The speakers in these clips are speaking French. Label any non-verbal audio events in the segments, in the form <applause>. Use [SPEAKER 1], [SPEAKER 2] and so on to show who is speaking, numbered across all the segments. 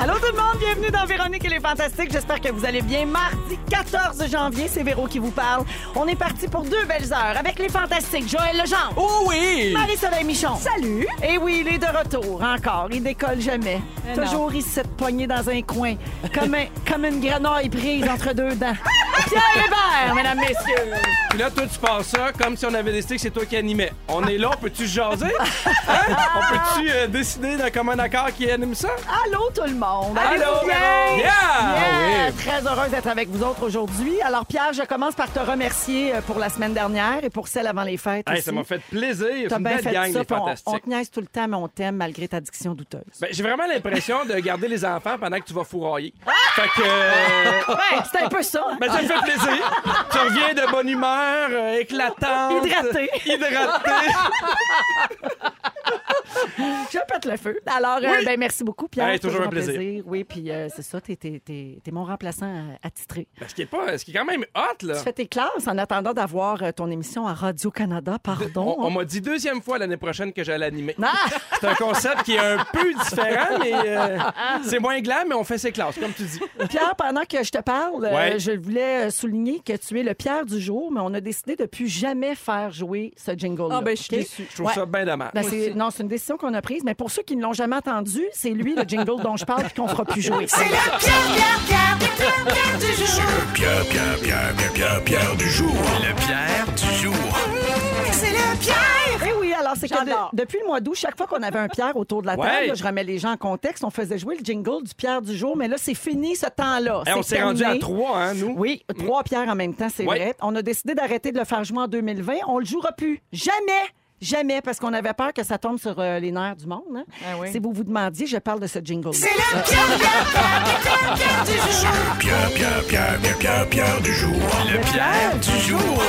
[SPEAKER 1] Allô tout le monde, bienvenue dans Véronique et les Fantastiques. J'espère que vous allez bien. Mardi 14 janvier, c'est Véro qui vous parle. On est parti pour deux belles heures avec les Fantastiques. Joël Legendre.
[SPEAKER 2] Oh oui!
[SPEAKER 1] Marie-Soleil Michon.
[SPEAKER 3] Salut!
[SPEAKER 1] Et oui, il est de retour encore. Il décolle jamais.
[SPEAKER 3] Eh
[SPEAKER 1] Toujours ici, pogné dans un coin, comme, un- comme une grenouille prise entre deux
[SPEAKER 3] <laughs>
[SPEAKER 1] dents. Pierre Hébert, mesdames, messieurs.
[SPEAKER 2] Puis là, toi, tu passes ça comme si on avait décidé que c'est toi qui animais. On est là, on peut-tu se jaser? Hein? On peut-tu euh, décider d'un commun accord qui anime ça?
[SPEAKER 1] Allô tout le monde.
[SPEAKER 2] Allô,
[SPEAKER 1] Allez-vous bien?
[SPEAKER 2] Véro? Yeah! Ah
[SPEAKER 1] Yeah!
[SPEAKER 2] Oui.
[SPEAKER 1] Très heureuse d'être avec vous autres aujourd'hui. Alors Pierre, je commence par te remercier euh, pour la semaine dernière et pour celle avant les fêtes.
[SPEAKER 2] Hey,
[SPEAKER 1] aussi.
[SPEAKER 2] ça m'a fait plaisir. C'est
[SPEAKER 1] T'as
[SPEAKER 2] une
[SPEAKER 1] bien
[SPEAKER 2] belle
[SPEAKER 1] fait
[SPEAKER 2] gang,
[SPEAKER 1] ça,
[SPEAKER 2] les
[SPEAKER 1] puis on- on,
[SPEAKER 2] fantastiques.
[SPEAKER 1] te niaise tout le temps, mais on t'aime malgré ta diction douteuse.
[SPEAKER 2] Ben, J'ai vraiment l'impression de garder les enfants pendant que tu vas fourrailler. Fait que... euh,
[SPEAKER 1] Ouais, c'est un peu ça. hein.
[SPEAKER 2] Ben, ça me fait plaisir. tu reviens de bonne humeur, euh, éclatante.
[SPEAKER 1] Hydraté.
[SPEAKER 2] Hydraté.
[SPEAKER 1] Je pète le feu. Alors, euh, ben, merci beaucoup, Pierre.
[SPEAKER 2] Hey, toujours un plaisir.
[SPEAKER 1] Oui, puis euh, c'est ça, t'es, t'es- t'es- t'es mon remplaçant euh, attitré.
[SPEAKER 2] Ben, ce, qui est pas, ce qui est quand même hot, là.
[SPEAKER 1] Tu fais tes classes en attendant d'avoir euh, ton émission à Radio-Canada, pardon.
[SPEAKER 2] On, on m'a dit deuxième fois l'année prochaine que j'allais animer.
[SPEAKER 1] Ah!
[SPEAKER 2] C'est un concept qui est un peu différent, mais euh, c'est moins glam, mais on fait ses classes, comme tu dis.
[SPEAKER 1] Pierre, pendant que je te parle, euh,
[SPEAKER 2] Ouais.
[SPEAKER 1] je voulais euh, souligner que tu es le Pierre du jour, mais on a décidé de plus jamais faire jouer ce jingle-là.
[SPEAKER 3] Ah, ben, je suis
[SPEAKER 1] OK?
[SPEAKER 3] déçue.
[SPEAKER 2] Je trouve
[SPEAKER 1] Ouais.
[SPEAKER 2] ça bien dommage.
[SPEAKER 1] Ben, c'est- non, c'est une décision qu'on a prise, mais pour ceux qui ne l'ont jamais entendu, c'est lui le jingle dont je parle puis qu'on fera plus
[SPEAKER 3] <laughs>
[SPEAKER 1] jouer.
[SPEAKER 4] Pierre, Pierre, Pierre, Pierre, Pierre, Pierre du jour. Le Pierre du jour.
[SPEAKER 1] Eh oui, alors c'est que
[SPEAKER 3] J'adore.
[SPEAKER 1] de- depuis le mois d'août, chaque fois qu'on avait un Pierre autour de la table,
[SPEAKER 2] Ouais.
[SPEAKER 1] là, je remets les gens en contexte, on faisait jouer le jingle du Pierre du jour, mais là, c'est fini ce temps-là.
[SPEAKER 2] Hey, Eh, on
[SPEAKER 1] C'est
[SPEAKER 2] s'est rendu à
[SPEAKER 1] terminé.
[SPEAKER 2] trois, hein, nous.
[SPEAKER 1] Oui, trois pierres en même temps, c'est
[SPEAKER 2] Ouais.
[SPEAKER 1] vrai. On a décidé d'arrêter de le faire jouer en 2020. On le jouera plus. Jamais! Jamais, parce qu'on avait peur que ça tombe sur euh, les nerfs du monde. hein.
[SPEAKER 3] Ah oui.
[SPEAKER 1] Si vous vous demandiez, je parle de ce jingle.
[SPEAKER 4] Pierre, Pierre, Pierre, Pierre, Pierre, Pierre du jour. Le Pierre du jour.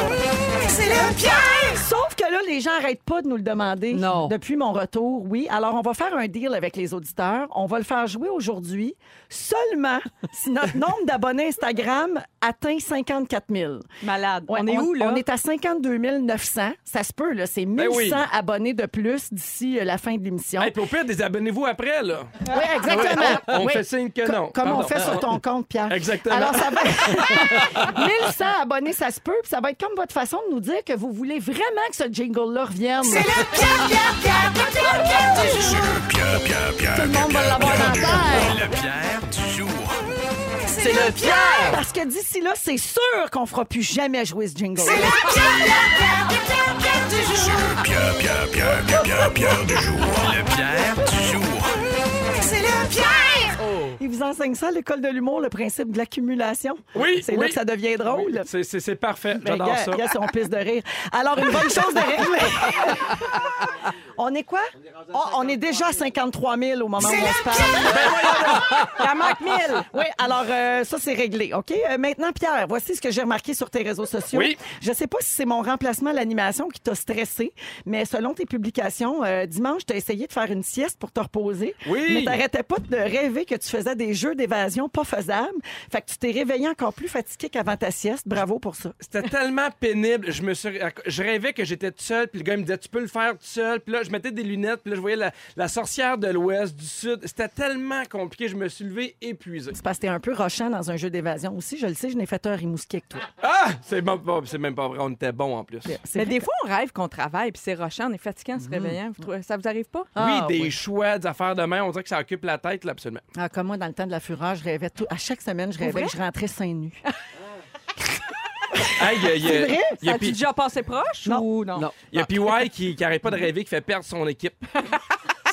[SPEAKER 1] Sauf que là, les gens n'arrêtent pas de nous le demander.
[SPEAKER 3] Non.
[SPEAKER 1] Depuis mon retour, oui. Alors, on va faire un deal avec les auditeurs. On va le faire jouer aujourd'hui seulement si notre nombre d'abonnés Instagram atteint 54 000.
[SPEAKER 3] Malade.
[SPEAKER 1] Ouais,
[SPEAKER 3] on est où, là?
[SPEAKER 1] On est à 52 900. Ça se peut, là. C'est 1100
[SPEAKER 2] Ben oui.
[SPEAKER 1] abonnés de plus d'ici euh, la fin de l'émission.
[SPEAKER 2] Et puis au pire, désabonnez-vous après, là.
[SPEAKER 1] Oui, exactement.
[SPEAKER 2] Ah On
[SPEAKER 1] Oui.
[SPEAKER 2] fait signe que
[SPEAKER 1] Co-
[SPEAKER 2] non.
[SPEAKER 1] Comme on
[SPEAKER 2] Pardon.
[SPEAKER 1] fait sur ton compte, Pierre.
[SPEAKER 2] Exactement.
[SPEAKER 1] Alors, ça
[SPEAKER 2] <laughs>
[SPEAKER 1] va... 1100 abonnés, ça se peut. Puis ça va être comme votre façon de nous dire que vous voulez vraiment que ce jingle-là revienne.
[SPEAKER 4] Pierre, Pierre, Pierre,
[SPEAKER 1] Tout le
[SPEAKER 4] Pierre,
[SPEAKER 1] monde va
[SPEAKER 4] Pierre,
[SPEAKER 1] l'avoir
[SPEAKER 4] Pierre
[SPEAKER 1] dans
[SPEAKER 4] du
[SPEAKER 1] la
[SPEAKER 4] jour.
[SPEAKER 1] tête.
[SPEAKER 4] Le Pierre du jour.
[SPEAKER 1] Parce que d'ici là, c'est sûr qu'on fera plus jamais jouer ce jingle. là
[SPEAKER 4] Pierre, Pierre, Pierre, Pierre, Pierre, Pierre du jour. Le Pierre du jour.
[SPEAKER 1] Ils vous enseignent ça à l'école de l'humour, le principe de l'accumulation.
[SPEAKER 2] Oui,
[SPEAKER 1] C'est là
[SPEAKER 2] oui.
[SPEAKER 1] que ça devient drôle.
[SPEAKER 2] C'est- C'est c'est parfait.
[SPEAKER 1] Ben,
[SPEAKER 2] J'adore
[SPEAKER 1] gars,
[SPEAKER 2] ça.
[SPEAKER 1] gars, c'est on pisse de rire. Alors, une bonne chose de régler. <laughs> on est quoi? Oh, on est déjà à 53 000 au moment où on se parle. Ben, Il en manque 1000. Oui, alors euh, ça, c'est réglé. OK? Euh, maintenant, Pierre, voici ce que j'ai remarqué sur tes réseaux sociaux.
[SPEAKER 2] Oui.
[SPEAKER 1] Je sais pas si c'est mon remplacement à l'animation qui t'a stressé, mais selon tes publications, euh, dimanche, tu as essayé de faire une sieste pour te reposer.
[SPEAKER 2] Oui.
[SPEAKER 1] Mais t'arrêtais pas de rêver que tu faisais des jeux d'évasion pas faisables. Fait que tu t'es réveillé encore plus fatigué qu'avant ta sieste. Bravo pour ça.
[SPEAKER 2] C'était tellement pénible. Je me suis... je rêvais que j'étais tout seul, puis le gars il me disait tu peux le faire tout seul. Puis là, je mettais des lunettes, puis là je voyais la, la sorcière de l'Ouest, du Sud. C'était tellement compliqué. Je me suis levé épuisé.
[SPEAKER 1] C'est parce que t'es un peu rochant dans un jeu d'évasion aussi. Je le sais, je n'ai fait un rimouski que toi.
[SPEAKER 2] Ah, c'est même pas, c'est même pas vrai. On était bon en plus.
[SPEAKER 1] C'est
[SPEAKER 3] Mais des fois, on rêve qu'on travaille, puis c'est rochant, on est fatigué en se réveillant. Vous trouvez- Ça vous arrive pas?
[SPEAKER 2] Oui,
[SPEAKER 1] Ah,
[SPEAKER 2] des
[SPEAKER 1] oui.
[SPEAKER 2] choix, des affaires de main, on dirait que ça occupe la tête, là,
[SPEAKER 1] <laughs>
[SPEAKER 2] absolument.
[SPEAKER 1] Ah, comme moi, dans le temps de la fureur, je rêvais tout. À chaque semaine, je rêvais
[SPEAKER 3] vrai?
[SPEAKER 1] que je rentrais seins nus.
[SPEAKER 2] Hey, il y a- il y a-
[SPEAKER 1] vrai?
[SPEAKER 2] il y a
[SPEAKER 3] As-tu
[SPEAKER 2] P-
[SPEAKER 3] déjà passé proche?
[SPEAKER 1] Non.
[SPEAKER 3] Ou non.
[SPEAKER 2] il y a PY qui, qui arrête pas de rêver, qui fait perdre son
[SPEAKER 1] <laughs>
[SPEAKER 2] équipe.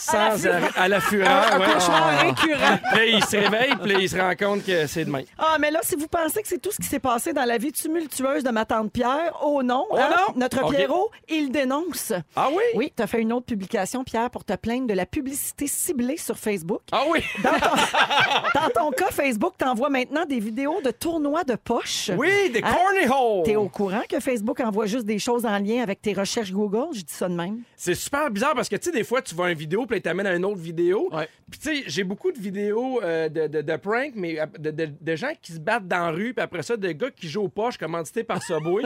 [SPEAKER 2] Sans arrêt- à la fureur. ouais. Ah.
[SPEAKER 3] récurrent.
[SPEAKER 2] Puis là, il se réveille, puis là, il se rend compte que c'est demain.
[SPEAKER 1] Ah, mais là, si vous pensez que c'est tout ce qui s'est passé dans la vie tumultueuse de ma tante Pierre, oh non,
[SPEAKER 2] non?
[SPEAKER 1] notre
[SPEAKER 2] OK.
[SPEAKER 1] Pierrot, il dénonce.
[SPEAKER 2] Ah oui?
[SPEAKER 1] Oui, t'as fait une autre publication, Pierre, pour te plaindre de la publicité ciblée sur Facebook.
[SPEAKER 2] Ah oui?
[SPEAKER 1] Dans ton, Ah. dans ton cas, Facebook t'envoie maintenant des vidéos de tournois de poche.
[SPEAKER 2] Oui, des
[SPEAKER 1] Hein?
[SPEAKER 2] corny holes.
[SPEAKER 1] T'es au courant que Facebook envoie juste des choses en lien avec tes recherches Google? Je dis ça de même.
[SPEAKER 2] C'est super bizarre parce que, tu sais, des fois, tu vois une vidéo, puis là, il t'amène à une autre vidéo.
[SPEAKER 5] Ouais.
[SPEAKER 2] Puis tu sais, j'ai beaucoup de vidéos euh, de, de, de pranks, mais euh, de, de- de gens qui se battent dans la rue, puis après ça, des gars qui jouent aux poches commandité par Subway.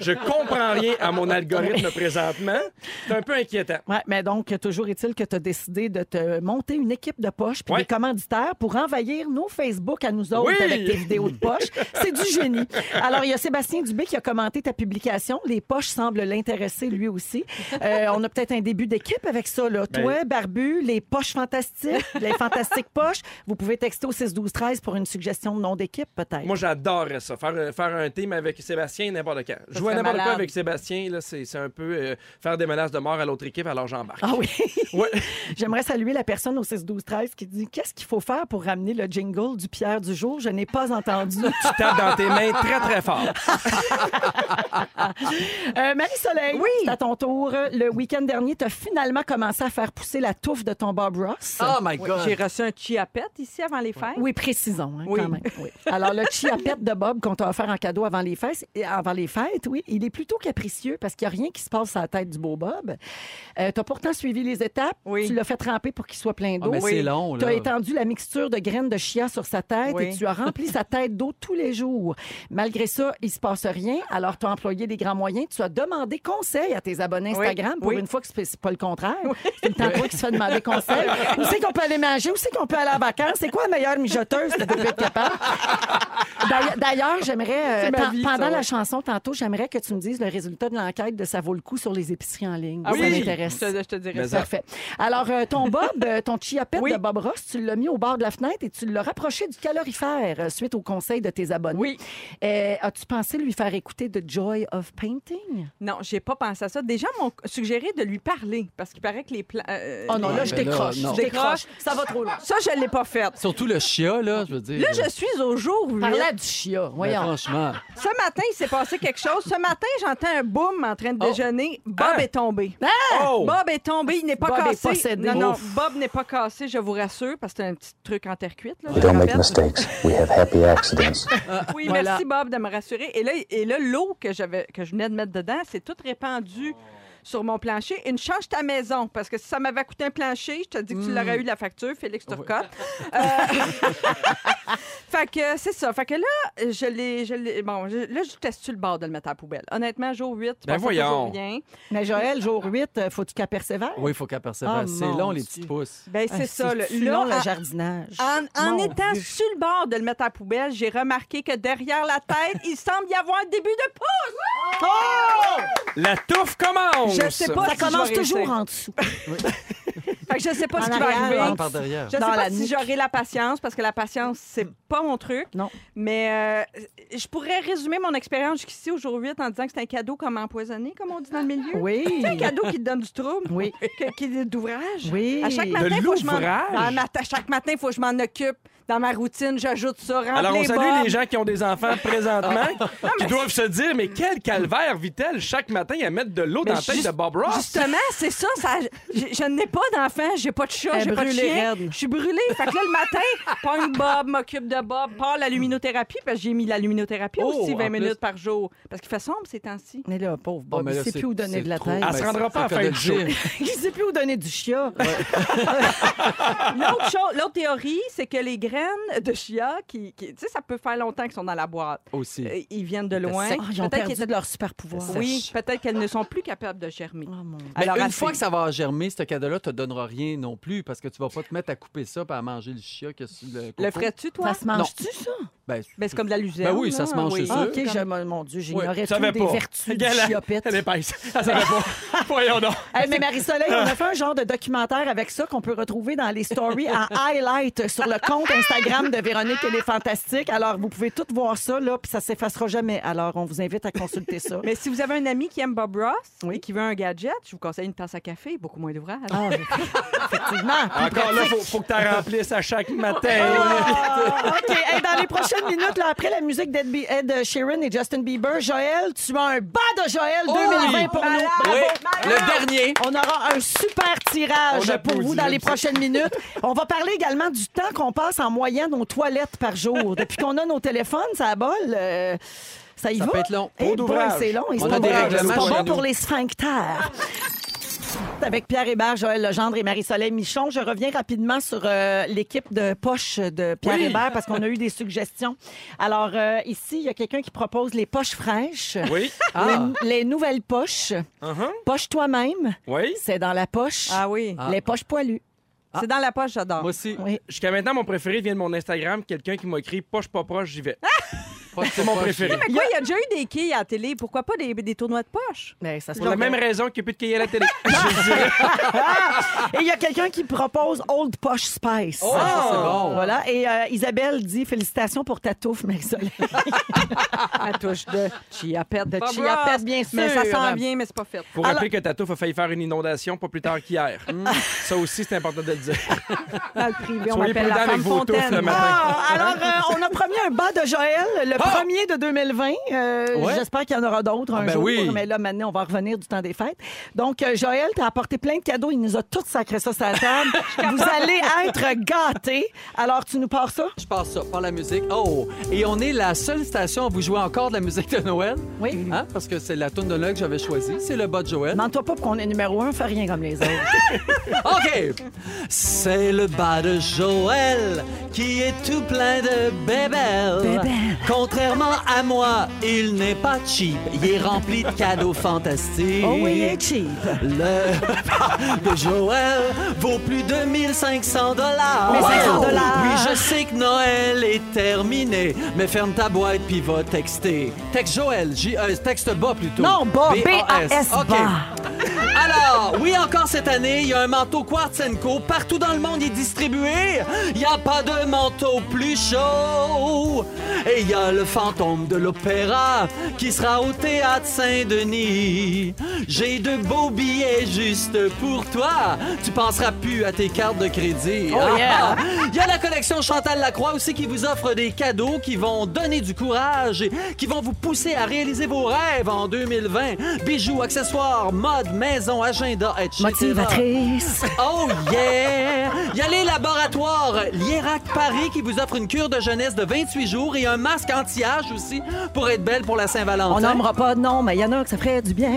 [SPEAKER 2] je comprends rien à mon algorithme présentement. C'est un peu inquiétant.
[SPEAKER 1] Ouais, mais donc, toujours est-il que tu as décidé de te monter une équipe de poche puis
[SPEAKER 2] Ouais.
[SPEAKER 1] des commanditaires pour envahir nos Facebook à nous autres
[SPEAKER 2] Oui!
[SPEAKER 1] avec tes vidéos de poche. C'est du génie. Alors, il y a Sébastien Dubé qui a commenté ta publication. Les poches semblent l'intéresser lui aussi. Euh, on a peut-être un début d'équipe avec ça. Là.
[SPEAKER 2] Ben-
[SPEAKER 1] Toi, Barbu, les poches fantastiques, les fantastiques poches. Vous pouvez texter au 6-12-13 pour une suggestion de nom d'équipe, peut-être.
[SPEAKER 2] Moi, j'adorerais ça. Faire, euh, faire un team avec Sébastien n'importe quand. Jouer à
[SPEAKER 3] serait
[SPEAKER 2] n'importe quoi
[SPEAKER 3] malade.
[SPEAKER 2] avec Sébastien, là, c'est c'est un peu euh, faire des menaces de mort à l'autre équipe, alors j'embarque.
[SPEAKER 1] Ah oui,
[SPEAKER 2] Ouais.
[SPEAKER 1] j'aimerais saluer la personne au 6-12-13 qui dit Qu'est-ce qu'il faut faire pour ramener le jingle du Pierre du jour Je n'ai pas entendu.
[SPEAKER 2] tu tapes dans tes mains très, très fort.
[SPEAKER 1] Euh, Marie-Soleil, c'est à ton tour. Le week-end dernier, tu as finalement commencé à faire pousser la touffe de ton Bob Ross.
[SPEAKER 5] Oh my
[SPEAKER 3] Oui,
[SPEAKER 5] God.
[SPEAKER 3] J'ai reçu un chiapette ici avant les fêtes.
[SPEAKER 1] Oui, précisons, hein,
[SPEAKER 3] Oui.
[SPEAKER 1] quand même. Oui. <laughs> Alors, le chiapette de Bob qu'on t'a offert en cadeau avant les, fêtes, et avant les fêtes, oui, il est plutôt capricieux parce qu'il n'y a rien qui se passe à la tête du beau Bob. Euh, tu as pourtant suivi les étapes.
[SPEAKER 3] Oui.
[SPEAKER 1] Tu l'as fait tremper pour qu'il soit plein
[SPEAKER 5] Ah,
[SPEAKER 1] d'eau.
[SPEAKER 5] mais
[SPEAKER 3] Oui.
[SPEAKER 5] c'est long,
[SPEAKER 1] Tu
[SPEAKER 5] là.
[SPEAKER 1] as étendu la mixture de graines de chia sur sa tête
[SPEAKER 3] Oui.
[SPEAKER 1] et tu as rempli sa tête d'eau tous les jours. Malgré ça, il se passe rien. Alors, tu as employé des grands moyens. Tu as demandé conseil à tes abonnés
[SPEAKER 3] Oui.
[SPEAKER 1] Instagram pour
[SPEAKER 3] Oui.
[SPEAKER 1] une fois que c'est c'est pas le contraire. C'est le temps toi qui se fait demander conseil. Où c'est qu'on peut aller manger? Où c'est qu'on peut aller en vacances? C'est quoi la meilleure mijoteuse que vous pouvez être capable? D'ailleurs- D'ailleurs, j'aimerais, euh,
[SPEAKER 3] C'est ma
[SPEAKER 1] pen-
[SPEAKER 3] vie, ça,
[SPEAKER 1] pendant la
[SPEAKER 3] ouais.
[SPEAKER 1] chanson tantôt, j'aimerais que tu me dises le résultat de l'enquête de Ça vaut le coup sur les épiceries en ligne.
[SPEAKER 3] Ah
[SPEAKER 1] ça
[SPEAKER 3] oui,
[SPEAKER 1] m'intéresse.
[SPEAKER 3] Je, te- je te dirais
[SPEAKER 2] Mais
[SPEAKER 3] ça.
[SPEAKER 1] Parfait. Alors, euh, ton Bob, euh, ton chiapette
[SPEAKER 3] Oui.
[SPEAKER 1] de Bob Ross, tu l'as mis au bord de la fenêtre et tu l'as rapproché du calorifère euh, suite au conseil de tes abonnés.
[SPEAKER 3] Oui.
[SPEAKER 1] Euh, As-tu pensé lui faire écouter The Joy of Painting?
[SPEAKER 3] Non, j'ai pas pensé à ça. Des gens m'ont suggéré de lui parler parce qu'il paraît que les plans. euh,
[SPEAKER 1] Oh non,
[SPEAKER 3] les-
[SPEAKER 1] là, je
[SPEAKER 5] mais là,
[SPEAKER 1] décroche.
[SPEAKER 5] non.
[SPEAKER 1] Je décroche. Ça va trop loin.
[SPEAKER 3] Ça, je l'ai pas fait.
[SPEAKER 5] Surtout le chia, là, je veux dire.
[SPEAKER 3] Là, je suis au jour où.
[SPEAKER 1] Parle du chia,
[SPEAKER 5] Mais
[SPEAKER 1] voyons.
[SPEAKER 5] franchement.
[SPEAKER 3] Ce matin, il s'est passé quelque chose. Ce matin, j'entends un boom en train de
[SPEAKER 1] Oh.
[SPEAKER 3] déjeuner. Bob
[SPEAKER 2] Ah!
[SPEAKER 3] est tombé.
[SPEAKER 2] Oh!
[SPEAKER 3] Bob est tombé, il n'est pas
[SPEAKER 1] Hein? Bob est
[SPEAKER 3] cassé.
[SPEAKER 1] possédé.
[SPEAKER 3] Non, non,
[SPEAKER 1] Ouf.
[SPEAKER 3] Bob n'est pas cassé, je vous rassure, parce que c'est un petit truc en terre cuite. Là, je
[SPEAKER 6] Don't
[SPEAKER 3] le
[SPEAKER 6] make
[SPEAKER 3] rappelle.
[SPEAKER 6] mistakes. We have happy accidents.
[SPEAKER 3] <laughs> Oui,
[SPEAKER 1] Voilà.
[SPEAKER 3] merci Bob de me rassurer. Et là, et là l'eau que j'avais, que je venais de mettre dedans, c'est toute répandue sur mon plancher. Une change ta maison, parce que si ça m'avait coûté un plancher, je te dis que
[SPEAKER 1] Hmm.
[SPEAKER 3] tu l'aurais eu la facture, Félix Turcotte. Euh, <laughs> fait que c'est ça. Fait que là, je l'ai, je l'ai- bon, je- là, je teste sur le bord de le mettre à la poubelle. Honnêtement, jour 8,
[SPEAKER 2] Ben
[SPEAKER 3] je pense
[SPEAKER 2] voyons.
[SPEAKER 3] toujours rien.
[SPEAKER 1] Mais Joël, jour 8, euh, faut-tu qu'elle persévère?
[SPEAKER 5] Oui, il faut qu'elle persévère.
[SPEAKER 1] Oh,
[SPEAKER 5] c'est
[SPEAKER 1] mon
[SPEAKER 5] long, les
[SPEAKER 1] Dieu.
[SPEAKER 5] petites pousses.
[SPEAKER 3] Ben,
[SPEAKER 1] Ah,
[SPEAKER 3] c'est ça. Là,
[SPEAKER 1] c'est-tu
[SPEAKER 3] Là,
[SPEAKER 1] long, le
[SPEAKER 3] en-
[SPEAKER 1] jardinage.
[SPEAKER 3] En, en
[SPEAKER 1] Mon
[SPEAKER 3] étant
[SPEAKER 1] Dieu.
[SPEAKER 3] sur le bord de le mettre à la poubelle, j'ai remarqué que derrière la tête, il semble y avoir un début de pouce.
[SPEAKER 2] La touffe commence!
[SPEAKER 3] Je sais pas
[SPEAKER 1] Ça
[SPEAKER 3] si je
[SPEAKER 1] commence
[SPEAKER 3] vais
[SPEAKER 1] toujours
[SPEAKER 3] réussir.
[SPEAKER 1] en dessous.
[SPEAKER 3] Fait que je sais pas
[SPEAKER 1] En
[SPEAKER 3] ce qui va
[SPEAKER 1] arrière,
[SPEAKER 3] arriver.
[SPEAKER 1] là.
[SPEAKER 5] Par- Par derrière.
[SPEAKER 3] Je
[SPEAKER 1] Dans
[SPEAKER 3] sais
[SPEAKER 1] la
[SPEAKER 3] pas si
[SPEAKER 1] nuque.
[SPEAKER 3] j'aurai la Hmm. patience parce que la patience, c'est pas mon truc.
[SPEAKER 1] Non.
[SPEAKER 3] Mais euh, je pourrais résumer mon expérience jusqu'ici au jour 8 en disant que c'est un cadeau comme empoisonné, comme on dit dans le milieu.
[SPEAKER 1] Oui.
[SPEAKER 3] C'est un cadeau qui te donne du trouble,
[SPEAKER 1] Oui.
[SPEAKER 3] que- qui est d'ouvrage.
[SPEAKER 1] Oui.
[SPEAKER 3] À chaque
[SPEAKER 2] De
[SPEAKER 3] matin, faut que je m'en...
[SPEAKER 2] l'ouvrage?
[SPEAKER 3] Dans ma- à chaque matin, faut que je m'en occupe. Dans ma routine, j'ajoute ça, rentre
[SPEAKER 2] Alors, on
[SPEAKER 3] les
[SPEAKER 2] salue
[SPEAKER 3] bottes.
[SPEAKER 2] les gens qui ont des enfants présentement, qui doivent se dire, mais quel calvaire vit-elle chaque matin à mettre de l'eau dans la
[SPEAKER 3] Mais
[SPEAKER 2] tête
[SPEAKER 3] juste-
[SPEAKER 2] de Bob Ross?
[SPEAKER 3] Justement, c'est ça. ça je je n'ai pas d'enfant, j'ai pas de chat,
[SPEAKER 1] Elle
[SPEAKER 3] j'ai pas de
[SPEAKER 1] brûlait
[SPEAKER 3] chien.
[SPEAKER 1] raide.
[SPEAKER 3] Je suis brûlée. Fait que là, le matin, pogne Bob, m'occupe de Bob, part la luminothérapie, parce que j'ai mis la luminothérapie
[SPEAKER 5] Oh,
[SPEAKER 3] aussi 20
[SPEAKER 5] en plus.
[SPEAKER 3] minutes par jour. Parce qu'il fait sombre ces temps-ci.
[SPEAKER 1] Mais là, pauvre
[SPEAKER 5] Oh,
[SPEAKER 1] Bob,
[SPEAKER 5] mais
[SPEAKER 1] il
[SPEAKER 5] là,
[SPEAKER 1] sait
[SPEAKER 5] c'est-
[SPEAKER 1] plus où donner
[SPEAKER 5] c'est
[SPEAKER 1] de la
[SPEAKER 5] trop.
[SPEAKER 1] tête.
[SPEAKER 5] Ben,
[SPEAKER 2] Elle se rendra
[SPEAKER 5] c'est-
[SPEAKER 2] pas à
[SPEAKER 5] c'est
[SPEAKER 2] la fin
[SPEAKER 5] que
[SPEAKER 2] du
[SPEAKER 5] de le dire.
[SPEAKER 1] <laughs> il sait plus où donner du chia.
[SPEAKER 3] L'autre chose- l'autre théorie, c'est que les graines de chia, qui, qui- tu sais, ça peut faire longtemps qu'ils sont dans la boîte.
[SPEAKER 5] Aussi.
[SPEAKER 3] Euh, Ils viennent de loin.
[SPEAKER 1] Ah, ils ont
[SPEAKER 3] Peut-être
[SPEAKER 1] perdu
[SPEAKER 3] qu'ils-
[SPEAKER 1] de leur super pouvoir.
[SPEAKER 3] Oui, peut-être qu'elles ne sont plus capables de germer.
[SPEAKER 1] Oh, mon Dieu.
[SPEAKER 5] Mais
[SPEAKER 3] Alors, à
[SPEAKER 5] une fois
[SPEAKER 3] suivre.
[SPEAKER 5] que ça va germer, ce cadeau-là te donnera rien non plus parce que tu vas pas te mettre à couper ça et à manger le chia que sur le coco.
[SPEAKER 3] Le ferais-tu, toi?
[SPEAKER 1] Ça se mange-tu, ça?
[SPEAKER 5] Ben,
[SPEAKER 3] Ben, c'est comme de la luzerne.
[SPEAKER 5] Ben oui, ça
[SPEAKER 3] là.
[SPEAKER 5] se mange, c'est
[SPEAKER 1] Ah,
[SPEAKER 5] sûr.
[SPEAKER 1] OK, je- mon Dieu, j'ignorais
[SPEAKER 2] Tu
[SPEAKER 1] toutes
[SPEAKER 2] savais
[SPEAKER 1] les
[SPEAKER 2] pas.
[SPEAKER 1] vertus du
[SPEAKER 2] Gala-
[SPEAKER 1] chiopette.
[SPEAKER 2] Elle est épaisse. <laughs> Elle savait pas. Voyons donc.
[SPEAKER 1] Hey, mais Marie-Soleil, on a fait un genre de documentaire avec ça qu'on peut retrouver dans les stories
[SPEAKER 5] <laughs>
[SPEAKER 1] en highlight sur le compte Instagram de Véronique et les Fantastiques. Alors, vous pouvez toutes voir ça, là, puis ça s'effacera jamais. Alors, on vous invite à consulter ça.
[SPEAKER 3] Mais si vous avez un ami qui aime Bob Ross
[SPEAKER 1] Oui.
[SPEAKER 3] et qui veut un gadget, je vous conseille une tasse à café, beaucoup moins d'ouvrage.
[SPEAKER 1] Ah, effectivement.
[SPEAKER 5] Ah,
[SPEAKER 1] plus
[SPEAKER 2] Encore là, faut, faut que tu remplisses à chaque matin.
[SPEAKER 1] Ah, OK. Hey, dans les prochaines minutes, là, après la musique d'Ed Be- Ed Sheeran et Justin Bieber, Joël, tu as un bas de Joël 2020 pour nous.
[SPEAKER 5] oui,
[SPEAKER 1] Bravo.
[SPEAKER 5] le dernier.
[SPEAKER 1] On aura un super
[SPEAKER 2] On
[SPEAKER 1] tirage pour
[SPEAKER 2] applaudit,
[SPEAKER 1] vous dans les
[SPEAKER 2] j'aime ça.
[SPEAKER 1] prochaines minutes.
[SPEAKER 5] <laughs>
[SPEAKER 1] On va parler également du temps qu'on passe en moyenne aux toilettes par jour. Depuis qu'on a nos téléphones, ça abole. euh, ça y
[SPEAKER 5] Ça
[SPEAKER 1] va?
[SPEAKER 5] peut être long.
[SPEAKER 1] Eh
[SPEAKER 5] Trop
[SPEAKER 1] boy,
[SPEAKER 2] d'ouvrage.
[SPEAKER 1] c'est long. et
[SPEAKER 5] On
[SPEAKER 1] c'est
[SPEAKER 5] a
[SPEAKER 1] pas
[SPEAKER 5] des
[SPEAKER 1] bon.
[SPEAKER 5] règlements
[SPEAKER 1] C'est pas
[SPEAKER 5] chez
[SPEAKER 1] bon
[SPEAKER 5] nous.
[SPEAKER 1] pour les sphincters. avec Pierre Hébert, Joël Legendre et Marie-Soleil Michon. Je reviens rapidement sur euh, l'équipe de poche de Pierre Hébert parce qu'on a eu des suggestions. Alors, euh, ici, il y a quelqu'un qui propose les poches fraîches,
[SPEAKER 2] Oui.
[SPEAKER 5] Ah.
[SPEAKER 1] les, les nouvelles poches,
[SPEAKER 2] Uh-huh.
[SPEAKER 1] poche toi-même,
[SPEAKER 2] Oui.
[SPEAKER 1] c'est dans la poche,
[SPEAKER 3] Ah oui.
[SPEAKER 1] les poches poilues.
[SPEAKER 3] C'est dans la poche, j'adore.
[SPEAKER 5] Ah. Moi aussi.
[SPEAKER 1] Oui.
[SPEAKER 2] Jusqu'à maintenant, mon préféré vient de mon Instagram. Quelqu'un qui m'a écrit Poche pas proche, j'y vais.
[SPEAKER 5] Poche,
[SPEAKER 2] C'est mon
[SPEAKER 5] poche.
[SPEAKER 2] préféré.
[SPEAKER 3] Pourquoi il y a déjà eu des quilles à la télé? Pourquoi pas des, des tournois de poche?
[SPEAKER 1] Ben, ça se
[SPEAKER 2] Pour la
[SPEAKER 1] peut.
[SPEAKER 2] même raison qu'il n'y a plus de cahier à la télé.
[SPEAKER 1] Et il y a quelqu'un qui propose Old Posh Spice.
[SPEAKER 5] Oh, ça,
[SPEAKER 3] Ah.
[SPEAKER 5] c'est bon.
[SPEAKER 1] Voilà. Et euh, Isabelle dit félicitations pour ta touffe, Marie-Soleil.
[SPEAKER 3] <laughs> À touche de chiapette, de
[SPEAKER 1] Pas
[SPEAKER 3] chiapette,
[SPEAKER 1] brosse, bien sûr. Ah,
[SPEAKER 3] Mais ça sent bien, mais c'est pas fait.
[SPEAKER 2] Pour rappeler que Tatouf a failli faire une inondation pas plus tard qu'hier. Ça aussi, c'est important de le dire.
[SPEAKER 3] Dans le privé, on
[SPEAKER 2] Soyez
[SPEAKER 3] m'appelle
[SPEAKER 2] prudents
[SPEAKER 3] la
[SPEAKER 2] avec
[SPEAKER 3] femme
[SPEAKER 2] vos touffes le
[SPEAKER 3] fontaine.
[SPEAKER 2] matin.
[SPEAKER 1] Ah, alors, euh, on a promis un bas de Joël, le premier de 2020. Euh,
[SPEAKER 5] Ah! Ouais.
[SPEAKER 1] J'espère qu'il y en aura d'autres un
[SPEAKER 5] ben
[SPEAKER 1] jour.
[SPEAKER 5] oui.
[SPEAKER 1] Mais là, maintenant, on va revenir du temps des fêtes. Donc, euh, Joël, t'as apporté plein de cadeaux. Il nous a tous sacré ça sur la
[SPEAKER 5] <laughs>
[SPEAKER 1] table. Vous allez être gâtés. Alors, tu nous pars ça?
[SPEAKER 5] Je passe ça par la musique. Oh! Et on est la seule station à vous jouer encore de la musique de Noël.
[SPEAKER 1] Oui.
[SPEAKER 5] Hein? Parce que c'est la tune de Noël que j'avais choisie. C'est le bas de Joël.
[SPEAKER 1] Demande-toi pas qu'on est numéro un, fais rien comme les autres.
[SPEAKER 5] OK! C'est le bas de Joël qui est tout plein de bébelles. Contrairement à moi, il n'est pas cheap. Il est rempli de cadeaux fantastiques.
[SPEAKER 1] oh oui, il est cheap.
[SPEAKER 5] Le bas de Joël vaut plus de 1500 dollars.
[SPEAKER 1] 1500 dollars.
[SPEAKER 5] Oui, je sais que Noël est terminé, mais ferme ta boîte puis va texter. Texte Joël, J euh, texte bas plutôt.
[SPEAKER 1] Non, bas,
[SPEAKER 5] B-A-S.
[SPEAKER 1] B-A-S,
[SPEAKER 5] OK.
[SPEAKER 1] bas.
[SPEAKER 5] <laughs> Alors, oui, encore cette année, il y a un manteau Quartzenco. Partout dans le monde, il est distribué. Il n'y a pas de manteau plus chaud. Et il y a le fantôme de l'opéra qui sera au théâtre Saint-Denis. J'ai de beaux billets juste pour toi. Tu penseras plus à tes cartes de crédit.
[SPEAKER 1] Oh, yeah.
[SPEAKER 5] <laughs> Il y a la collection Chantal Lacroix aussi qui vous offre des cadeaux qui vont donner du courage et qui vont vous pousser à réaliser vos rêves en 2020. Bijoux, accessoires, mode, maison, agenda, etc.
[SPEAKER 1] Motivatrice.
[SPEAKER 5] Oh yeah! Il y a les laboratoires Liérac Paris qui vous offre une cure de jeunesse de 28 jours et un masque anti-âge aussi pour être belle pour la Saint-Valentin.
[SPEAKER 1] On nommera pas de nom, mais il y en a un que ça ferait du bien.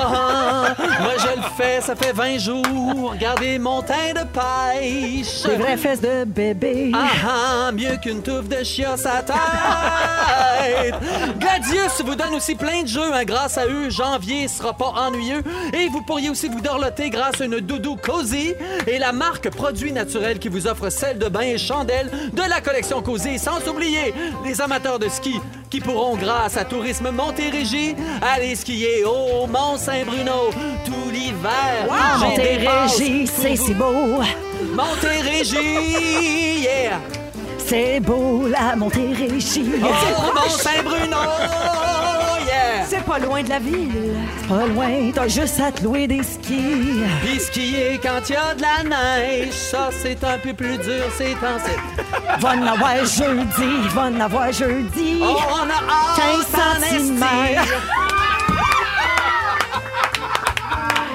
[SPEAKER 5] Ah, ah, moi je le fais, ça fait 20 jours. Regardez mon teint de pêche.
[SPEAKER 1] Des vraies fesses de bébé.
[SPEAKER 5] Ah ah, mieux qu'une touffe de chiasse à tête. Gladius vous donne aussi plein de jeux. hein. Grâce à eux, janvier sera pas ennuyeux. Et vous pourriez aussi vous dorloter grâce à une doudou Cozy. Et la marque Produits Naturels qui vous offre celle de bain et chandelle de la collection Cozy. Sans oublier les amateurs de ski qui pourront, grâce à Tourisme Montérégie, aller skier au Mont-Saint-Bruno tout l'hiver. J'ai Ah, des passes
[SPEAKER 1] Montérégie,
[SPEAKER 5] pour
[SPEAKER 1] c'est
[SPEAKER 5] vous.
[SPEAKER 1] si beau.
[SPEAKER 5] Montérégie, yeah!
[SPEAKER 1] C'est beau, la Montérégie.
[SPEAKER 5] Oh, mon Saint-Bruno! Yeah!
[SPEAKER 3] C'est pas loin de la ville.
[SPEAKER 1] Pas loin, t'as juste à te louer des skis.
[SPEAKER 5] Puis skier quand il y a de la neige, ça c'est un peu plus dur, c'est en <laughs>
[SPEAKER 1] Va en avoir jeudi, va en avoir jeudi.
[SPEAKER 5] Oh, on a hâte
[SPEAKER 1] 15
[SPEAKER 5] en
[SPEAKER 1] cm.
[SPEAKER 5] esti.
[SPEAKER 1] <laughs>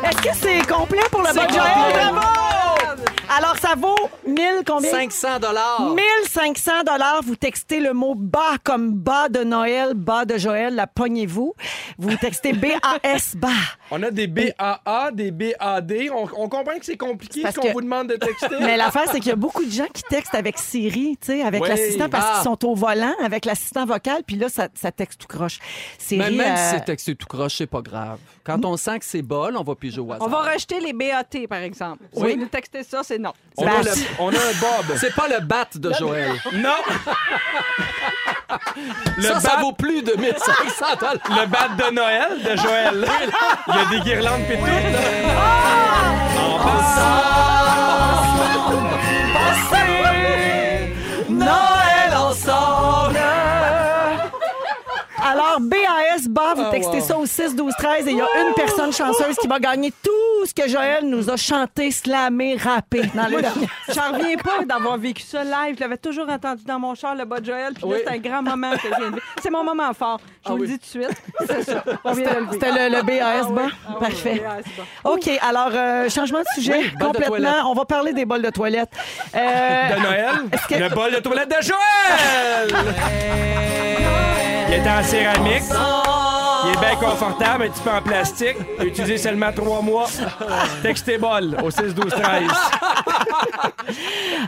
[SPEAKER 1] Est-ce que c'est complet pour le
[SPEAKER 5] C'est
[SPEAKER 1] bon
[SPEAKER 5] complet.
[SPEAKER 1] Joël? Bravo! Alors, ça vaut 1000 combien?
[SPEAKER 5] 500 dollars.
[SPEAKER 1] 1500 dollars, vous textez le mot bas comme bas de Noël, bas de Joël, la pognez-vous. Vous textez B-A-S, bas.
[SPEAKER 2] On a des BAA, des BAD. On, on comprend que c'est compliqué
[SPEAKER 1] parce
[SPEAKER 2] ce qu'on
[SPEAKER 1] que-
[SPEAKER 2] vous demande de texter.
[SPEAKER 1] <laughs> Mais l'affaire, c'est qu'il y a beaucoup de gens qui textent avec Siri, tu sais, avec
[SPEAKER 2] Oui.
[SPEAKER 1] l'assistant, parce
[SPEAKER 5] Ah.
[SPEAKER 1] qu'ils sont au volant, avec l'assistant vocal, puis là, ça, ça texte tout croche. Siri,
[SPEAKER 5] Mais même
[SPEAKER 1] euh,
[SPEAKER 5] si c'est texté tout croche, c'est pas grave. Quand on sent que c'est bol, on va piger au hasard.
[SPEAKER 3] On va rejeter les BAT, par exemple. Si
[SPEAKER 1] Oui.
[SPEAKER 3] vous nous textez ça, c'est non.
[SPEAKER 2] on,
[SPEAKER 1] bah,
[SPEAKER 2] a le-
[SPEAKER 1] si-
[SPEAKER 2] on a un Bob.
[SPEAKER 5] C'est pas le bat de Joël.
[SPEAKER 2] Non! Le
[SPEAKER 5] ça, ça
[SPEAKER 2] bat-
[SPEAKER 5] vaut plus de 1500 dollars.
[SPEAKER 2] Le bat de Noël de Joël. Il y a des guirlandes pis tout. là.
[SPEAKER 5] Noël ensemble!
[SPEAKER 1] euh, Alors, BAS, bas,
[SPEAKER 5] Ah,
[SPEAKER 1] vous textez ça au 6, 12, 13, et il y a une personne chanceuse qui va gagner tout ce que Joël nous a chanté, slamé, rappé dans les derniers.
[SPEAKER 3] J'en reviens pas d'avoir vécu ça live. Je l'avais toujours entendu dans mon char, le bas de Joël. Puis là,
[SPEAKER 5] Oui.
[SPEAKER 3] c'est un grand moment que je viens de vivre. C'est mon moment fort. Je
[SPEAKER 1] Ah
[SPEAKER 3] vous
[SPEAKER 5] oui.
[SPEAKER 3] le dis tout de
[SPEAKER 1] <laughs>
[SPEAKER 3] suite. C'est ça.
[SPEAKER 5] Ah,
[SPEAKER 3] On vient de le vivre.
[SPEAKER 1] C'était le, le BAS, bas.
[SPEAKER 3] Ah oui,
[SPEAKER 1] Parfait.
[SPEAKER 3] ah, c'est bon.
[SPEAKER 1] OK, alors, euh, changement de sujet
[SPEAKER 5] Oui, bol de toilette.
[SPEAKER 1] complètement. on va parler des bols de toilette. Euh,
[SPEAKER 2] De Noël.
[SPEAKER 1] que-
[SPEAKER 2] Le bol de toilette de Joël. Il est en céramique.
[SPEAKER 5] Oh,
[SPEAKER 2] Il est bien confortable, un petit peu en plastique. Utilisé seulement trois mois. Textez bol au 6 12 13.
[SPEAKER 5] Ah,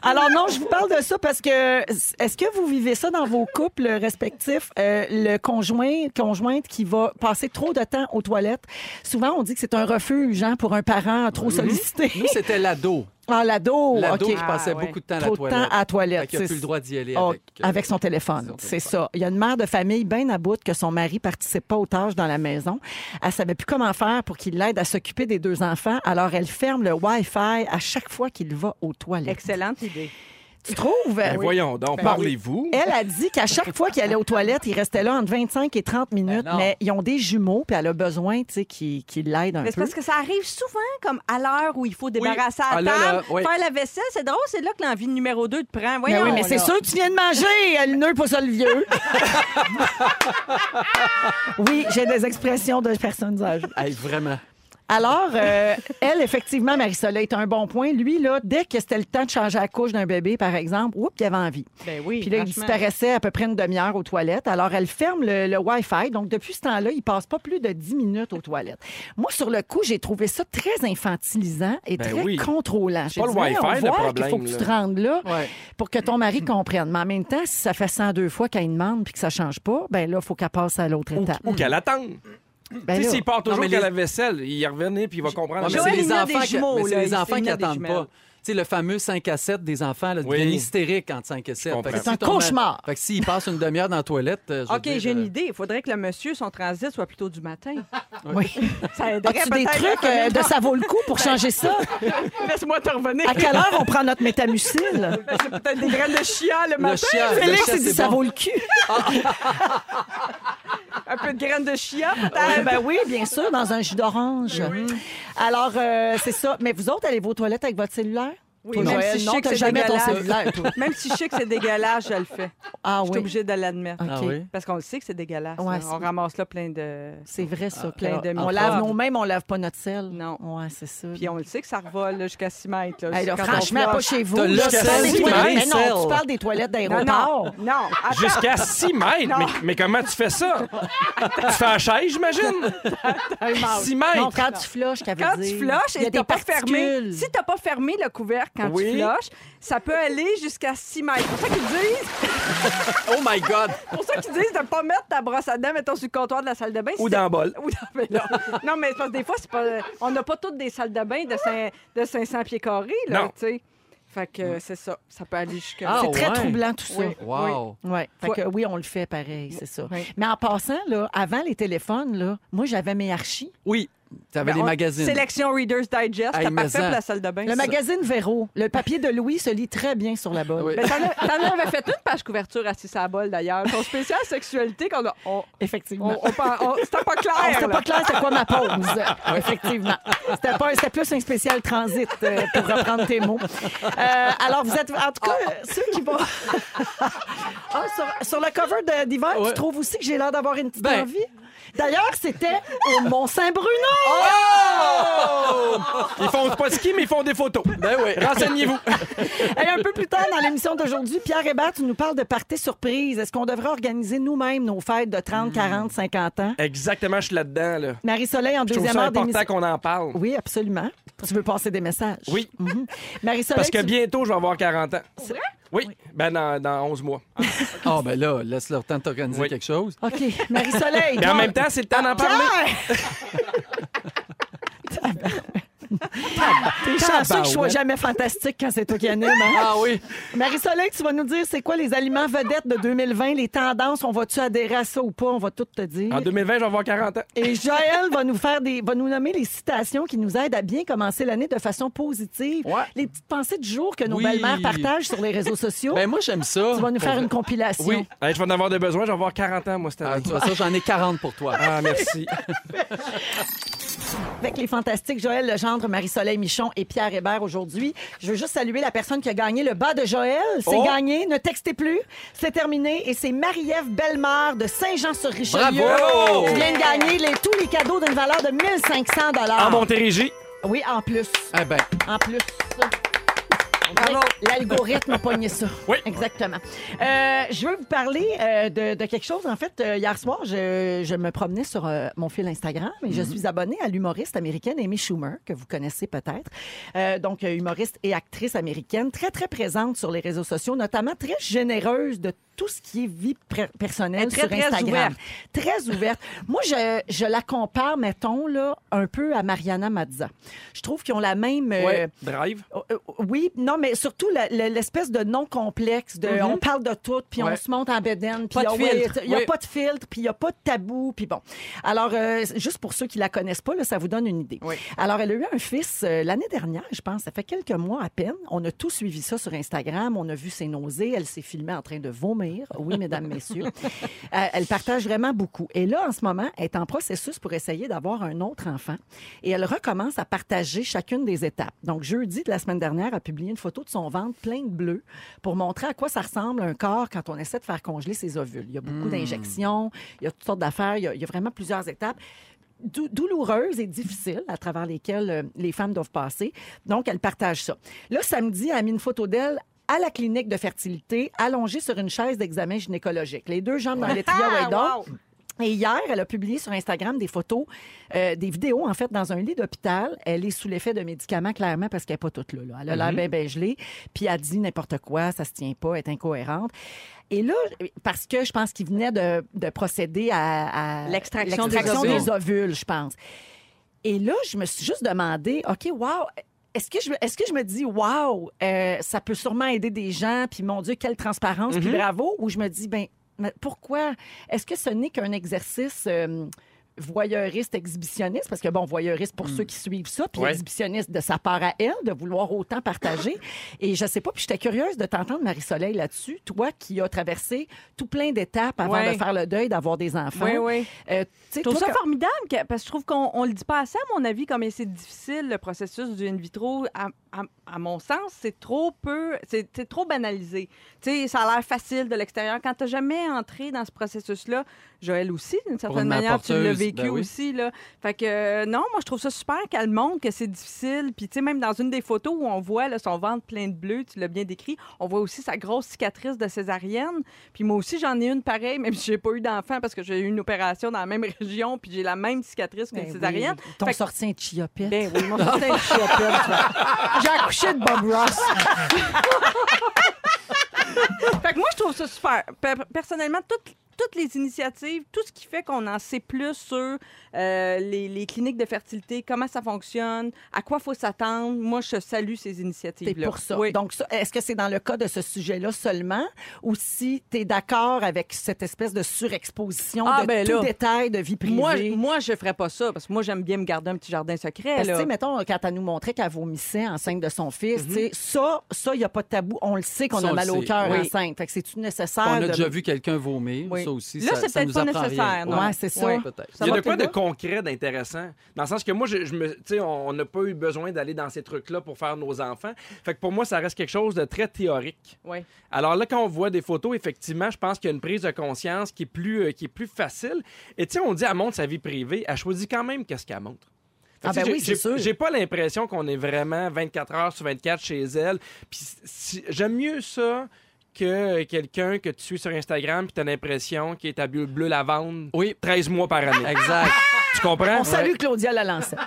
[SPEAKER 1] Alors non, je vous parle de ça parce que est-ce que vous vivez ça dans vos couples respectifs, euh, le conjoint, conjointe qui va passer trop de temps aux toilettes? Souvent, on dit que c'est un refuge hein, pour un parent trop sollicité. <laughs>
[SPEAKER 5] Nous, c'était l'ado.
[SPEAKER 1] Ah, l'ado,
[SPEAKER 5] L'ado
[SPEAKER 1] OK.
[SPEAKER 5] qui passait
[SPEAKER 3] Ah, ouais.
[SPEAKER 5] beaucoup de temps à la
[SPEAKER 1] Trop de
[SPEAKER 5] toilette.
[SPEAKER 1] temps à la toilette.
[SPEAKER 5] Il n'a
[SPEAKER 1] c'est-
[SPEAKER 5] plus le droit d'y aller
[SPEAKER 1] Oh,
[SPEAKER 5] avec, euh,
[SPEAKER 1] avec son téléphone,
[SPEAKER 5] son
[SPEAKER 1] c'est
[SPEAKER 5] téléphone.
[SPEAKER 1] ça. Il y a une mère de famille bien à bout que son mari participe pas aux tâches dans la maison. Elle savait plus comment faire pour qu'il l'aide à s'occuper des deux enfants. Alors, elle ferme le Wi-Fi à chaque fois qu'il va aux toilettes.
[SPEAKER 3] Excellente idée.
[SPEAKER 1] Tu trouves?
[SPEAKER 2] Ben voyons donc, parlez-vous.
[SPEAKER 1] Elle a dit qu'à chaque fois qu'il allait aux toilettes, il restait là entre 25 et 30 minutes,
[SPEAKER 5] Ben non.
[SPEAKER 1] mais ils ont des jumeaux, puis elle a besoin, tu sais, qu'ils qu'ils l'aident un
[SPEAKER 3] Mais c'est
[SPEAKER 1] peu.
[SPEAKER 3] parce que ça arrive souvent, comme à l'heure où il faut débarrasser
[SPEAKER 5] Ah,
[SPEAKER 3] la
[SPEAKER 5] là, là,
[SPEAKER 3] table,
[SPEAKER 5] oui.
[SPEAKER 3] faire la vaisselle. C'est drôle, c'est là que l'envie numéro 2 te prend.
[SPEAKER 1] Ben
[SPEAKER 3] Voyons,
[SPEAKER 1] oui, mais c'est
[SPEAKER 3] là.
[SPEAKER 1] sûr que tu viens de manger, elle nœud pas ça le
[SPEAKER 3] <laughs>
[SPEAKER 1] vieux. oui, j'ai des expressions de personnes âgées.
[SPEAKER 5] Hey, vraiment.
[SPEAKER 1] Alors, euh, elle, effectivement, Marie-Soleil est un bon point. Lui, là, dès que c'était le temps de changer la couche d'un bébé, par exemple, oups, il avait envie.
[SPEAKER 3] Ben oui,
[SPEAKER 1] Puis là, il
[SPEAKER 3] franchement.
[SPEAKER 1] disparaissait à peu près une demi-heure aux toilettes. Alors, elle ferme le, le Wi-Fi. Donc, depuis ce temps-là, il passe pas plus de 10 minutes aux toilettes. Moi, sur le coup, j'ai trouvé ça très infantilisant et
[SPEAKER 2] Ben
[SPEAKER 1] très
[SPEAKER 2] oui.
[SPEAKER 1] contrôlant.
[SPEAKER 2] pas le Wi-Fi, le
[SPEAKER 1] Il faut
[SPEAKER 2] problème,
[SPEAKER 1] que tu
[SPEAKER 2] là.
[SPEAKER 1] te rendes là
[SPEAKER 5] Ouais.
[SPEAKER 1] pour que ton mari comprenne. Mais en même temps, si ça fait 102 fois qu'elle demande puis que ça change pas, ben là, il faut qu'elle passe à l'autre étape.
[SPEAKER 2] Ou qu'elle attende.
[SPEAKER 1] Ben
[SPEAKER 2] Tu sais,
[SPEAKER 1] là.
[SPEAKER 2] s'il part toujours
[SPEAKER 5] mais
[SPEAKER 2] qu'à
[SPEAKER 5] les-
[SPEAKER 2] la vaisselle, il y revenait puis il va comprendre.
[SPEAKER 5] Ouais, mais
[SPEAKER 3] Joël,
[SPEAKER 5] c'est
[SPEAKER 3] il
[SPEAKER 5] les
[SPEAKER 3] y en a des
[SPEAKER 5] enfants qui,
[SPEAKER 3] jumeaux,
[SPEAKER 5] mais c'est
[SPEAKER 3] là,
[SPEAKER 5] les
[SPEAKER 3] il-
[SPEAKER 5] enfants
[SPEAKER 3] il y
[SPEAKER 5] qui
[SPEAKER 3] en a des
[SPEAKER 5] attendent
[SPEAKER 3] jumelles.
[SPEAKER 5] pas. Tu sais, le fameux 5 à 7 des enfants là,
[SPEAKER 2] Oui.
[SPEAKER 5] deviennent hystériques entre 5 et 7.
[SPEAKER 2] comprends.
[SPEAKER 5] Fait que
[SPEAKER 1] C'est
[SPEAKER 5] si
[SPEAKER 1] un
[SPEAKER 5] ton ma-
[SPEAKER 1] cauchemar.
[SPEAKER 5] Fait que s'ils passent une demi-heure dans la toilette, euh, je veux
[SPEAKER 3] OK,
[SPEAKER 5] dire,
[SPEAKER 3] j'ai
[SPEAKER 5] euh,
[SPEAKER 3] une idée. Il faudrait que le monsieur, son transit, soit plutôt du matin.
[SPEAKER 1] Oui. <laughs>
[SPEAKER 3] Ça aiderait
[SPEAKER 1] As-tu des
[SPEAKER 3] peut-être la <laughs>
[SPEAKER 1] trucs euh,
[SPEAKER 3] famille.
[SPEAKER 1] de ça vaut le coup pour changer ça?
[SPEAKER 3] <laughs> Laisse-moi te revenir.
[SPEAKER 1] À quelle heure on prend notre
[SPEAKER 3] <laughs>
[SPEAKER 1] métamucil?
[SPEAKER 3] C'est peut-être des graines de chia le
[SPEAKER 5] Le
[SPEAKER 3] matin.
[SPEAKER 5] chien,
[SPEAKER 1] Félix,
[SPEAKER 5] le chien,
[SPEAKER 1] il dit
[SPEAKER 5] c'est
[SPEAKER 1] ça
[SPEAKER 5] bon.
[SPEAKER 1] vaut le
[SPEAKER 3] <laughs>
[SPEAKER 1] cul.
[SPEAKER 3] Un peu de graines de chia,
[SPEAKER 1] Ah,
[SPEAKER 3] peut-être.
[SPEAKER 1] ben oui, bien sûr, dans un jus d'orange. Alors, euh, c'est ça. Mais vous autres, allez-vous aux toilettes avec votre cellulaire?
[SPEAKER 3] Oui,
[SPEAKER 1] Toi,
[SPEAKER 3] même
[SPEAKER 1] Joël,
[SPEAKER 3] si je
[SPEAKER 1] non,
[SPEAKER 3] sais que
[SPEAKER 1] t'as
[SPEAKER 3] c'est
[SPEAKER 1] jamais ton
[SPEAKER 3] dégueulasse.
[SPEAKER 1] cellulaire, toi.
[SPEAKER 3] Même si je sais que c'est dégueulasse, je le fais.
[SPEAKER 1] Ah
[SPEAKER 3] Je suis
[SPEAKER 1] oui.
[SPEAKER 3] obligée de l'admettre.
[SPEAKER 1] OK.
[SPEAKER 5] Ah oui?
[SPEAKER 3] Parce qu'on le sait que c'est dégueulasse.
[SPEAKER 1] Ouais,
[SPEAKER 3] là.
[SPEAKER 1] c'est-
[SPEAKER 3] on ramasse là plein de...
[SPEAKER 1] C'est vrai, ça.
[SPEAKER 3] plein de
[SPEAKER 1] on
[SPEAKER 3] microbes.
[SPEAKER 1] lave nos mains, mais on lave pas notre sel.
[SPEAKER 3] Non.
[SPEAKER 1] Ouais, c'est ça.
[SPEAKER 3] Puis on le sait que ça revole là, jusqu'à 6 mètres. là.
[SPEAKER 1] Hey, là,
[SPEAKER 3] Quand on
[SPEAKER 1] franchement, pas
[SPEAKER 3] flush.
[SPEAKER 1] chez vous.
[SPEAKER 5] T'as le
[SPEAKER 1] Tu
[SPEAKER 5] sel,
[SPEAKER 1] parles des
[SPEAKER 5] oui,
[SPEAKER 1] toilettes-
[SPEAKER 5] mais
[SPEAKER 1] Mais non,
[SPEAKER 5] sel.
[SPEAKER 1] tu parles des toilettes
[SPEAKER 3] Non,
[SPEAKER 1] d'aéroport.
[SPEAKER 3] non, non. Attends,
[SPEAKER 2] Jusqu'à 6 mètres? Mais,
[SPEAKER 3] Non.
[SPEAKER 2] mais comment tu fais ça? tu fais à chaise, j'imagine? 6
[SPEAKER 1] Non,
[SPEAKER 2] mètres!
[SPEAKER 1] quand tu flushes, qu'elle veut
[SPEAKER 3] quand
[SPEAKER 1] dire.
[SPEAKER 3] tu flushes
[SPEAKER 1] Il y a
[SPEAKER 3] et t'as
[SPEAKER 1] des
[SPEAKER 3] pas fermé,
[SPEAKER 1] particules.
[SPEAKER 3] si t'as pas fermé le couvercle quand
[SPEAKER 2] Oui.
[SPEAKER 3] tu flushes, ça peut aller jusqu'à 6 mètres. C'est pour ça qu'ils disent,
[SPEAKER 5] Oh my God!
[SPEAKER 3] c'est pour ça qu'ils disent de pas mettre ta brosse à dents, mettons, sur le comptoir de la salle de bain.
[SPEAKER 2] Ou
[SPEAKER 3] Si
[SPEAKER 2] dans le bol.
[SPEAKER 3] <laughs> Oui, non, mais là- non, mais c'est parce que des fois, c'est pas, on n'a pas toutes des salles de bain de, cin- de 500 pieds carrés, là,
[SPEAKER 2] Non.
[SPEAKER 3] tu sais. Fait que euh, c'est ça, ça peut aller jusqu'à...
[SPEAKER 5] Ah,
[SPEAKER 1] C'est très
[SPEAKER 5] ouais.
[SPEAKER 1] troublant, tout ça.
[SPEAKER 3] Oui.
[SPEAKER 5] Wow!
[SPEAKER 1] Ouais. Fait
[SPEAKER 3] Toi-
[SPEAKER 1] que, oui, on le fait pareil, c'est ça.
[SPEAKER 3] Oui.
[SPEAKER 1] Mais en passant, là, avant les téléphones, là, moi, j'avais mes archis.
[SPEAKER 5] Oui, tu avais
[SPEAKER 3] Ben,
[SPEAKER 5] les
[SPEAKER 3] on-
[SPEAKER 5] magazines.
[SPEAKER 3] Sélection Reader's Digest,
[SPEAKER 5] Hey,
[SPEAKER 3] t'as
[SPEAKER 5] mais
[SPEAKER 3] parfait
[SPEAKER 5] ça.
[SPEAKER 3] pour la salle de bain.
[SPEAKER 1] Le
[SPEAKER 3] ça.
[SPEAKER 1] magazine Véro. Le papier de Louis se lit très bien sur la bolle.
[SPEAKER 5] Oui.
[SPEAKER 3] Mais t'en as- t'en avais fait une page couverture à Six à la Bol, d'ailleurs. Ton spécial sexualité, qu'on a- on-
[SPEAKER 1] Effectivement.
[SPEAKER 3] on- on pen- on- c'était pas clair.
[SPEAKER 1] Ah, c'était
[SPEAKER 3] Oh, là.
[SPEAKER 1] pas clair c'était quoi ma
[SPEAKER 3] <laughs>
[SPEAKER 1] pause. Effectivement. C'était pas- c'était plus un spécial transit euh, pour reprendre tes mots. Euh, alors, vous êtes. En tout
[SPEAKER 3] Oh.
[SPEAKER 1] cas, euh, ceux qui
[SPEAKER 3] <laughs>
[SPEAKER 1] vont. Ah, sur, sur le cover de- d'hiver,
[SPEAKER 5] Ouais.
[SPEAKER 1] tu trouves aussi que j'ai l'air d'avoir une petite
[SPEAKER 5] Ben.
[SPEAKER 1] envie? D'ailleurs, c'était au Mont-Saint-Bruno!
[SPEAKER 3] Oh,
[SPEAKER 2] Ils font pas de ski, mais ils font des photos.
[SPEAKER 5] Ben oui.
[SPEAKER 2] Renseignez-vous.
[SPEAKER 1] Hey, un peu plus tard dans l'émission d'aujourd'hui, Pierre Hébert, tu nous parles de parties surprises. Est-ce qu'on devrait organiser nous-mêmes nos fêtes de 30,
[SPEAKER 2] Hmm.
[SPEAKER 1] 40, 50 ans?
[SPEAKER 2] Exactement, je suis là-dedans. Là.
[SPEAKER 1] Marie-Soleil, en
[SPEAKER 2] Je trouve
[SPEAKER 1] deuxième
[SPEAKER 2] ça
[SPEAKER 1] heure
[SPEAKER 2] important
[SPEAKER 1] d'émission.
[SPEAKER 2] qu'on en parle.
[SPEAKER 1] Oui, absolument. Tu veux passer des messages?
[SPEAKER 2] Oui.
[SPEAKER 1] Mhm. Marie-Soleil,
[SPEAKER 2] Parce que
[SPEAKER 1] tu-
[SPEAKER 2] bientôt, je vais avoir 40 ans. Oui, ben dans, dans 11 mois.
[SPEAKER 5] Ah, ben là, laisse leur temps de t'organiser
[SPEAKER 2] Oui.
[SPEAKER 5] quelque chose.
[SPEAKER 1] OK,
[SPEAKER 2] <laughs>
[SPEAKER 1] Marie-Soleil.
[SPEAKER 2] Mais en même temps, c'est le temps d'en parler. <laughs>
[SPEAKER 1] T'es chanceux que je sois
[SPEAKER 5] Tabarouette.
[SPEAKER 1] jamais fantastique quand c'est toi qui anime. hein?
[SPEAKER 5] Ah oui!
[SPEAKER 1] Marie-Soleil, tu vas nous dire c'est quoi les aliments vedettes de 2020, les tendances, on va-tu adhérer à ça ou pas? On va tout te dire.
[SPEAKER 2] En 2020, je vais avoir 40 ans.
[SPEAKER 1] Et Joël va nous faire des, va nous nommer les citations qui nous aident à bien commencer l'année de façon positive.
[SPEAKER 5] Ouais.
[SPEAKER 1] Les petites pensées du jour que nos
[SPEAKER 5] Oui.
[SPEAKER 1] belles-mères partagent sur les réseaux sociaux.
[SPEAKER 5] Ben moi, j'aime ça.
[SPEAKER 1] tu vas nous faire une compilation.
[SPEAKER 5] Oui.
[SPEAKER 2] Hey, je vais en avoir des besoins, je vais avoir 40 ans, moi, cette
[SPEAKER 5] Ah,
[SPEAKER 2] année.
[SPEAKER 5] tu vois ça, j'en ai 40 pour toi.
[SPEAKER 2] Ah, merci.
[SPEAKER 1] Avec les fantastiques Joël Legendre, Marie-Soleil Michon et Pierre Hébert aujourd'hui. Je veux juste saluer la personne qui a gagné le bas de Joël. C'est
[SPEAKER 2] Oh!
[SPEAKER 1] gagné. Ne textez plus. C'est terminé. Et c'est Marie-Ève Bellemare de Saint-Jean-sur-Richelieu
[SPEAKER 5] Bravo!
[SPEAKER 1] qui vient de gagner les- tous les cadeaux d'une valeur de 1500 Ah.
[SPEAKER 2] En Montérégie.
[SPEAKER 5] Eh
[SPEAKER 1] Oui, en plus.
[SPEAKER 5] Ah ben,
[SPEAKER 1] En plus. Oui, L'algorithme a pogné ça.
[SPEAKER 2] Oui.
[SPEAKER 1] Exactement. Euh, je veux vous parler euh, de, de quelque chose. En fait, euh, hier soir, je, je me promenais sur euh, mon fil Instagram et
[SPEAKER 3] Mhm.
[SPEAKER 1] je suis abonnée à l'humoriste américaine Amy Schumer, que vous connaissez peut-être. Euh, donc, euh, humoriste et actrice américaine, très, très présente sur les réseaux sociaux, notamment très généreuse de tout ce qui est vie pre- personnelle
[SPEAKER 3] Elle est très,
[SPEAKER 1] sur
[SPEAKER 3] très
[SPEAKER 1] Instagram.
[SPEAKER 3] ouverte.
[SPEAKER 1] Très ouverte. Moi, je, je la compare, mettons, là, un peu à Mariana Mazza. Je trouve qu'ils ont la même... euh,
[SPEAKER 2] Ouais, drive.
[SPEAKER 1] euh, euh, Oui, non, mais surtout la- la- l'espèce de non-complexe, de on parle de tout, puis on
[SPEAKER 2] Ouais.
[SPEAKER 1] se monte en bédaine, puis
[SPEAKER 5] Mm-hmm. Pas de
[SPEAKER 1] ah oui,
[SPEAKER 5] filtre,
[SPEAKER 1] il n'y a
[SPEAKER 5] oui.
[SPEAKER 1] pas de filtre, puis il n'y a pas de tabou, puis bon. Alors, euh, juste pour ceux qui la connaissent pas, là, ça vous donne une idée. Alors, elle a eu un fils euh, l'année dernière, je pense, ça fait quelques mois à peine. On a tous suivi ça sur Instagram, on a vu ses nausées, elle s'est filmée en train de vomir. Oui, mesdames,
[SPEAKER 5] <laughs>
[SPEAKER 1] messieurs. Euh, elle partage vraiment beaucoup. Et là, en ce moment, elle est en processus pour essayer d'avoir un autre enfant. Et elle recommence à partager chacune des étapes. Donc, jeudi de la semaine dernière, elle a publié une photo de son ventre plein de bleu pour montrer à quoi ça ressemble un corps quand on essaie de faire congeler ses ovules. Il y a beaucoup d'injections, il y a toutes sortes d'affaires, il y a- il y a vraiment plusieurs étapes dou- douloureuses et difficiles à travers lesquelles euh, les femmes doivent passer. Donc, elle partage ça. Là, samedi, elle a mis une photo d'elle à la clinique de fertilité, allongée sur une chaise d'examen gynécologique. Les deux jambes dans l'étrier
[SPEAKER 3] Ah,
[SPEAKER 1] et donc.
[SPEAKER 3] wow!
[SPEAKER 1] Et hier, elle a publié sur Instagram des photos, euh, des vidéos, en fait, dans un lit d'hôpital. Elle est sous l'effet de médicaments, clairement, parce qu'elle n'est pas toute là. là. Elle a l'air
[SPEAKER 3] Mhm.
[SPEAKER 1] bien, bien gelée. Puis elle dit n'importe quoi, ça se tient pas, elle est incohérente. Et là, parce que je pense qu'il venait de, de procéder à, à
[SPEAKER 3] L'extraction des
[SPEAKER 1] l'extraction
[SPEAKER 3] ovules.
[SPEAKER 1] des ovules, je pense. Et là, je me suis juste demandé, OK, wow, est-ce que, je, est-ce que je me dis, wow, euh, ça peut sûrement aider des gens, puis mon Dieu, quelle transparence,
[SPEAKER 3] Mm-hmm.
[SPEAKER 1] puis bravo, ou je me dis, ben, mais pourquoi? Est-ce que ce n'est qu'un exercice euh, voyeuriste, exhibitionniste? Parce que, bon, voyeuriste
[SPEAKER 3] Mm.
[SPEAKER 1] pour ceux qui suivent ça, puis
[SPEAKER 2] Ouais.
[SPEAKER 1] exhibitionniste de sa part à elle, de vouloir autant
[SPEAKER 3] <laughs>
[SPEAKER 1] partager. Et je sais pas, puis j'étais curieuse de t'entendre, Marie-Soleil, là-dessus. Toi qui as traversé tout plein d'étapes avant
[SPEAKER 3] Ouais.
[SPEAKER 1] de faire le deuil d'avoir des enfants.
[SPEAKER 3] Oui, oui.
[SPEAKER 1] Euh, tu sais,
[SPEAKER 3] Je trouve
[SPEAKER 1] toi,
[SPEAKER 3] ça
[SPEAKER 1] que-
[SPEAKER 3] formidable que- parce que je trouve qu'on on le dit pas assez, à mon avis, comme c'est difficile le processus du in vitro. À, à- à mon sens, c'est trop peu, c'est c'est trop banalisé. Tu sais, ça a l'air facile de l'extérieur. Quand tu jamais entré dans ce processus-là, Joël aussi, d'une certaine
[SPEAKER 5] une
[SPEAKER 3] manière, tu l'as
[SPEAKER 5] apporteuse,
[SPEAKER 3] vécu
[SPEAKER 5] ben oui.
[SPEAKER 3] aussi. Là. Fait que euh, non, moi, je trouve ça super qu'elle montre que c'est difficile. Puis, tu sais, même dans une des photos où on voit là, son ventre plein de bleu, tu l'as bien décrit, on voit aussi sa grosse cicatrice de césarienne. Puis moi aussi, j'en ai une pareille, <laughs> même si j'ai pas eu d'enfant parce que j'ai eu une opération dans la même région, puis j'ai la même cicatrice qu'une
[SPEAKER 1] Ben oui,
[SPEAKER 3] césarienne.
[SPEAKER 1] Ton
[SPEAKER 3] Fait que-
[SPEAKER 1] sorti un chiopette.
[SPEAKER 3] Ben oui, <laughs> mon certain
[SPEAKER 1] chiopette, tu vois. J'ai accouché de Bob
[SPEAKER 3] <laughs>
[SPEAKER 1] Ross.
[SPEAKER 3] Fait que moi, je trouve ça super. Pe- Personnellement, toutes toutes les initiatives, tout ce qui fait qu'on en sait plus sur euh, les, les cliniques de fertilité, comment ça fonctionne, à quoi faut s'attendre, moi, je salue ces
[SPEAKER 1] T'es
[SPEAKER 3] initiatives-là.
[SPEAKER 1] pour ça.
[SPEAKER 3] Oui.
[SPEAKER 1] Donc, ça, est-ce que c'est dans le cas de ce sujet-là seulement ou si tu es d'accord avec cette espèce de surexposition
[SPEAKER 3] Ah,
[SPEAKER 1] de
[SPEAKER 3] ben
[SPEAKER 1] tout
[SPEAKER 3] là.
[SPEAKER 1] détail de vie privée?
[SPEAKER 3] moi, je- moi, je ferais pas ça, parce que moi, j'aime bien me garder un petit jardin secret.
[SPEAKER 1] Parce que,
[SPEAKER 3] là. Mhm.
[SPEAKER 1] tu sais, mettons, quand elle nous montrait qu'elle vomissait enceinte de son fils, tu sais, ça, ça, il n'y a pas de tabou. On le sait qu'on
[SPEAKER 5] Ça, on
[SPEAKER 1] a
[SPEAKER 5] le
[SPEAKER 1] mal au
[SPEAKER 5] sait.
[SPEAKER 1] cœur
[SPEAKER 5] Oui.
[SPEAKER 1] enceinte. Fait que c'est-tu nécessaire?
[SPEAKER 5] On a
[SPEAKER 1] de-
[SPEAKER 5] déjà vu quelqu'un vomir,
[SPEAKER 3] Ah, Oui.
[SPEAKER 5] ça aussi.
[SPEAKER 3] Là,
[SPEAKER 5] ça-
[SPEAKER 3] c'est
[SPEAKER 5] ça
[SPEAKER 3] peut-être
[SPEAKER 5] nous
[SPEAKER 3] pas
[SPEAKER 5] apprend rien.
[SPEAKER 3] nécessaire, non?
[SPEAKER 5] Ouais.
[SPEAKER 1] Ouais, c'est ça.
[SPEAKER 3] Ouais.
[SPEAKER 5] Peut-être.
[SPEAKER 3] Ça
[SPEAKER 2] Il y
[SPEAKER 3] va,
[SPEAKER 2] a de quoi de
[SPEAKER 3] Claudia?
[SPEAKER 2] concret, d'intéressant? Dans le sens que moi, je, je me, tu sais, on on n'a pas eu besoin d'aller dans ces trucs-là pour faire nos enfants. Fait que pour moi, ça reste quelque chose de très théorique.
[SPEAKER 3] Oui.
[SPEAKER 2] Alors là, quand on voit des photos, effectivement, je pense qu'il y a une prise de conscience qui est plus, euh, qui est plus facile. Et tu sais, on dit, elle montre sa vie privée, elle choisit quand même qu'est-ce qu'elle montre. Fait que,
[SPEAKER 1] Ah
[SPEAKER 2] tu sais,
[SPEAKER 1] ben
[SPEAKER 2] j'ai-
[SPEAKER 1] oui, c'est
[SPEAKER 2] j'ai-
[SPEAKER 1] sûr.
[SPEAKER 2] J'ai pas l'impression qu'on est vraiment 24 heures sur 24 chez elle. Puis si- j'aime mieux ça que quelqu'un que tu suis sur Instagram puis t'as l'impression qu'il est à bleu, bleu lavande
[SPEAKER 5] Oui.
[SPEAKER 2] 13 mois par année.
[SPEAKER 5] Exact.
[SPEAKER 2] Tu
[SPEAKER 5] hein?
[SPEAKER 2] comprends?
[SPEAKER 1] On salue Claudia
[SPEAKER 5] <laughs>
[SPEAKER 1] Lalancette.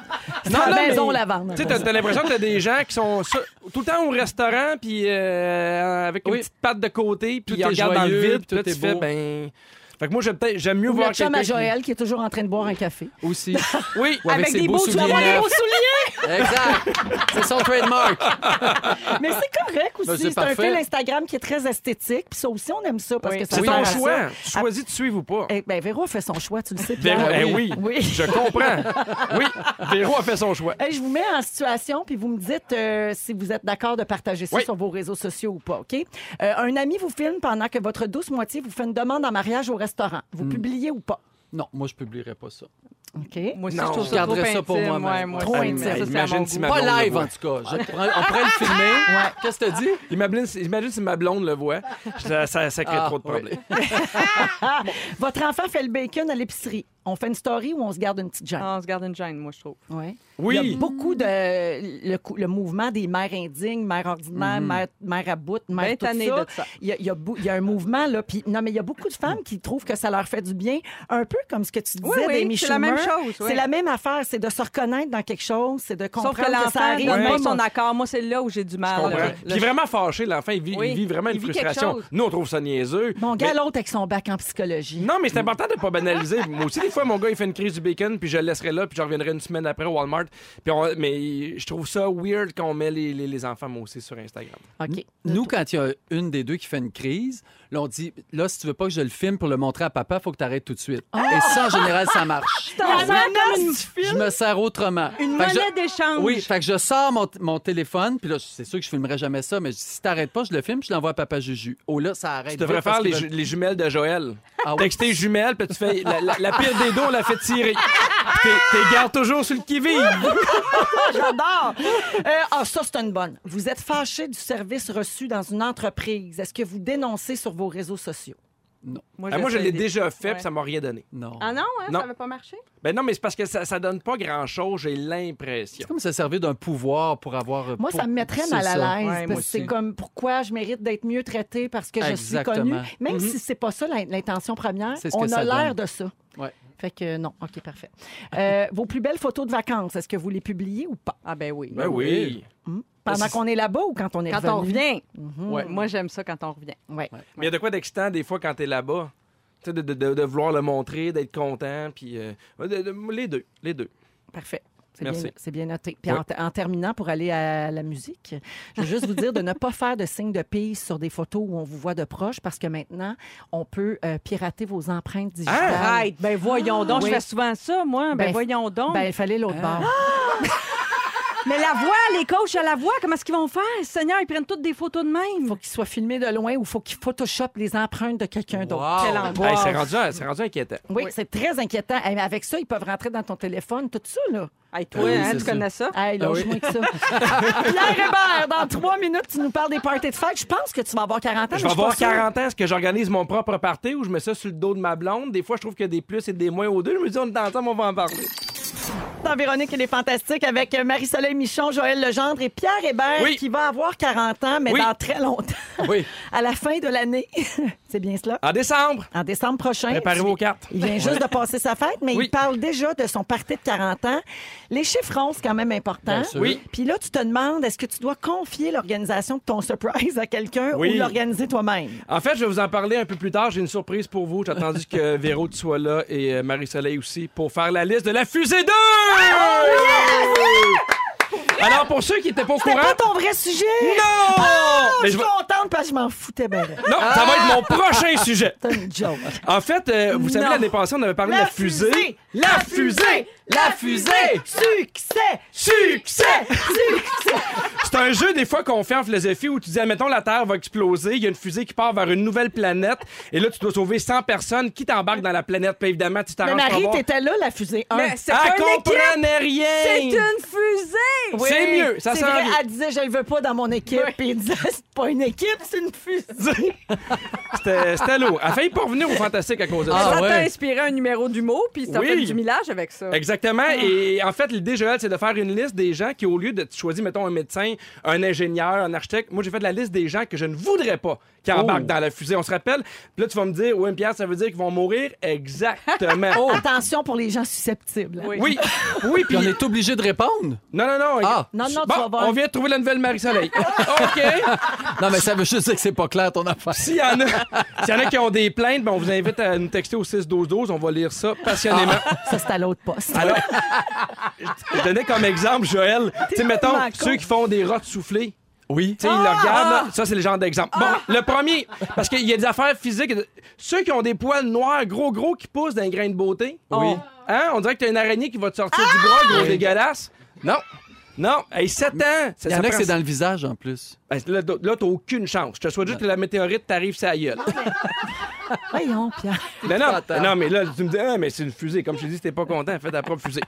[SPEAKER 2] Non,
[SPEAKER 1] la
[SPEAKER 2] non, mais-
[SPEAKER 1] maison lavande.
[SPEAKER 2] Tu sais, t'as- t'as l'impression que t'as des gens qui sont sur- tout le temps au restaurant, puis euh, avec une
[SPEAKER 5] Oui.
[SPEAKER 2] petite patte de côté, puis
[SPEAKER 5] Tout
[SPEAKER 2] ils
[SPEAKER 5] est
[SPEAKER 2] regardent dans le
[SPEAKER 5] joyeux,
[SPEAKER 2] vide,
[SPEAKER 5] tout
[SPEAKER 2] puis là, tu
[SPEAKER 5] est
[SPEAKER 2] fais,
[SPEAKER 5] beau.
[SPEAKER 2] ben... Fait que moi, j'aime peut-être- j'aime mieux
[SPEAKER 1] Ou
[SPEAKER 2] voir
[SPEAKER 1] le chum à
[SPEAKER 2] quelqu'un... qui-
[SPEAKER 1] Joël Ah, qui est toujours en train de boire un café.
[SPEAKER 5] Aussi.
[SPEAKER 3] <laughs>
[SPEAKER 2] Oui,
[SPEAKER 5] Ou avec,
[SPEAKER 3] Avec
[SPEAKER 5] ses
[SPEAKER 3] des
[SPEAKER 5] beaux
[SPEAKER 3] beaux- tu vas
[SPEAKER 5] souliers
[SPEAKER 3] avoir des
[SPEAKER 5] neufs.
[SPEAKER 3] beaux
[SPEAKER 5] Exact. C'est son trademark.
[SPEAKER 1] Mais c'est correct aussi.
[SPEAKER 5] Ben, c'est
[SPEAKER 1] C'est un
[SPEAKER 5] parfait.
[SPEAKER 1] fil Instagram qui est très esthétique. Puis ça aussi, on aime ça parce
[SPEAKER 3] Oui.
[SPEAKER 1] que ça
[SPEAKER 2] C'est
[SPEAKER 1] sert
[SPEAKER 2] ton
[SPEAKER 1] à ça.
[SPEAKER 2] choix. Tu choisis de suivre ou pas.
[SPEAKER 1] Eh ben, Véro a fait son choix, tu le sais.
[SPEAKER 2] Véro,
[SPEAKER 1] Pierre.
[SPEAKER 2] eh oui.
[SPEAKER 1] <laughs> Oui.
[SPEAKER 2] je comprends. Oui, Véro a fait son choix.
[SPEAKER 1] Hey, je vous mets en situation, puis vous me dites euh, si vous êtes d'accord de partager ça
[SPEAKER 2] Oui.
[SPEAKER 1] sur vos réseaux sociaux ou pas, OK? Euh, un ami vous filme pendant que votre douce moitié vous fait une demande en mariage au restaurant. Vous
[SPEAKER 2] Mm.
[SPEAKER 1] publiez ou pas?
[SPEAKER 5] Non, moi, je publierai pas ça.
[SPEAKER 1] OK?
[SPEAKER 3] Moi aussi,
[SPEAKER 2] Non,
[SPEAKER 3] je trouve
[SPEAKER 2] je
[SPEAKER 3] ça trop
[SPEAKER 5] garderais ça
[SPEAKER 3] intime.
[SPEAKER 5] pour moi-même.
[SPEAKER 3] Ouais, moi
[SPEAKER 1] Trop
[SPEAKER 3] aussi,
[SPEAKER 1] intime.
[SPEAKER 3] mais ça, c'est à
[SPEAKER 2] Imagine
[SPEAKER 3] mon
[SPEAKER 2] si
[SPEAKER 3] goût.
[SPEAKER 2] ma-
[SPEAKER 5] Pas
[SPEAKER 2] blonde le
[SPEAKER 5] live,
[SPEAKER 2] voit.
[SPEAKER 5] en tout cas. Je te prends- on pourrait
[SPEAKER 1] <laughs>
[SPEAKER 5] le filmer. Qu'est-ce que t'as dit?
[SPEAKER 2] Imagine, si- imagine si ma blonde le voit, ça, ça- ça crée
[SPEAKER 5] Ah,
[SPEAKER 2] trop de problèmes.
[SPEAKER 1] Votre enfant fait le bacon à l'épicerie. On fait une story ou on se garde une petite gêne?
[SPEAKER 3] Ah, on se garde une gêne, moi, je trouve.
[SPEAKER 1] Ouais.
[SPEAKER 2] Oui.
[SPEAKER 1] Il y a beaucoup de le, cou- le mouvement des mères indignes, mères ordinaires, mères, mères à bout, mères
[SPEAKER 3] Ben
[SPEAKER 1] tout
[SPEAKER 3] tanné
[SPEAKER 1] ça.
[SPEAKER 3] Mhm. de ça.
[SPEAKER 1] Il y a, il y a bou- il y a un mouvement là, puis non mais il y a beaucoup de femmes qui trouvent que ça leur fait du bien, un peu comme ce que tu disais
[SPEAKER 3] Oui, oui,
[SPEAKER 1] d'Amy
[SPEAKER 3] c'est la
[SPEAKER 1] Schumer.
[SPEAKER 3] même chose, oui.
[SPEAKER 1] C'est la même affaire, c'est de se reconnaître dans quelque chose, c'est de
[SPEAKER 3] Sauf
[SPEAKER 1] comprendre
[SPEAKER 3] que
[SPEAKER 1] ça
[SPEAKER 3] l'enfant
[SPEAKER 1] arrive.
[SPEAKER 3] donne
[SPEAKER 1] Moi,
[SPEAKER 3] pas
[SPEAKER 1] mon-
[SPEAKER 3] son accord. Moi, c'est là où j'ai du
[SPEAKER 2] Je
[SPEAKER 3] mal.
[SPEAKER 2] comprends.
[SPEAKER 3] là.
[SPEAKER 2] Puis il est vraiment fâché, l'enfant. Il vit, il
[SPEAKER 3] Oui.
[SPEAKER 2] vit vraiment
[SPEAKER 3] Il
[SPEAKER 2] une
[SPEAKER 3] vit quelque
[SPEAKER 2] frustration.
[SPEAKER 3] chose.
[SPEAKER 2] Nous, on trouve ça niaiseux.
[SPEAKER 1] Mon
[SPEAKER 2] mais-
[SPEAKER 1] gars, l'autre avec son bac en psychologie.
[SPEAKER 2] Non, mais c'est important de pas banaliser. Moi aussi, des fois, mon gars, il fait une crise du bacon, puis je le laisserai là, puis je reviendrai une semaine après au Walmart. Puis on- Mais je trouve ça weird qu'on met les, les- les enfants, moi aussi, sur Instagram.
[SPEAKER 3] Hmm?
[SPEAKER 1] OK.
[SPEAKER 5] Nous, quand il y a une des deux qui fait une crise, là, on dit là, si tu veux pas que je le filme pour le montrer à papa, faut que tu arrêtes tout de suite.
[SPEAKER 1] Ah!
[SPEAKER 5] Et ça, en général,
[SPEAKER 1] <laughs>
[SPEAKER 5] ça marche.
[SPEAKER 3] Ah,
[SPEAKER 5] Je me sers autrement.
[SPEAKER 3] Une
[SPEAKER 5] Fait que je-
[SPEAKER 3] monnaie d'échange.
[SPEAKER 5] Oui, fait que je sors mon, mon téléphone, puis là, c'est sûr que je filmerai jamais ça, mais si t'arrêtes pas, je le filme, puis je l'envoie à Papa Juju. Oh là, ça arrête.
[SPEAKER 2] Tu devrais
[SPEAKER 5] vite parce
[SPEAKER 2] faire les,
[SPEAKER 5] qu'ils
[SPEAKER 2] ju-
[SPEAKER 5] veulent-
[SPEAKER 2] les jumelles de Joël.
[SPEAKER 5] Ah oui.
[SPEAKER 2] Texter jumelles, puis tu fais la, la- la pire des dos, on la fait tirer. Puis T'es t'es gardes toujours sur le qui-vive.
[SPEAKER 1] J'adore. Euh, Ah, ça, c'est une bonne. Vous êtes fâché du service reçu dans une entreprise. Est-ce que vous dénoncez sur vos réseaux sociaux?
[SPEAKER 2] Ah, Moi, je l'ai
[SPEAKER 3] sais.
[SPEAKER 2] déjà fait,
[SPEAKER 3] Ouais.
[SPEAKER 2] puis ça m'a rien donné.
[SPEAKER 5] Non.
[SPEAKER 3] Ah non, hein,
[SPEAKER 2] Non.
[SPEAKER 3] ça n'avait pas marché?
[SPEAKER 2] Ben non, mais c'est parce que ça, ça donne pas grand-chose, j'ai l'impression.
[SPEAKER 5] C'est comme se servir d'un pouvoir pour avoir. euh,
[SPEAKER 1] Moi,
[SPEAKER 5] pour-
[SPEAKER 1] ça me mettrait
[SPEAKER 5] C'est
[SPEAKER 1] mal à
[SPEAKER 5] ça.
[SPEAKER 1] l'aise.
[SPEAKER 5] Ouais,
[SPEAKER 1] parce
[SPEAKER 5] moi
[SPEAKER 1] que c'est
[SPEAKER 5] aussi.
[SPEAKER 1] comme pourquoi je mérite d'être mieux traité parce que je suis
[SPEAKER 5] Exactement.
[SPEAKER 1] connue. Même si c'est pas ça l'in- l'intention première,
[SPEAKER 5] C'est ce que
[SPEAKER 1] on a
[SPEAKER 5] ça
[SPEAKER 1] l'air de ça.
[SPEAKER 5] Ouais.
[SPEAKER 1] Fait que non, OK, parfait. Euh, vos plus belles photos de vacances, est-ce que vous les publiez ou pas?
[SPEAKER 3] Ah ben oui.
[SPEAKER 2] Ben oui.
[SPEAKER 1] Pendant
[SPEAKER 5] c'est-
[SPEAKER 1] qu'on est là-bas ou quand on est
[SPEAKER 3] Quand on
[SPEAKER 1] revenu?
[SPEAKER 3] revient.
[SPEAKER 5] Ouais.
[SPEAKER 3] Mhm. Moi, j'aime ça quand on revient.
[SPEAKER 1] Ouais.
[SPEAKER 2] Mais il y a de quoi d'excitant des fois quand t'es là-bas. Tu sais, de, de- de- de vouloir le montrer, d'être content, puis... euh, de- de- les deux, les deux.
[SPEAKER 1] Parfait. C'est
[SPEAKER 2] Merci.
[SPEAKER 1] bien- C'est bien, noté. Puis
[SPEAKER 2] Ouais.
[SPEAKER 1] en, te- en terminant, pour aller à la musique, je veux juste vous dire de ne pas faire de signes de piste sur des photos où on vous voit de proche parce que maintenant, on peut euh, pirater vos empreintes digitales.
[SPEAKER 3] Arrête. Ben voyons donc.
[SPEAKER 1] Oui.
[SPEAKER 3] Je fais souvent ça, moi. Ben,
[SPEAKER 1] Ben,
[SPEAKER 3] voyons donc.
[SPEAKER 2] Ah!
[SPEAKER 1] Ben, il fallait l'autre
[SPEAKER 2] Hein?
[SPEAKER 1] bord.
[SPEAKER 3] Mais la voix, les coachs à la voix, comment est-ce qu'ils vont faire? Seigneur, ils prennent toutes des photos de même.
[SPEAKER 1] faut qu'il soit filmé de loin ou faut qu'il photoshop les empreintes de quelqu'un d'autre.
[SPEAKER 5] Wow.
[SPEAKER 3] Quelle
[SPEAKER 2] Hey,
[SPEAKER 3] angoisse.
[SPEAKER 2] c'est rendu, c'est rendu inquiétant.
[SPEAKER 1] Oui, c'est très inquiétant. Hey, mais Avec ça, ils peuvent rentrer dans ton téléphone, tout ça, là.
[SPEAKER 3] Hey, toi,
[SPEAKER 5] Ah oui,
[SPEAKER 3] hein,
[SPEAKER 5] c'est
[SPEAKER 3] tu
[SPEAKER 5] ça.
[SPEAKER 3] connais ça?
[SPEAKER 1] Hey,
[SPEAKER 5] Ah oui.
[SPEAKER 1] lâche-moi que
[SPEAKER 2] <laughs>
[SPEAKER 1] ça. Pierre Hébert, dans trois minutes, tu nous parles des parties de fête. Je pense que tu vas avoir 40 ans.
[SPEAKER 2] Je
[SPEAKER 1] mais suis
[SPEAKER 2] vais avoir
[SPEAKER 1] pas sûre.
[SPEAKER 2] 40 ans, est-ce que j'organise mon propre party ou je mets ça sur le dos de ma blonde? Des fois, je trouve qu'il y a des plus et des moins aux deux. Je me dis, on est ensemble, on va en parler.
[SPEAKER 1] dans Véronique, elle est fantastique avec Marie-Soleil Michon, Joël Legendre et Pierre Hébert
[SPEAKER 2] Oui.
[SPEAKER 1] qui va avoir 40 ans, mais
[SPEAKER 2] Oui.
[SPEAKER 1] dans très longtemps.
[SPEAKER 5] Oui.
[SPEAKER 1] <laughs> À la fin de l'année. <laughs> C'est bien cela.
[SPEAKER 2] En décembre,
[SPEAKER 1] En décembre prochain.
[SPEAKER 2] Ben, préparez
[SPEAKER 1] tu-
[SPEAKER 2] vos cartes.
[SPEAKER 1] Il vient juste de passer sa fête, mais
[SPEAKER 2] Oui.
[SPEAKER 1] il parle déjà de son parti de 40 ans. Les chiffres ronds, c'est quand même important.
[SPEAKER 5] Bien sûr.
[SPEAKER 2] Oui.
[SPEAKER 1] Puis là, tu te demandes, est-ce que tu dois confier l'organisation de ton surprise à quelqu'un
[SPEAKER 2] Oui.
[SPEAKER 1] ou l'organiser toi-même?
[SPEAKER 2] En fait, je vais vous en parler un peu plus tard. J'ai une surprise pour vous. J'ai attendu <laughs> que Véro, tu sois là et euh, Marie-Soleil aussi pour faire la liste de la fusée 2! Ah, Alors, pour ceux qui n'étaient pas Ah, au
[SPEAKER 1] C'était
[SPEAKER 2] courant...
[SPEAKER 1] pas ton vrai sujet! Ah,
[SPEAKER 2] Non!
[SPEAKER 1] Je
[SPEAKER 2] Mais
[SPEAKER 1] suis
[SPEAKER 2] je vais-
[SPEAKER 1] contente parce que je m'en foutais bien. là.
[SPEAKER 2] Non, ça va être mon prochain sujet.
[SPEAKER 1] C'est une joke.
[SPEAKER 2] En fait, euh, vous savez,
[SPEAKER 1] Non.
[SPEAKER 2] l'année passée, on avait parlé de <laughs> la fusée. La fusée! La fusée!
[SPEAKER 1] Succès!
[SPEAKER 2] Succès!
[SPEAKER 1] Succès!
[SPEAKER 2] C'est un jeu des fois qu'on fait en philosophie où tu dis, admettons, la Terre va exploser, il y a une fusée qui part vers une nouvelle planète, et là, tu dois sauver 100 personnes qui t'embarquent dans la planète, puis évidemment, tu
[SPEAKER 1] Mais
[SPEAKER 2] t'arranges pour
[SPEAKER 1] Marie,
[SPEAKER 2] avoir-
[SPEAKER 1] t'étais là, la fusée 1.
[SPEAKER 3] Mais c'est
[SPEAKER 2] Elle
[SPEAKER 3] pas une
[SPEAKER 2] comprenait rien!
[SPEAKER 3] C'est une fusée!
[SPEAKER 2] C'est
[SPEAKER 1] Oui,
[SPEAKER 2] mieux, ça
[SPEAKER 1] c'est
[SPEAKER 2] s'en
[SPEAKER 1] vrai,
[SPEAKER 2] vient.
[SPEAKER 1] Elle disait, je le veux pas dans mon équipe. Puis il disait, c'est pas une équipe, c'est une fusée.
[SPEAKER 2] <laughs> C'était c'était lourd. Elle a failli pas revenir au fantastique à cause de ça.
[SPEAKER 3] ça
[SPEAKER 5] ouais.
[SPEAKER 3] t'a inspiré un numéro d'humour, puis ça
[SPEAKER 2] Oui.
[SPEAKER 3] fait du millage avec ça.
[SPEAKER 5] Ah.
[SPEAKER 2] Exactement. Et en fait, l'idée, Joël, c'est de faire une liste des gens qui, au lieu de tu choisis, mettons, un médecin, un ingénieur, un architecte, moi, j'ai fait la liste des gens que je ne voudrais pas qui
[SPEAKER 5] Oh.
[SPEAKER 2] embarquent dans la fusée. On se rappelle? Puis là, tu vas me dire, oui, Pierre, ça veut dire qu'ils vont mourir?
[SPEAKER 5] <laughs>
[SPEAKER 2] Exactement.
[SPEAKER 1] Attention pour les gens susceptibles. hein.
[SPEAKER 3] Oui.
[SPEAKER 2] Oui, oui, puis...
[SPEAKER 5] Oh. Puis on est obligé de répondre.
[SPEAKER 2] Non, non, non.
[SPEAKER 5] Ah.
[SPEAKER 1] Non, non, tu
[SPEAKER 2] Bon,
[SPEAKER 1] vas voir.
[SPEAKER 2] on vient de trouver la nouvelle Marie-Soleil. <laughs> OK.
[SPEAKER 5] Non, mais ça veut juste dire que c'est pas clair ton affaire.
[SPEAKER 2] S'il y, en a- s'il y en a qui ont des plaintes, ben on vous invite à nous texter au 6-12-12. On va lire ça passionnément.
[SPEAKER 5] Ah.
[SPEAKER 1] Ça, c'est à l'autre poste.
[SPEAKER 2] Alors, je donnais comme exemple, Joël. Tu sais, mettons,
[SPEAKER 1] tellement con. Ah!
[SPEAKER 2] ceux qui font des rottes soufflées.
[SPEAKER 5] Oui.
[SPEAKER 2] Tu sais, ils le regardent, là. ça, c'est le genre d'exemple. Bon, le premier, parce qu'il y a des affaires physiques. Ceux qui ont des poils noirs, gros, gros, qui poussent d'un grain de beauté.
[SPEAKER 5] Oui.
[SPEAKER 1] Oh.
[SPEAKER 2] Hein? On dirait que t'as une araignée qui va te sortir
[SPEAKER 1] Ah!
[SPEAKER 2] du bras, gros dégueulasse. Non. Non. Hey, 7 ans. Ça-
[SPEAKER 5] Il y
[SPEAKER 2] ça
[SPEAKER 5] en a que
[SPEAKER 2] prend-
[SPEAKER 5] c'est dans le visage en plus.
[SPEAKER 2] Ben, là, t'as- là, t'as aucune chance. Je te souhaite juste que la météorite t'arrive sur la
[SPEAKER 1] Ah,
[SPEAKER 2] gueule.
[SPEAKER 1] Voyons, Pierre.
[SPEAKER 2] Mais non,
[SPEAKER 5] Attends.
[SPEAKER 2] non, mais là, tu me dis, ah, mais c'est une fusée. Comme je te dis, si t'es pas content, fais ta propre fusée.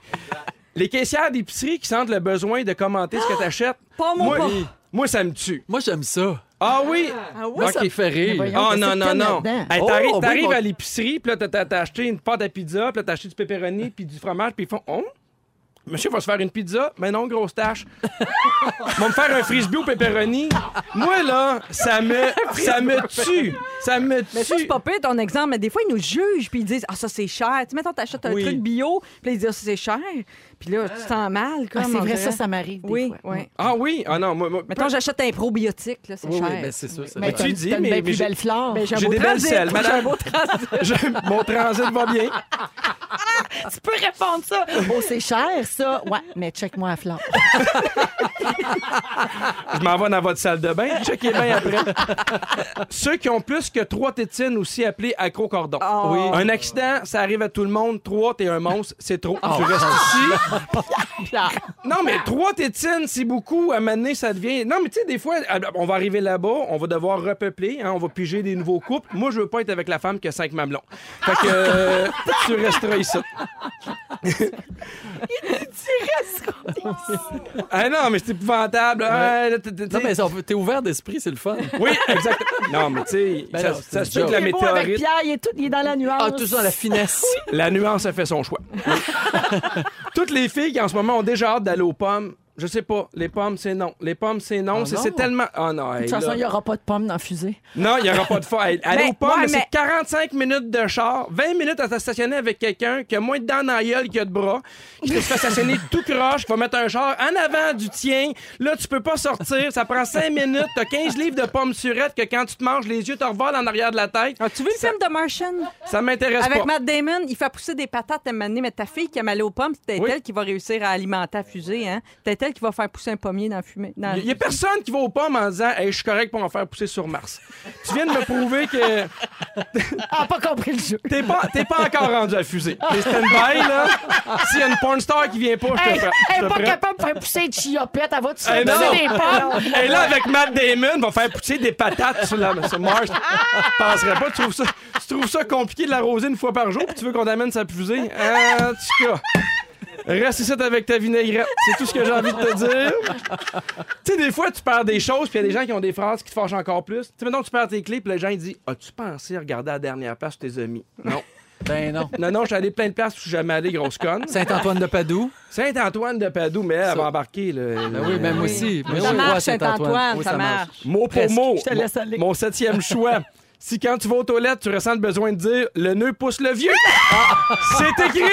[SPEAKER 2] Les caissières d'épicerie qui sentent le besoin de commenter ce que t'achètes.
[SPEAKER 3] Pas mon
[SPEAKER 2] moi,
[SPEAKER 3] pas.
[SPEAKER 2] moi, ça me tue.
[SPEAKER 5] Moi, j'aime ça.
[SPEAKER 2] Ah oui!
[SPEAKER 3] Ah oui, ça
[SPEAKER 2] Ok.
[SPEAKER 5] me fait rire.
[SPEAKER 1] voyons.
[SPEAKER 2] Ah
[SPEAKER 1] qu'est-ce
[SPEAKER 2] non,
[SPEAKER 1] qu'il y a
[SPEAKER 2] non, non.
[SPEAKER 1] là-dedans?
[SPEAKER 2] Hey,
[SPEAKER 5] Oh,
[SPEAKER 2] t'arrives
[SPEAKER 5] oui,
[SPEAKER 2] t'arrives
[SPEAKER 5] bon.
[SPEAKER 2] à l'épicerie, puis là, t'as- t'as t'as acheté une pâte à pizza, puis là, t'as acheté du pepperoni, puis du fromage, puis ils font Oh! Monsieur va se faire une pizza, mais non, grosse tâche. Ils vont me faire un frisbee au pepperoni. Moi, là, ça <laughs> me, ça me tue. Ça me
[SPEAKER 3] Mais ça,
[SPEAKER 2] tue.
[SPEAKER 3] c'est pas pire ton exemple, mais des fois, ils nous jugent, puis ils disent Ah, ça, c'est cher. Tu sais, mettons, t'achètes un
[SPEAKER 2] Oui.
[SPEAKER 3] truc bio, puis là, ils disent Ah, ça, c'est cher. Puis là, tu te sens mal. Comme,
[SPEAKER 1] Ah, c'est
[SPEAKER 3] on
[SPEAKER 1] vrai,
[SPEAKER 3] dirait.
[SPEAKER 1] ça, ça m'arrive. des
[SPEAKER 3] Oui,
[SPEAKER 1] fois.
[SPEAKER 3] oui.
[SPEAKER 2] Ah oui? Ah non, moi. moi-
[SPEAKER 3] Mettons, j'achète un probiotique, là, c'est
[SPEAKER 5] Oui,
[SPEAKER 3] cher.
[SPEAKER 5] oui, ben, c'est ça. ça.
[SPEAKER 1] Mais
[SPEAKER 2] tu
[SPEAKER 1] tu
[SPEAKER 2] dis,
[SPEAKER 1] dis,
[SPEAKER 2] mais-
[SPEAKER 1] mais.
[SPEAKER 2] mais
[SPEAKER 1] plus
[SPEAKER 2] j'ai-
[SPEAKER 1] belle fleur.
[SPEAKER 3] Ben, j'ai un
[SPEAKER 2] J'ai
[SPEAKER 3] beau
[SPEAKER 2] des belles
[SPEAKER 3] transit,
[SPEAKER 2] selles,
[SPEAKER 3] <laughs> j'ai un
[SPEAKER 2] madame.
[SPEAKER 3] beau transit.
[SPEAKER 2] <laughs> Je- mon transit va bien.
[SPEAKER 1] Tu peux répondre ça. Oh, c'est cher, ça. Ouais, mais check-moi la fleur.
[SPEAKER 2] Je m'en vais dans votre salle de bain. Checkez bien après. Ceux qui ont plus que trois tétines, aussi appelées acrocordons.
[SPEAKER 3] Oh.
[SPEAKER 2] Oui. Un accident, ça arrive à tout le monde. Trois, t'es un monstre, c'est trop. Tu restes ici. Non, mais trois tétines, c'est beaucoup. À un moment donné, ça devient. Non, mais tu sais, des fois, on va arriver là-bas, on va devoir repeupler, hein, on va piger des nouveaux couples. Moi, je veux pas être avec la femme qui a cinq mamelons. Fait que euh, tu resteras ici. Ah non, mais c'est épouvantable. Ah, là, t'es- t'es-
[SPEAKER 5] Non, mais ça, on peut- t'es ouvert d'esprit, c'est le fun.
[SPEAKER 2] Oui, exactement. Non, mais tu sais,
[SPEAKER 5] Ben
[SPEAKER 2] ça,
[SPEAKER 5] non, c'est
[SPEAKER 2] ça
[SPEAKER 5] une
[SPEAKER 2] se peut que
[SPEAKER 5] joke.
[SPEAKER 2] la
[SPEAKER 1] Il est beau avec
[SPEAKER 2] météorite,
[SPEAKER 1] Pierre, il est, tout, il est dans la nuance.
[SPEAKER 5] Ah, tout ça, la finesse.
[SPEAKER 2] la nuance a fait son
[SPEAKER 5] <laughs>
[SPEAKER 2] choix. Toutes les filles qui en ce moment ont déjà hâte d'aller aux pommes, je sais pas, les pommes c'est non, les pommes c'est non,
[SPEAKER 5] Ah
[SPEAKER 2] c'est
[SPEAKER 5] non?
[SPEAKER 2] c'est tellement ah non,
[SPEAKER 1] De
[SPEAKER 2] hey,
[SPEAKER 1] toute façon,
[SPEAKER 2] là.
[SPEAKER 1] il n'y aura pas de pommes dans la fusée.
[SPEAKER 2] non, il y aura pas de fois.
[SPEAKER 5] <laughs>
[SPEAKER 2] Hey, aller
[SPEAKER 3] Mais-
[SPEAKER 2] aux pommes,
[SPEAKER 3] ouais,
[SPEAKER 2] mais
[SPEAKER 3] mais-
[SPEAKER 2] c'est 45 minutes de char, 20 minutes à se stationner avec quelqu'un qui a moins de dents dans la gueule qu'il a de bras, qui se fait
[SPEAKER 5] <laughs>
[SPEAKER 2] stationner tout croche, qui va mettre un char en avant du tien. Là, tu peux pas sortir, ça prend 5 minutes, t'as 15 livres de pommes surettes que quand tu te manges, les yeux te revolent en arrière de la tête.
[SPEAKER 3] As-tu vu le film de Martian?
[SPEAKER 2] Ça m'intéresse
[SPEAKER 3] Avec
[SPEAKER 2] pas.
[SPEAKER 3] Matt Damon, il fait pousser des patates à un moment donné, mais ta fille qui aime aller aux pommes, c'est peut-être
[SPEAKER 2] Oui.
[SPEAKER 3] elle qui va réussir à alimenter la fusée. Hein? C'est peut-être elle qui va faire pousser un pommier dans la fumée. dans-
[SPEAKER 2] Il n'y a personne qui va aux pommes en disant Hey, je suis correct pour en faire pousser sur Mars. Tu viens de me prouver que
[SPEAKER 1] Ah, pas compris le jeu.
[SPEAKER 2] t'es pas, t'es pas encore rendu à la fusée. T'es stand-by, là. S'il y a une porn star qui vient pas, je te
[SPEAKER 1] Elle
[SPEAKER 2] prends.
[SPEAKER 1] elle
[SPEAKER 2] Je te
[SPEAKER 1] est pas
[SPEAKER 2] prends.
[SPEAKER 1] capable de faire pousser une chiopette. Elle va te
[SPEAKER 2] Eh
[SPEAKER 1] faire
[SPEAKER 2] non.
[SPEAKER 1] pousser des pommes.
[SPEAKER 2] Et là, avec Matt Damon, va faire pousser des patates sur, la, sur Mars. Je penserais pas. Tu trouves, ça, tu trouves ça compliqué de l'arroser une fois par jour, puis tu veux qu'on t'amène sa fusée? Euh, En tout cas, reste ici avec ta vinaigrette. C'est tout ce que j'ai envie de te dire. Tu sais, des fois, tu perds des choses, puis il y a des gens qui ont des phrases qui te fâchent encore plus. Tu sais, maintenant, tu perds tes clés, puis les gens, ils disent As-tu pensé regarder la dernière place où tes amis? Non.
[SPEAKER 5] ben non.
[SPEAKER 2] Non, non, je suis allé plein de places où je suis jamais allé, grosse conne.
[SPEAKER 5] Saint-Antoine de Padoue.
[SPEAKER 2] Saint-Antoine de Padoue, mais elle
[SPEAKER 5] Ça.
[SPEAKER 2] va embarquer. Là,
[SPEAKER 5] Ben oui, ben moi aussi. Moi, je
[SPEAKER 3] Ça
[SPEAKER 5] suis
[SPEAKER 3] marche,
[SPEAKER 5] roi à
[SPEAKER 3] Saint-Antoine,
[SPEAKER 5] Oui,
[SPEAKER 3] ça marche.
[SPEAKER 2] Mot pour
[SPEAKER 5] Presque.
[SPEAKER 2] mot.
[SPEAKER 1] Je te laisse aller.
[SPEAKER 2] Mon, mon septième choix. Si quand tu vas aux toilettes, tu ressens le besoin de dire le nœud pousse le vieux. Ah. C'est écrit.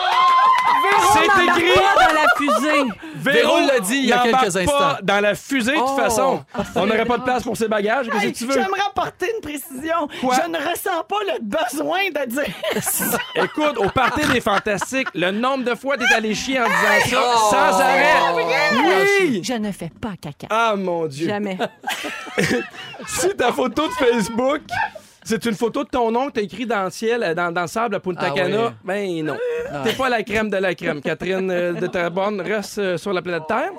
[SPEAKER 2] C'est
[SPEAKER 3] Oh, On n'embarque
[SPEAKER 2] écrit.
[SPEAKER 3] pas dans la fusée.
[SPEAKER 5] Véro l'a dit il y a
[SPEAKER 2] n'embarque
[SPEAKER 5] quelques
[SPEAKER 2] pas
[SPEAKER 5] instants.
[SPEAKER 2] dans la fusée, de toute
[SPEAKER 5] Oh.
[SPEAKER 2] façon. On n'aurait pas de place pour ses bagages. Qu'est-ce
[SPEAKER 1] Hey,
[SPEAKER 2] que tu veux?
[SPEAKER 1] J'aimerais apporter une précision.
[SPEAKER 2] Quoi?
[SPEAKER 1] Je ne ressens pas le besoin de dire ça.
[SPEAKER 2] Écoute, au party des fantastiques, le nombre de fois t'es allé chier en disant ça sans arrêt. Oui!
[SPEAKER 1] Je ne fais pas caca.
[SPEAKER 2] Ah mon Dieu.
[SPEAKER 3] Jamais.
[SPEAKER 2] Si ta photo de Facebook, c'est une photo de ton oncle, t'as écrit dans le ciel, euh, dans, dans le sable à Punta
[SPEAKER 5] Ah
[SPEAKER 2] Cana, ben non. T'es pas la crème de la crème. Catherine euh, de Terrebonne reste euh, sur la planète Terre.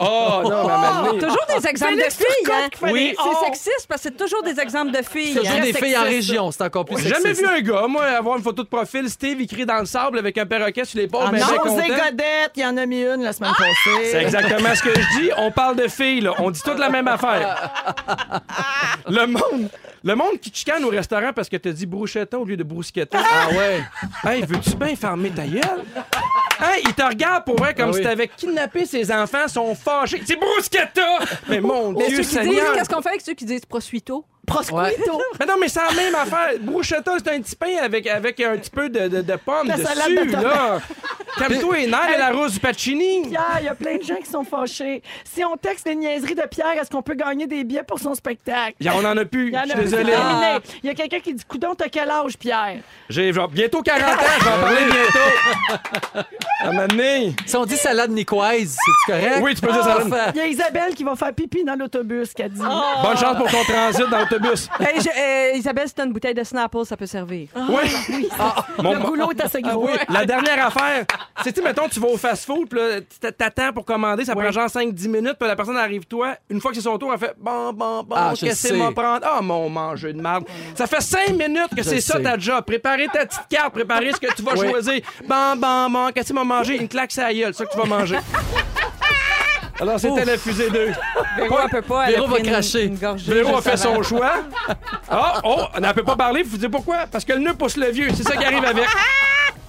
[SPEAKER 2] Oh non, mais à un moment donné-
[SPEAKER 3] Ah, Toujours des exemples de filles. hein.
[SPEAKER 2] Oui.
[SPEAKER 3] C'est sexiste parce que c'est toujours des exemples de filles.
[SPEAKER 5] C'est toujours
[SPEAKER 3] hein.
[SPEAKER 5] des filles en
[SPEAKER 3] Sexiste.
[SPEAKER 5] région, c'est encore plus
[SPEAKER 2] J'ai jamais
[SPEAKER 5] sexiste.
[SPEAKER 2] vu un gars, moi, avoir une photo de profil Steve écrit dans le sable avec un perroquet sur l'épaule.
[SPEAKER 1] Ah
[SPEAKER 2] ben, ben
[SPEAKER 1] non,
[SPEAKER 2] content. Ah!
[SPEAKER 1] Zé Godette, il y en a mis une la semaine
[SPEAKER 2] C'est
[SPEAKER 1] passée.
[SPEAKER 2] exactement ce que je dis. On parle de filles, là. On dit toute la même affaire. Le monde, le monde qui te chicane au restaurant parce que t'as dit bruschetta au lieu de bruschetta.
[SPEAKER 5] Ah ouais.
[SPEAKER 2] Hey, veux-tu bien fermer ta gueule? Hey, il te regarde pour vrai comme
[SPEAKER 5] Ah oui.
[SPEAKER 2] si t'avais kidnappé ses enfants, sont fâchés. C'est Brusquetta! Mais mon
[SPEAKER 3] Mais
[SPEAKER 2] Dieu,
[SPEAKER 3] ceux qui disent,
[SPEAKER 2] Seigneur!
[SPEAKER 3] qu'est-ce qu'on fait avec ceux qui disent prosciutto?
[SPEAKER 1] Proscuito.
[SPEAKER 2] Mais non, mais c'est la même affaire. Bruschetta, c'est un petit pain avec, avec un petit peu de, de, de pommes
[SPEAKER 1] La salade
[SPEAKER 2] dessus,
[SPEAKER 1] de tomate.
[SPEAKER 2] là. Calme-toi les nerfs et la rose du Pacini.
[SPEAKER 1] Pierre, il y a plein de gens qui sont fâchés. Si on texte les niaiseries de Pierre, est-ce qu'on peut gagner des billets pour son spectacle?
[SPEAKER 2] Y- On en a plus.
[SPEAKER 1] Il y en a
[SPEAKER 2] Je suis
[SPEAKER 1] plus, c'est
[SPEAKER 2] désolé.
[SPEAKER 1] terminé. Il y a quelqu'un qui dit Coudon, t'as quel âge, Pierre?
[SPEAKER 2] J'ai genre, bientôt 40 ans. Je vais en parler bientôt. À un moment donné.
[SPEAKER 5] Si on dit salade niquoise, c'est correct? Ah,
[SPEAKER 2] Oui, tu peux dire salade.
[SPEAKER 5] Enfin,
[SPEAKER 1] Il y a Isabelle qui va faire pipi dans l'autobus, qui a dit.
[SPEAKER 2] Bonne chance pour ton transit dans l'autobus.
[SPEAKER 3] Ben, je- euh, Isabelle, si t'as une bouteille de Snapple, ça peut servir.
[SPEAKER 2] Oui. Mon-
[SPEAKER 1] Ah.
[SPEAKER 2] Ah
[SPEAKER 1] Le goulot est assez gros.
[SPEAKER 2] Oui, la dernière affaire, c'est, tu sais, mettons, tu vas au fast-food, puis là, t- t'attends pour commander, ça prend genre 5-10 minutes, puis la personne arrive, toi, une fois que c'est son tour, elle fait bon, bon, bon,
[SPEAKER 5] Ah, je
[SPEAKER 2] qu'est-ce que
[SPEAKER 5] sais.
[SPEAKER 2] m'a prendre? Ah, mon manger de merde. Ça fait 5 minutes que c'est ça
[SPEAKER 5] sais.
[SPEAKER 2] ta job. Préparer ta petite carte, préparer ce que tu vas
[SPEAKER 5] Oui. <laughs>
[SPEAKER 2] choisir. Bon, bon, bon, qu'est-ce que m'a mangé? Une claque, ça gueule, c'est ça que tu vas manger. Alors, c'était la fusée 2.
[SPEAKER 3] Véro, elle peut pas. Elle
[SPEAKER 5] Véro
[SPEAKER 3] a
[SPEAKER 5] va
[SPEAKER 3] pris une-
[SPEAKER 5] cracher.
[SPEAKER 3] une gorgée
[SPEAKER 2] Véro a
[SPEAKER 3] juste
[SPEAKER 2] fait
[SPEAKER 3] avant.
[SPEAKER 2] son choix. Ah, oh, on ne peut pas parler. Vous savez pourquoi? Parce que le nœud pousse le vieux. C'est ça qui arrive avec.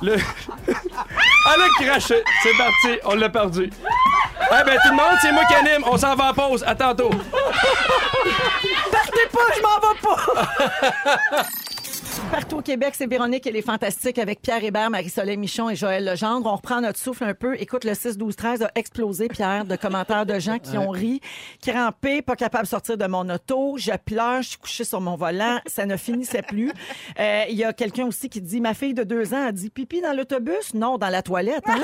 [SPEAKER 2] Le... <laughs> Elle a craché. C'est parti. On l'a perdu. Eh ben, tout le monde, c'est moi qui anime. On s'en va en pause. À tantôt.
[SPEAKER 1] Partez pas, je m'en vais pas! <laughs> Partout au Québec, c'est Véronique et les Fantastiques avec Pierre Hébert, Marie-Soleil Michon et Joël Legendre. On reprend notre souffle un peu. Écoute, le 6-12-13 a explosé, Pierre, de commentaires de gens qui ont ri, crampé, pas capable de sortir de mon auto. Je pleure, je suis couchée sur mon volant. Ça ne finissait plus. Euh, Il y a quelqu'un aussi qui dit Ma fille de deux ans a dit pipi dans l'autobus? Non, dans la toilette. hein.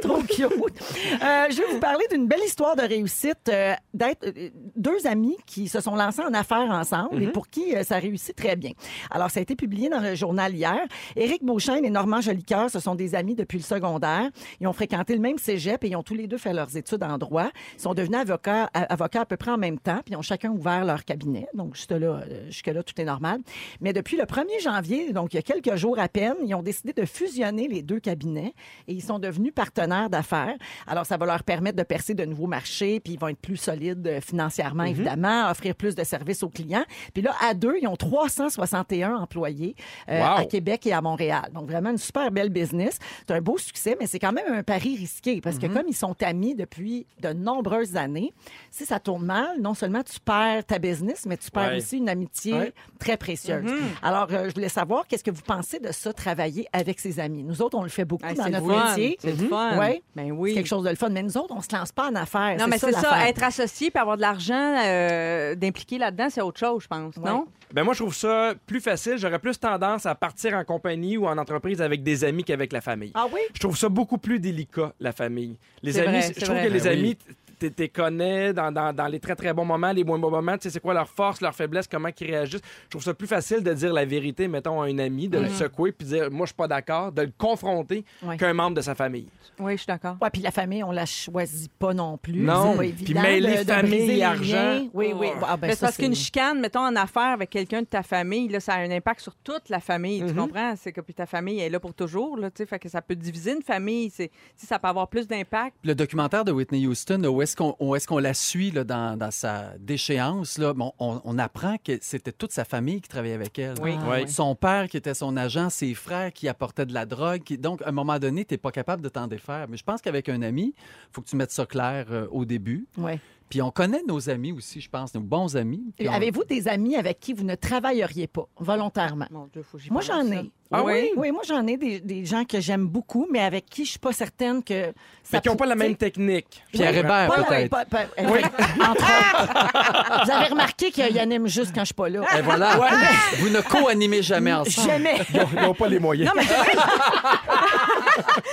[SPEAKER 1] Trop cute. <laughs> Euh, je vais vous parler d'une belle histoire de réussite euh, d'être euh, deux amis qui se sont lancés en affaires ensemble et pour qui euh, ça réussit très bien. Alors, ça a été publié dans le journal hier. Éric Beauchesne et Normand Jolicoeur, ce sont des amis depuis le secondaire. Ils ont fréquenté le même cégep et ils ont tous les deux fait leurs études en droit. Ils sont devenus avocats, à- avocats à peu près en même temps, puis ils ont chacun ouvert leur cabinet. Donc, jusque-là, euh, jusque-là, tout est normal. Mais depuis le 1er janvier, donc il y a quelques jours à peine, ils ont décidé de fusionner les deux cabinets et ils sont devenus partenaires d'affaires. Alors, ça va leur permettre de percer de nouveaux marchés, puis ils vont être plus solides euh, financièrement,
[SPEAKER 2] Mhm.
[SPEAKER 1] évidemment, offrir plus de services aux clients. Puis là, à deux, ils ont 361 employés euh,
[SPEAKER 2] Wow.
[SPEAKER 1] à Québec et à Montréal. Donc, vraiment une super belle business. C'est un beau succès, mais c'est quand même un pari risqué parce
[SPEAKER 2] Mhm.
[SPEAKER 1] que comme ils sont amis depuis de nombreuses années, si ça tourne mal, non seulement tu perds ta business, mais tu perds
[SPEAKER 2] Ouais.
[SPEAKER 1] aussi une amitié
[SPEAKER 2] Ouais. Mhm.
[SPEAKER 1] très précieuse. Alors, euh, je voulais savoir, qu'est-ce que vous pensez de ça, travailler avec ses amis? Nous autres, on le fait beaucoup
[SPEAKER 3] Ah,
[SPEAKER 1] dans
[SPEAKER 3] c'est
[SPEAKER 1] notre
[SPEAKER 3] le fun.
[SPEAKER 1] métier. Mhm.
[SPEAKER 3] C'est le fun.
[SPEAKER 1] Ouais.
[SPEAKER 3] Ben
[SPEAKER 1] C'est
[SPEAKER 3] oui.
[SPEAKER 1] quelque chose de le fun. Mais nous autres, on se lance pas en affaires.
[SPEAKER 3] Non, mais c'est ça,
[SPEAKER 1] l'affaire.
[SPEAKER 3] être associé puis avoir de l'argent euh, d'impliquer là-dedans, c'est autre chose, je pense,
[SPEAKER 1] Ouais.
[SPEAKER 3] non?
[SPEAKER 2] Ben moi, je trouve ça plus facile. J'aurais plus tendance à partir en compagnie ou en entreprise avec des amis qu'avec la famille.
[SPEAKER 1] Ah oui?
[SPEAKER 2] Je trouve ça beaucoup plus délicat, la famille. Les
[SPEAKER 3] C'est
[SPEAKER 2] amis,
[SPEAKER 3] vrai,
[SPEAKER 2] c'est-
[SPEAKER 3] c'est
[SPEAKER 2] je trouve
[SPEAKER 3] vrai.
[SPEAKER 2] que les
[SPEAKER 5] Ben oui.
[SPEAKER 2] amis, tu les connais dans, dans- dans les très, très bons moments, les moins bons moments. Tu sais, c'est quoi leur force, leur faiblesse, comment ils réagissent. Je trouve ça plus facile de dire la vérité, mettons, à un ami, de le secouer, puis dire, moi, je suis pas d'accord, de le confronter
[SPEAKER 1] Ouais.
[SPEAKER 2] qu'un membre de sa famille.
[SPEAKER 3] Oui, je suis d'accord.
[SPEAKER 1] Ouais, puis la famille, on la choisit pas non plus.
[SPEAKER 2] Non.
[SPEAKER 1] C'est pas
[SPEAKER 2] Puis
[SPEAKER 1] évident
[SPEAKER 2] mêler
[SPEAKER 1] de- de
[SPEAKER 2] famille
[SPEAKER 1] briser les
[SPEAKER 2] et argent.
[SPEAKER 1] liens. Oui, oui.
[SPEAKER 2] Oh.
[SPEAKER 1] Ah, ben,
[SPEAKER 3] Mais c'est
[SPEAKER 1] ça,
[SPEAKER 3] parce
[SPEAKER 1] c'est-
[SPEAKER 3] qu'une chicane, mettons, en affaire avec quelqu'un de ta famille, là, ça a un impact sur toute la famille,
[SPEAKER 1] Mm-hmm.
[SPEAKER 3] tu comprends? C'est que puis ta famille est là pour toujours, là, tu sais, fait que ça peut diviser une famille, c'est, tu sais, ça peut avoir plus d'impact.
[SPEAKER 5] Le documentaire de Whitney Houston, là, où est-ce qu'on où est-ce qu'on la suit là, dans, dans sa déchéance, là, bon, on, on apprend que c'était toute sa famille qui travaillait avec elle.
[SPEAKER 3] Oui.
[SPEAKER 1] Ah,
[SPEAKER 2] Ouais.
[SPEAKER 5] Son père qui était son agent, ses frères qui apportaient de la drogue. qui- Donc, à un moment donné, tu n'es pas capable de t'en défaire. Mais je pense qu'avec un ami, faut que tu mettes ça clair euh, au début.
[SPEAKER 1] ouais.
[SPEAKER 5] Puis on connaît nos amis aussi, je pense, nos bons amis. Puis
[SPEAKER 1] Et
[SPEAKER 5] on-
[SPEAKER 1] Avez-vous des amis avec qui vous ne travailleriez pas volontairement?
[SPEAKER 3] Mon Dieu, faut que j'y
[SPEAKER 1] Moi,
[SPEAKER 3] pense,
[SPEAKER 1] j'en
[SPEAKER 3] ça.
[SPEAKER 1] ai.
[SPEAKER 2] Ah oui?
[SPEAKER 1] Oui, moi, j'en ai des, des gens que j'aime beaucoup, mais avec qui je suis pas certaine que. Ça
[SPEAKER 2] Mais qui n'ont pas la
[SPEAKER 1] t'sais,
[SPEAKER 2] même technique.
[SPEAKER 5] Pierre Hébert,
[SPEAKER 1] Pas la-
[SPEAKER 5] peut-être.
[SPEAKER 1] pas- pas- <laughs> Entre autres. Vous avez remarqué qu'il y en aime juste quand je suis pas là.
[SPEAKER 5] Et voilà, vous ne co-animez jamais ensemble.
[SPEAKER 1] Jamais.
[SPEAKER 2] Ils n'ont pas les moyens.
[SPEAKER 3] Non, mais c'est vrai.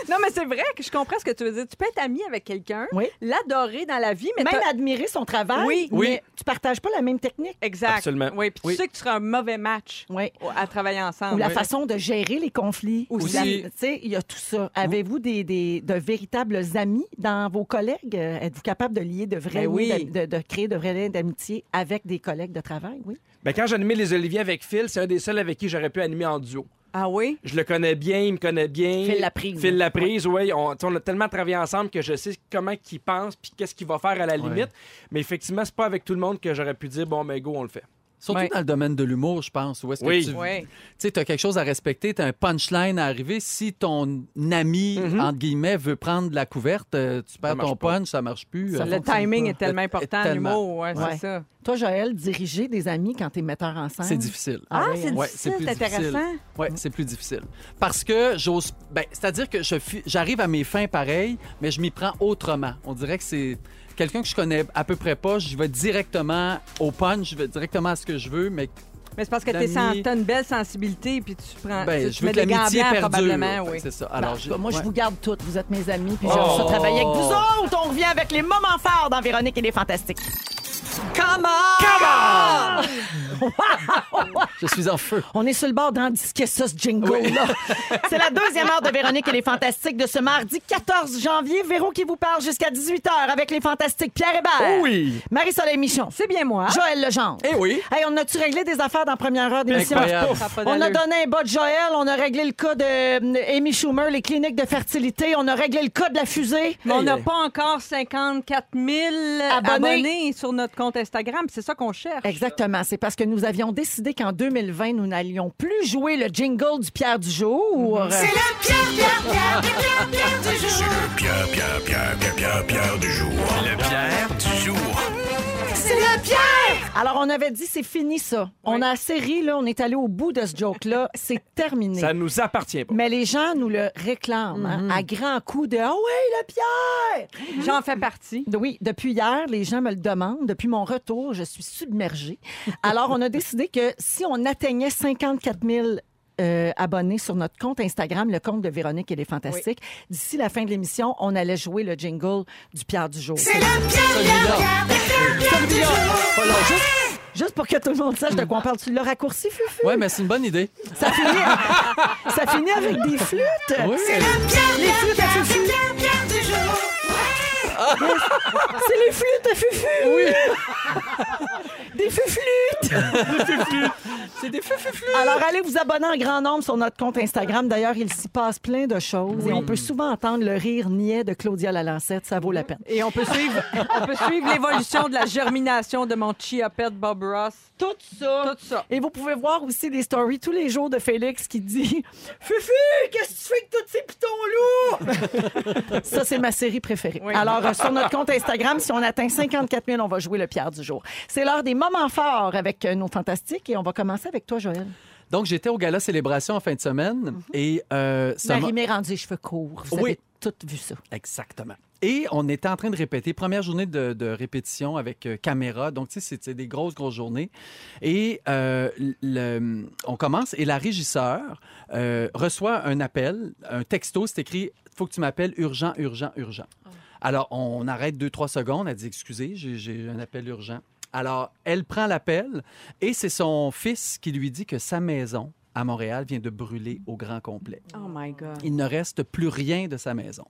[SPEAKER 3] non, mais c'est vrai que je comprends ce que tu veux dire. Tu peux être ami avec quelqu'un,
[SPEAKER 1] Oui.
[SPEAKER 3] l'adorer dans la vie, mais
[SPEAKER 1] Même
[SPEAKER 3] t'as-
[SPEAKER 1] admirer son travail,
[SPEAKER 3] Oui.
[SPEAKER 1] mais
[SPEAKER 5] Oui.
[SPEAKER 1] tu partages pas la même technique.
[SPEAKER 3] Exact.
[SPEAKER 2] Absolument.
[SPEAKER 3] Oui, puis tu
[SPEAKER 5] Oui.
[SPEAKER 3] sais que tu seras un mauvais match
[SPEAKER 1] Oui.
[SPEAKER 3] à travailler ensemble.
[SPEAKER 1] Ou la
[SPEAKER 3] Oui.
[SPEAKER 1] façon de gérer les conflits.
[SPEAKER 5] Aussi.
[SPEAKER 1] La- Tu sais, il y a tout ça. Avez-vous des, des- de véritables amis dans vos collègues? Euh, Êtes-vous capable de lier de vrais
[SPEAKER 3] Ben
[SPEAKER 1] liens
[SPEAKER 3] oui.
[SPEAKER 1] d'am- de, de créer de vrais liens d'amitié avec des collègues de travail? Oui.
[SPEAKER 2] Ben, quand j'animais les Oliviers avec Phil, c'est un des seuls avec qui j'aurais pu animer en duo.
[SPEAKER 3] Ah oui?
[SPEAKER 2] Je le connais bien, il me connaît bien.
[SPEAKER 1] Phil Laprise.
[SPEAKER 2] Phil
[SPEAKER 5] hein.
[SPEAKER 2] Laprise, oui. On, tu sais, on a tellement travaillé ensemble que je sais comment qu'il pense puis qu'est-ce qu'il va faire à la limite. Mais effectivement, c'est pas avec tout le monde que j'aurais pu dire bon, mais go, on le fait.
[SPEAKER 5] Surtout
[SPEAKER 3] Ouais.
[SPEAKER 5] dans le domaine de l'humour, je pense. Où est-ce
[SPEAKER 2] Oui.
[SPEAKER 5] que tu
[SPEAKER 3] Oui.
[SPEAKER 5] tu as quelque chose à respecter, tu as un punchline à arriver. Si ton ami, entre guillemets, veut prendre de la couverte, euh, tu perds
[SPEAKER 2] marche
[SPEAKER 5] ton
[SPEAKER 2] pas.
[SPEAKER 5] punch, ça marche plus.
[SPEAKER 1] Ça
[SPEAKER 5] Euh,
[SPEAKER 3] Le
[SPEAKER 1] fonctionne
[SPEAKER 3] timing
[SPEAKER 1] pas.
[SPEAKER 3] est tellement
[SPEAKER 5] <laughs> Est- est
[SPEAKER 3] important,
[SPEAKER 5] tellement.
[SPEAKER 3] l'humour, ouais,
[SPEAKER 1] Ouais.
[SPEAKER 3] c'est ça.
[SPEAKER 1] Toi, Joël, diriger des amis quand t'es metteur en scène?
[SPEAKER 5] c'est difficile.
[SPEAKER 1] Ah, oui,
[SPEAKER 5] Ouais, c'est plus difficile. Oui, c'est plus difficile. Parce que j'ose. Ben, C'est-à-dire que je fi- j'arrive à mes fins pareilles, mais je m'y prends autrement. On dirait que c'est quelqu'un que je connais à peu près pas. Je vais directement au punch, je vais directement à ce que je veux, mais
[SPEAKER 3] Mais c'est parce que
[SPEAKER 5] L'ami-
[SPEAKER 3] tu sens, t'as une belle sensibilité, puis tu prends.
[SPEAKER 5] ben,
[SPEAKER 3] tu, tu
[SPEAKER 5] je veux
[SPEAKER 3] mets
[SPEAKER 5] que
[SPEAKER 3] des gants
[SPEAKER 5] l'amitié
[SPEAKER 3] blancs,
[SPEAKER 5] perdure.
[SPEAKER 3] probablement,
[SPEAKER 5] Ouais,
[SPEAKER 3] oui.
[SPEAKER 5] C'est ça.
[SPEAKER 1] Alors,
[SPEAKER 5] Alors, j'ai-
[SPEAKER 1] moi, je
[SPEAKER 5] ouais.
[SPEAKER 1] vous garde toutes. Vous êtes mes amis, puis j'ai
[SPEAKER 5] Oh!
[SPEAKER 1] hâte de travailler avec vous autres. On revient avec les moments forts dans Véronique et les Fantastiques.
[SPEAKER 5] Come on! Je suis en feu.
[SPEAKER 1] On est sur le bord d'en disquer ça, ce jingle-là. <laughs> C'est la deuxième heure de Véronique et les Fantastiques de ce mardi 14 janvier. Véro qui vous parle jusqu'à 18h avec les Fantastiques Pierre Hébert.
[SPEAKER 2] Oui.
[SPEAKER 1] Marie-Soleil Michon.
[SPEAKER 3] C'est bien moi.
[SPEAKER 1] Joël Legendre.
[SPEAKER 5] Oh Eh oui.
[SPEAKER 1] Hey, on a-tu réglé des affaires dans la première heure d'émission?
[SPEAKER 5] Incroyable.
[SPEAKER 3] Ça a pas
[SPEAKER 1] On a
[SPEAKER 3] d'allure.
[SPEAKER 1] donné un bas de Joël, on a réglé le cas de euh, Amy Schumer, les cliniques de fertilité, on a réglé le cas de la fusée.
[SPEAKER 3] Mais on n'a pas encore 54 000
[SPEAKER 1] Abonnés.
[SPEAKER 3] abonnés, sur notre compte Instagram. C'est ça qu'on cherche.
[SPEAKER 1] Exactement. C'est parce que nous avions décidé qu'en 2020, nous n'allions plus jouer le jingle du Pierre du jour.
[SPEAKER 5] Mm-hmm.
[SPEAKER 4] C'est le Pierre, Pierre, Pierre, Pierre, Pierre, Pierre du jour. Le Pierre du jour.
[SPEAKER 1] Alors, on avait dit, c'est fini ça. On a assez ri, là. On est allé au bout de ce joke-là. C'est terminé.
[SPEAKER 2] Ça nous appartient pas.
[SPEAKER 1] Mais les gens nous le réclament hein, à grands coups de Ah oui, le Pierre!
[SPEAKER 3] J'en fais partie.
[SPEAKER 1] Oui, depuis hier, les gens me le demandent. Depuis mon retour, je suis submergée. Alors, on a décidé que si on atteignait 54 000 euh, abonnés sur notre compte Instagram, le compte de Véronique et les Fantastiques, d'ici la fin de l'émission, on allait jouer le jingle du Pierre du jour.
[SPEAKER 5] Celui-là. Celui-là. Pas long, juste-
[SPEAKER 1] Juste pour que tout le monde sache de quoi on parle. Tu l'as raccourci, Fufu?
[SPEAKER 5] Ouais, mais c'est une bonne idée.
[SPEAKER 1] Ça finit, ça finit avec des flûtes.
[SPEAKER 5] Oui.
[SPEAKER 1] Les flûtes à Fufu. Ah. C'est les flûtes à Fufu. <laughs> Des fuflutes.
[SPEAKER 5] C'est des fufufu.
[SPEAKER 1] Alors, allez vous abonner en grand nombre sur notre compte Instagram. D'ailleurs, il s'y passe plein de choses et on peut souvent entendre le rire niais de Claudia Lalancette. Ça vaut la peine.
[SPEAKER 3] Et on peut suivre, on peut suivre l'évolution de la germination de mon chia pet Bob Ross.
[SPEAKER 1] Tout ça.
[SPEAKER 3] Tout ça.
[SPEAKER 1] Et vous pouvez voir aussi des stories tous les jours de Félix qui dit Fufu, qu'est-ce que tu fais avec tous ces pitons lourds? Ça, c'est ma série préférée.
[SPEAKER 3] Oui.
[SPEAKER 1] Alors, euh, sur notre compte Instagram, si on atteint 54 000, on va jouer le Pierre du jour. C'est l'heure des moments forts avec euh, nos fantastiques et on va commencer avec toi, Joël.
[SPEAKER 5] Donc, j'étais au gala Célébration en fin de semaine et euh, ça m'a-
[SPEAKER 1] Marie-Mé rendu les cheveux courts. Vous
[SPEAKER 5] Oui.
[SPEAKER 1] avez toutes vu ça.
[SPEAKER 5] Exactement. Et on était en train de répéter, première journée de, de répétition avec euh, caméra. Donc, tu sais, c'était des grosses, grosses journées. Et euh, le- on commence et la régisseur euh, reçoit un appel, un texto, c'est écrit « Faut que tu m'appelles urgent, urgent, urgent Alors, on arrête deux, trois secondes. Elle dit « Excusez, j'ai- j'ai un appel urgent. » Alors, elle prend l'appel et c'est son fils qui lui dit que sa maison à Montréal vient de brûler au grand complet
[SPEAKER 3] Oh my God.
[SPEAKER 5] il ne reste plus rien de sa maison.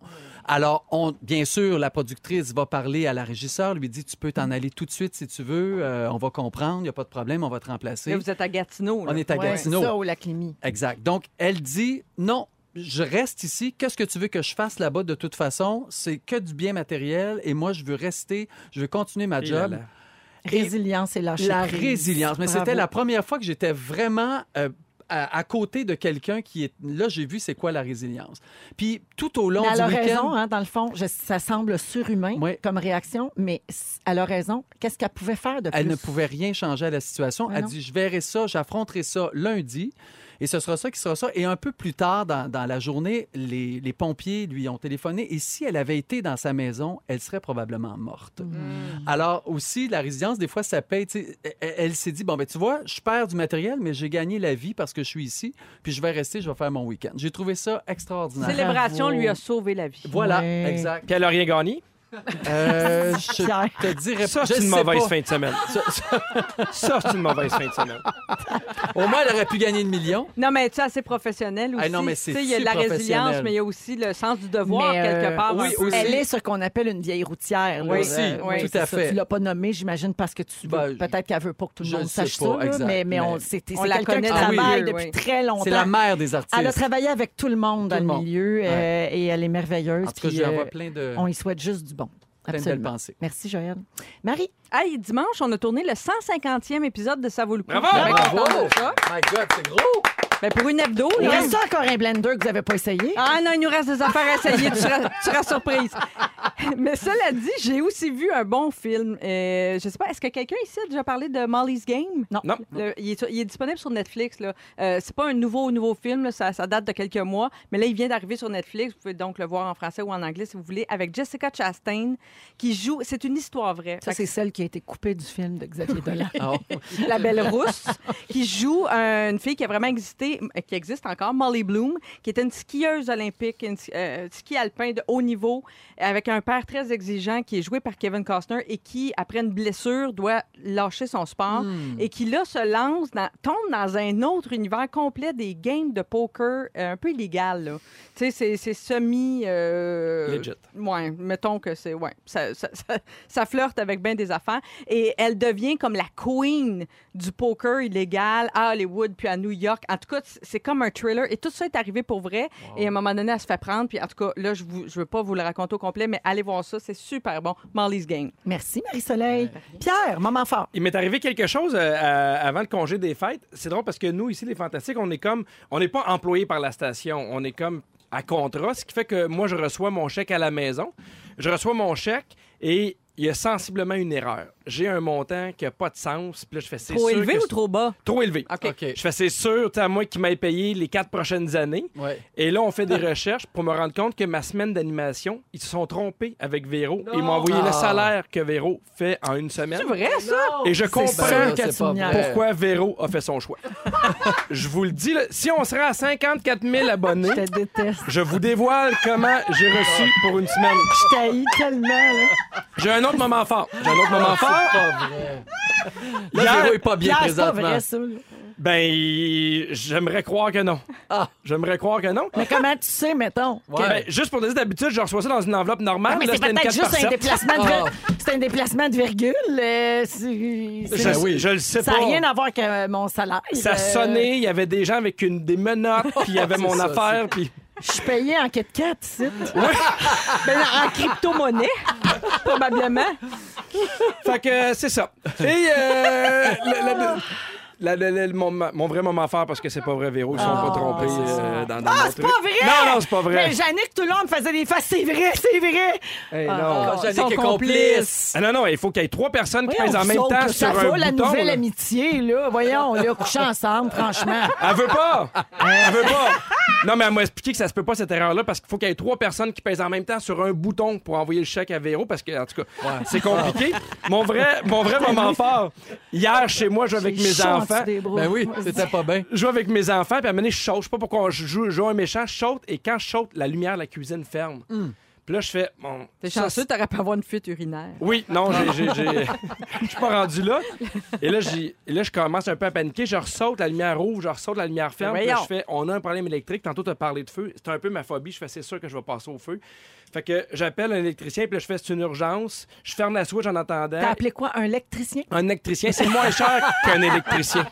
[SPEAKER 5] Alors, on, bien sûr, la productrice va parler à la régisseur, lui dit, tu peux t'en aller tout de suite si tu veux, euh, on va comprendre, il n'y a pas de problème, on va te remplacer.
[SPEAKER 3] Là, vous êtes à Gatineau. là.
[SPEAKER 5] On est à
[SPEAKER 1] Ouais,
[SPEAKER 5] Gatineau.
[SPEAKER 1] Ça ou la clémie.
[SPEAKER 5] Exact. Donc, elle dit, non, je reste ici, qu'est-ce que tu veux que je fasse là-bas de toute façon? C'est que du bien matériel et moi, je veux rester, je veux continuer ma
[SPEAKER 2] Et
[SPEAKER 5] job.
[SPEAKER 2] là là.
[SPEAKER 5] Et-
[SPEAKER 1] Résilience et lâcher
[SPEAKER 5] la
[SPEAKER 1] prise.
[SPEAKER 5] résilience. Mais
[SPEAKER 1] Bravo.
[SPEAKER 5] c'était la première fois que j'étais vraiment euh, à, à côté de quelqu'un qui est. Là, j'ai vu c'est quoi la résilience. Puis tout au long
[SPEAKER 1] Mais elle a
[SPEAKER 5] du
[SPEAKER 1] raison,
[SPEAKER 5] week-end.
[SPEAKER 1] hein, dans le fond. Je- ça semble surhumain
[SPEAKER 5] Ouais.
[SPEAKER 1] comme réaction, mais s- elle a raison. Qu'est-ce qu'elle pouvait faire de plus?
[SPEAKER 5] Elle ne pouvait rien changer à la situation.
[SPEAKER 1] Mais
[SPEAKER 5] elle
[SPEAKER 1] non.
[SPEAKER 5] dit Je verrai ça, j'affronterai ça lundi, et ce sera ça qui sera ça. Et un peu plus tard dans, dans la journée, les, les pompiers lui ont téléphoné, et si elle avait été dans sa maison, elle serait probablement morte.
[SPEAKER 1] Mm.
[SPEAKER 2] Mm.
[SPEAKER 5] Alors aussi, la résilience, des fois, ça paye. tu sais. Elle, elle s'est dit, bon, ben tu vois, je perds du matériel, mais j'ai gagné la vie parce que je suis ici, puis je vais rester, je vais faire mon week-end. J'ai trouvé ça extraordinaire.
[SPEAKER 3] Célébration
[SPEAKER 1] Bravo.
[SPEAKER 3] lui a sauvé la vie.
[SPEAKER 5] Voilà,
[SPEAKER 1] Ouais. <laughs>
[SPEAKER 5] exact.
[SPEAKER 2] Puis elle a rien gagné.
[SPEAKER 5] Euh, je
[SPEAKER 1] Pierre.
[SPEAKER 5] te dirais
[SPEAKER 2] Ça,
[SPEAKER 5] je
[SPEAKER 2] c'est une
[SPEAKER 5] sais
[SPEAKER 2] mauvaise
[SPEAKER 5] pas.
[SPEAKER 2] fin de semaine.
[SPEAKER 5] Ça, ça-
[SPEAKER 2] Ça, c'est une mauvaise fin de semaine.
[SPEAKER 5] Au moins, elle aurait pu gagner le million.
[SPEAKER 3] Non, mais tu sais, assez professionnel aussi.
[SPEAKER 5] Ah non, mais c'est
[SPEAKER 3] Tu sais, Il y a de la
[SPEAKER 5] si professionnel.
[SPEAKER 3] résilience, mais il y a aussi le sens du devoir,
[SPEAKER 1] Mais, euh,
[SPEAKER 3] quelque part.
[SPEAKER 5] oui,
[SPEAKER 3] un peu.
[SPEAKER 5] aussi.
[SPEAKER 1] Elle est ce qu'on appelle une vieille routière. là.
[SPEAKER 5] Oui, aussi, oui,
[SPEAKER 1] c'est
[SPEAKER 5] tout à
[SPEAKER 1] ça.
[SPEAKER 5] fait.
[SPEAKER 1] Tu l'as pas nommée, j'imagine, parce que tu
[SPEAKER 5] Ben,
[SPEAKER 1] veux- peut-être qu'elle veut pas que tout
[SPEAKER 5] je
[SPEAKER 1] le monde
[SPEAKER 5] sais
[SPEAKER 1] sache
[SPEAKER 5] pas,
[SPEAKER 1] ça, là,
[SPEAKER 5] exact,
[SPEAKER 1] mais, mais on,
[SPEAKER 5] mais-
[SPEAKER 1] c'est, c'est
[SPEAKER 3] On la
[SPEAKER 1] quelqu'un qui
[SPEAKER 3] connaît
[SPEAKER 5] depuis
[SPEAKER 1] travaille
[SPEAKER 3] mieux,
[SPEAKER 1] depuis
[SPEAKER 3] oui.
[SPEAKER 1] très longtemps.
[SPEAKER 5] C'est la mère des artistes.
[SPEAKER 1] Elle a travaillé avec tout le monde dans
[SPEAKER 5] Tout
[SPEAKER 1] le,
[SPEAKER 5] le monde.
[SPEAKER 1] milieu euh, et elle est merveilleuse.
[SPEAKER 5] En tout cas,
[SPEAKER 1] puis,
[SPEAKER 5] je lui
[SPEAKER 1] euh,
[SPEAKER 5] envoie plein de,
[SPEAKER 1] on y souhaite juste du bon.
[SPEAKER 5] plein de belles
[SPEAKER 1] Absolument.
[SPEAKER 5] pensées.
[SPEAKER 1] Merci, Joël. Marie,
[SPEAKER 3] Hey, dimanche, on a tourné le 150e épisode de Ça vaut le coup.
[SPEAKER 2] Bravo!
[SPEAKER 3] Je suis bien
[SPEAKER 5] Bravo!
[SPEAKER 3] contente de Ah, ça.
[SPEAKER 5] My God, c'est gros!
[SPEAKER 3] Ben, pour une hebdo,
[SPEAKER 1] il
[SPEAKER 3] là.
[SPEAKER 1] reste encore un blender que vous n'avez pas essayé.
[SPEAKER 3] Ah non, il nous reste des affaires à essayer, tu seras, tu seras surprise. <laughs> Mais cela dit, j'ai aussi vu un bon film. Euh, je sais pas, est-ce que quelqu'un ici a déjà parlé de Molly's Game?
[SPEAKER 2] Non.
[SPEAKER 3] Le- il, est, sur- il est disponible sur Netflix. là. Euh, c'est pas un nouveau, nouveau film, là, ça, ça date de quelques mois, mais là, il vient d'arriver sur Netflix. Vous pouvez donc le voir en français ou en anglais si vous voulez, avec Jessica Chastain, qui joue. C'est une histoire vraie.
[SPEAKER 1] Ça, c'est celle qui a été coupée
[SPEAKER 5] <laughs>
[SPEAKER 1] du film de Xavier Dolan.
[SPEAKER 5] Ah,
[SPEAKER 3] la belle rousse, qui joue un- une fille qui a vraiment existé c'est, euh, qui existe encore, Molly Bloom, qui était une skieuse olympique, une ski- euh, ski alpin de haut niveau, avec un père très exigeant qui est joué par Kevin Costner et qui, après une blessure, doit lâcher son sport et qui, là, se lance, dans- tombe dans un autre univers complet des games de poker euh, un peu illégal. là. Tu sais, c'est- c'est semi... euh,
[SPEAKER 5] Legit.
[SPEAKER 3] Ouais, mettons que c'est. Ouais, ça, ça, ça- ça flirte avec bien des affaires. Et elle devient comme la queen du poker illégal à Hollywood puis à New York. En tout cas, c'est- c'est comme un thriller. Et tout ça est arrivé pour vrai. Et à un moment donné, elle se fait prendre. Puis en tout cas, là, je ne veux pas vous le raconter au complet, mais allez voir ça. C'est super bon. Marley's Game.
[SPEAKER 1] Merci, Marie-Soleil. Pierre, moment fort.
[SPEAKER 2] Il m'est arrivé quelque chose euh, à- avant le congé des fêtes. C'est drôle parce que nous, ici, les Fantastiques, on est comme. On n'est pas employé par la station. On est comme à contrat, ce qui fait que moi, je reçois mon chèque à la maison. Je reçois mon chèque et il y a sensiblement une erreur. J'ai un montant qui n'a pas de sens. Puis là, je fais c'est
[SPEAKER 3] Trop
[SPEAKER 2] sûr
[SPEAKER 3] élevé
[SPEAKER 2] que
[SPEAKER 3] ou
[SPEAKER 2] c'est-
[SPEAKER 3] trop bas?
[SPEAKER 2] Trop élevé.
[SPEAKER 3] OK.
[SPEAKER 5] OK.
[SPEAKER 2] Je fais c'est sûr, tu sais, à moi qui m'aille payé les quatre prochaines années.
[SPEAKER 5] Ouais.
[SPEAKER 2] Et là, on fait des recherches pour me rendre compte que ma semaine d'animation, ils se sont trompés avec Véro. Ils m'ont envoyé
[SPEAKER 5] Ah.
[SPEAKER 2] le salaire que Véro fait en une semaine.
[SPEAKER 3] C'est vrai, ça?
[SPEAKER 2] Et je
[SPEAKER 5] Ben, là,
[SPEAKER 2] comprends
[SPEAKER 1] que
[SPEAKER 5] c'est
[SPEAKER 1] tu
[SPEAKER 5] pas
[SPEAKER 1] me
[SPEAKER 5] vrai.
[SPEAKER 2] pourquoi Véro a fait son
[SPEAKER 1] <laughs>
[SPEAKER 2] choix. je vous le dis, là, si on serait à 54 000
[SPEAKER 1] Je
[SPEAKER 2] abonnés,
[SPEAKER 1] te déteste.
[SPEAKER 2] je vous dévoile comment j'ai reçu pour une semaine.
[SPEAKER 1] Je t'haïs tellement, là.
[SPEAKER 2] J'ai un autre moment fort. J'ai un autre moment fort.
[SPEAKER 5] Ah, C'est pas vrai. Là,
[SPEAKER 2] Hier-
[SPEAKER 5] Véro est pas bien
[SPEAKER 1] Pierre, c'est pas
[SPEAKER 5] présentement.
[SPEAKER 1] vrai, ça. là.
[SPEAKER 2] Ben, j'aimerais croire que non.
[SPEAKER 5] Ah.
[SPEAKER 2] J'aimerais croire que non.
[SPEAKER 1] Mais comment tu sais, mettons?
[SPEAKER 5] Ouais.
[SPEAKER 2] Ben, juste pour dire, d'habitude, je reçois ça dans une enveloppe normale.
[SPEAKER 1] Ah, mais
[SPEAKER 2] Là,
[SPEAKER 1] c'est
[SPEAKER 2] c'était une
[SPEAKER 1] peut-être
[SPEAKER 2] 4
[SPEAKER 1] juste un
[SPEAKER 2] par 7.
[SPEAKER 1] déplacement de
[SPEAKER 5] Ah.
[SPEAKER 1] virgule. euh, C'est un déplacement de virgule. euh, c'est- c'est-
[SPEAKER 2] Je,
[SPEAKER 5] oui.
[SPEAKER 2] je le sais
[SPEAKER 1] Ben ça
[SPEAKER 2] pas.
[SPEAKER 1] n'a rien à voir avec euh, mon salaire.
[SPEAKER 2] Ça
[SPEAKER 1] Euh,
[SPEAKER 2] sonnait, il y avait des gens avec une, des menottes, puis il y
[SPEAKER 1] <laughs>
[SPEAKER 2] avait
[SPEAKER 5] C'est
[SPEAKER 2] mon
[SPEAKER 5] ça,
[SPEAKER 2] affaire, puis...
[SPEAKER 1] Je suis payée en Kit Kat, ici. <laughs>
[SPEAKER 3] Ben, en crypto-monnaie, <laughs> probablement.
[SPEAKER 2] Fait que euh, c'est ça. Et
[SPEAKER 1] <laughs>
[SPEAKER 2] euh, la- la- la- la- la- mon, mon vrai moment fort, parce que c'est pas vrai, Véro, ils sont pas trompés euh, dans, dans
[SPEAKER 1] Ah,
[SPEAKER 2] mon
[SPEAKER 1] c'est
[SPEAKER 2] truc.
[SPEAKER 1] pas vrai!
[SPEAKER 2] Non, non, c'est pas vrai.
[SPEAKER 1] Mais Jannick, tout le monde faisait des faces. C'est vrai, c'est vrai.
[SPEAKER 2] Hey, non.
[SPEAKER 5] Ah,
[SPEAKER 3] Ils
[SPEAKER 5] Jannick
[SPEAKER 3] sont
[SPEAKER 5] est
[SPEAKER 3] complices.
[SPEAKER 5] complice.
[SPEAKER 2] Ah, non, non, il faut qu'il y ait trois personnes qui pèsent
[SPEAKER 1] Voyons,
[SPEAKER 2] en
[SPEAKER 1] vous
[SPEAKER 2] même
[SPEAKER 1] autres,
[SPEAKER 2] temps sur
[SPEAKER 1] ça
[SPEAKER 2] un
[SPEAKER 1] vaut
[SPEAKER 2] bouton.
[SPEAKER 1] la nouvelle
[SPEAKER 2] là.
[SPEAKER 1] amitié, là. Voyons, là, coucher ensemble, franchement.
[SPEAKER 2] Elle veut pas! Elle veut
[SPEAKER 1] <laughs>
[SPEAKER 2] pas! Non, mais elle m'a expliqué que ça se peut pas, cette erreur-là, parce qu'il faut qu'il y ait trois personnes qui pèsent en même temps sur un bouton pour envoyer le chèque à Véro, parce que, en tout cas, c'est compliqué.
[SPEAKER 1] Ah.
[SPEAKER 2] Mon vrai, mon
[SPEAKER 1] <laughs>
[SPEAKER 2] vrai moment fort, hier, chez moi, je vais avec
[SPEAKER 1] J'ai
[SPEAKER 2] mes
[SPEAKER 1] chaud en dessous
[SPEAKER 2] enfants.
[SPEAKER 1] des bras.
[SPEAKER 5] Ben oui, c'était pas bien.
[SPEAKER 2] je joue avec mes enfants, puis à un moment donné, je saute. Je sais pas pourquoi je joue, je joue un méchant, je saute, et quand je saute, la lumière de la cuisine ferme. Puis là, je fais. Bon,
[SPEAKER 3] T'es
[SPEAKER 2] ça,
[SPEAKER 3] chanceux, t'aurais pas avoir une fuite urinaire.
[SPEAKER 2] oui, non, j'ai- j'ai- j'ai- je suis pas rendu là. Et là, j'ai- et là, je commence un peu à paniquer. Je ressaute, la lumière ouvre, je ressaute, la lumière ferme. Puis là,
[SPEAKER 3] Voyons.
[SPEAKER 2] je fais, on a un problème électrique. Tantôt, tu as parlé de feu. C'est un peu ma phobie. Je fais, c'est sûr que je vais passer au feu. Fait que j'appelle un électricien, puis là, je fais, c'est une urgence. Je ferme la switch en attendant.
[SPEAKER 1] T'as appelé quoi? Un électricien?
[SPEAKER 2] Un électricien, c'est moins cher qu'un électricien.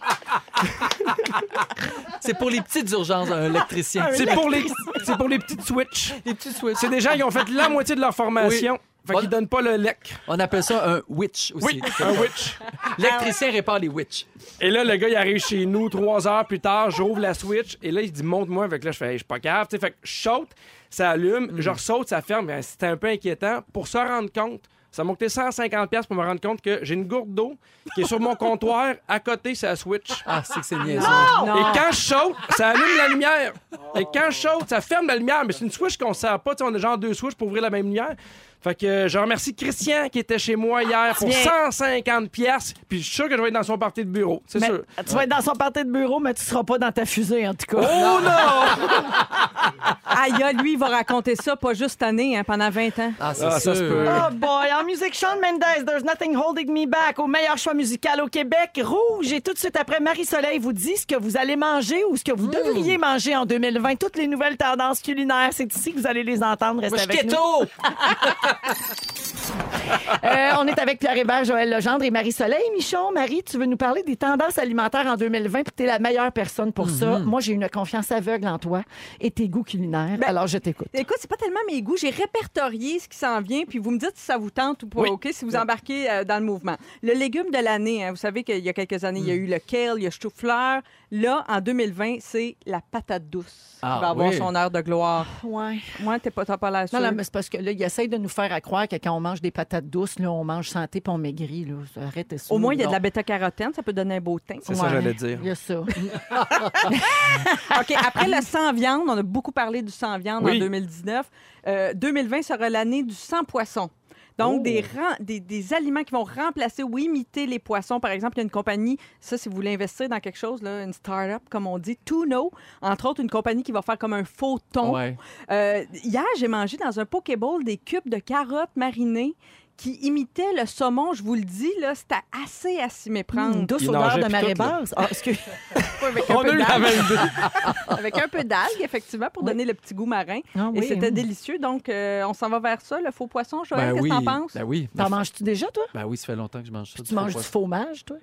[SPEAKER 5] C'est pour les petites urgences, un électricien.
[SPEAKER 2] C'est pour, les, c'est pour Ah les petites switches.
[SPEAKER 5] les petits souhaits.
[SPEAKER 2] C'est des gens qui ont fait la moitié de leur formation. Fait
[SPEAKER 5] Bon-
[SPEAKER 2] qu'ils donnent pas le lec.
[SPEAKER 5] On appelle ça un witch aussi.
[SPEAKER 2] Oui, un witch.
[SPEAKER 5] L'électricien répare les witches.
[SPEAKER 2] Et là, le gars, il arrive chez nous trois heures plus tard. J'ouvre la switch. Et là, il dit Monte-moi. Fait que là, je fais Hey, Je suis pas grave. Tu sais, fait que je saute, ça allume. Je ressaute, ça ferme. Ben, C'était un peu inquiétant. Pour se rendre compte, ça m'a coûté 150$ pour me rendre compte que j'ai une gourde d'eau qui est sur mon comptoir. À côté, c'est la switch.
[SPEAKER 5] Ah, c'est que c'est niaiseux.
[SPEAKER 2] Et quand je saute, ça allume la lumière. Et quand je saute, ça ferme la lumière. Mais c'est une switch qu'on ne sert pas. Tu sais, on a genre deux switches pour ouvrir la même lumière. Fait que euh, je remercie Christian qui était chez moi
[SPEAKER 3] Ah,
[SPEAKER 2] hier pour 150 pièces. Puis je suis sûr que je vais être dans son parti de bureau, c'est
[SPEAKER 1] Mais-
[SPEAKER 2] sûr.
[SPEAKER 1] Ben, tu vas être dans son party de bureau, mais tu seras pas dans ta fusée, en tout cas.
[SPEAKER 2] Oh non!
[SPEAKER 3] Aïe, aïe, lui, il va raconter ça pas juste cette année, hein, pendant 20 ans.
[SPEAKER 5] Ah, c'est
[SPEAKER 2] Ah,
[SPEAKER 5] sûr.
[SPEAKER 2] ça se peut.
[SPEAKER 1] Oh <laughs> boy, en musique, Sean Mendes, There's Nothing Holding Me Back, au meilleur choix musical au Québec, Rouge. Et tout de suite après, Marie-Soleil vous dit ce que vous allez manger ou ce que vous devriez manger en 2020. Toutes les nouvelles tendances culinaires, c'est ici que vous allez les entendre. Restez
[SPEAKER 5] Moi, je suis
[SPEAKER 1] avec nous.
[SPEAKER 5] keto!
[SPEAKER 1] Euh, on est avec Pierre Hébert, Joël Legendre et Marie-Soleil. Michon, Marie, tu veux nous parler des tendances alimentaires en 2020, puis t'es la meilleure personne pour ça. Moi, j'ai une confiance aveugle en toi et tes goûts culinaires. Alors, je t'écoute.
[SPEAKER 3] Écoute, c'est pas tellement mes goûts. J'ai répertorié ce qui s'en vient, puis vous me dites si ça vous tente ou pas,
[SPEAKER 2] Oui.
[SPEAKER 3] OK, si vous embarquez euh, dans le mouvement. Le légume de l'année, hein, vous savez qu'il y a quelques années, il y a eu le kale, il y a le chou-fleur. Là, en 2020, c'est la patate douce
[SPEAKER 5] Ah,
[SPEAKER 3] qui va avoir
[SPEAKER 5] oui.
[SPEAKER 3] son heure de gloire.
[SPEAKER 1] Ouais.
[SPEAKER 3] Moi, t'es pas, t'as pas l'air
[SPEAKER 1] Non,
[SPEAKER 3] sûre.
[SPEAKER 1] non, mais c'est parce que là, ils essayent de nous faire à croire que quand on mange des patates douces, là, on mange santé puis on maigrit. Là. Arrêtez ça.
[SPEAKER 3] Au moins, il y a de
[SPEAKER 1] Non.
[SPEAKER 3] la bêta-carotène, ça peut donner un beau teint.
[SPEAKER 2] C'est ça que j'allais dire.
[SPEAKER 1] Il y a ça.
[SPEAKER 3] OK, après le sans viande, on a beaucoup parlé du sans viande en
[SPEAKER 2] Oui.
[SPEAKER 3] 2019. Euh, 2020 sera l'année du sans poisson. Donc, des, ran- des, des aliments qui vont remplacer ou imiter les poissons. Par exemple, il y a une compagnie, ça, si vous voulez investir dans quelque chose, là, une start-up, comme on dit, Tuno, entre autres, une compagnie qui va faire comme un faux thon.
[SPEAKER 5] Ouais.
[SPEAKER 3] Euh, hier, j'ai mangé dans un Pokéball des cubes de carottes marinées qui imitaient le saumon. Je vous le dis, là, c'était assez à s'y méprendre.
[SPEAKER 1] Une douce
[SPEAKER 2] Il
[SPEAKER 1] odeur
[SPEAKER 2] nageait
[SPEAKER 1] de
[SPEAKER 2] puis
[SPEAKER 1] marée
[SPEAKER 2] tout, là.
[SPEAKER 1] basse. Ah, excuse.
[SPEAKER 3] Avec un
[SPEAKER 2] On
[SPEAKER 3] peu
[SPEAKER 2] a eu la
[SPEAKER 3] d'algues.
[SPEAKER 2] même idée.
[SPEAKER 3] avec un peu d'algues, effectivement, pour donner le petit goût marin.
[SPEAKER 1] Ah oui,
[SPEAKER 3] Et c'était
[SPEAKER 1] hum.
[SPEAKER 3] délicieux. Donc, euh, on s'en va vers ça, le faux poisson. Joël,
[SPEAKER 5] Ben
[SPEAKER 3] qu'est-ce que
[SPEAKER 5] oui.
[SPEAKER 3] t'en penses?
[SPEAKER 5] Ben oui.
[SPEAKER 1] T'en manges-tu déjà, toi?
[SPEAKER 5] Ben oui, ça fait longtemps que je mange ça.
[SPEAKER 1] Tu manges du fromage, toi?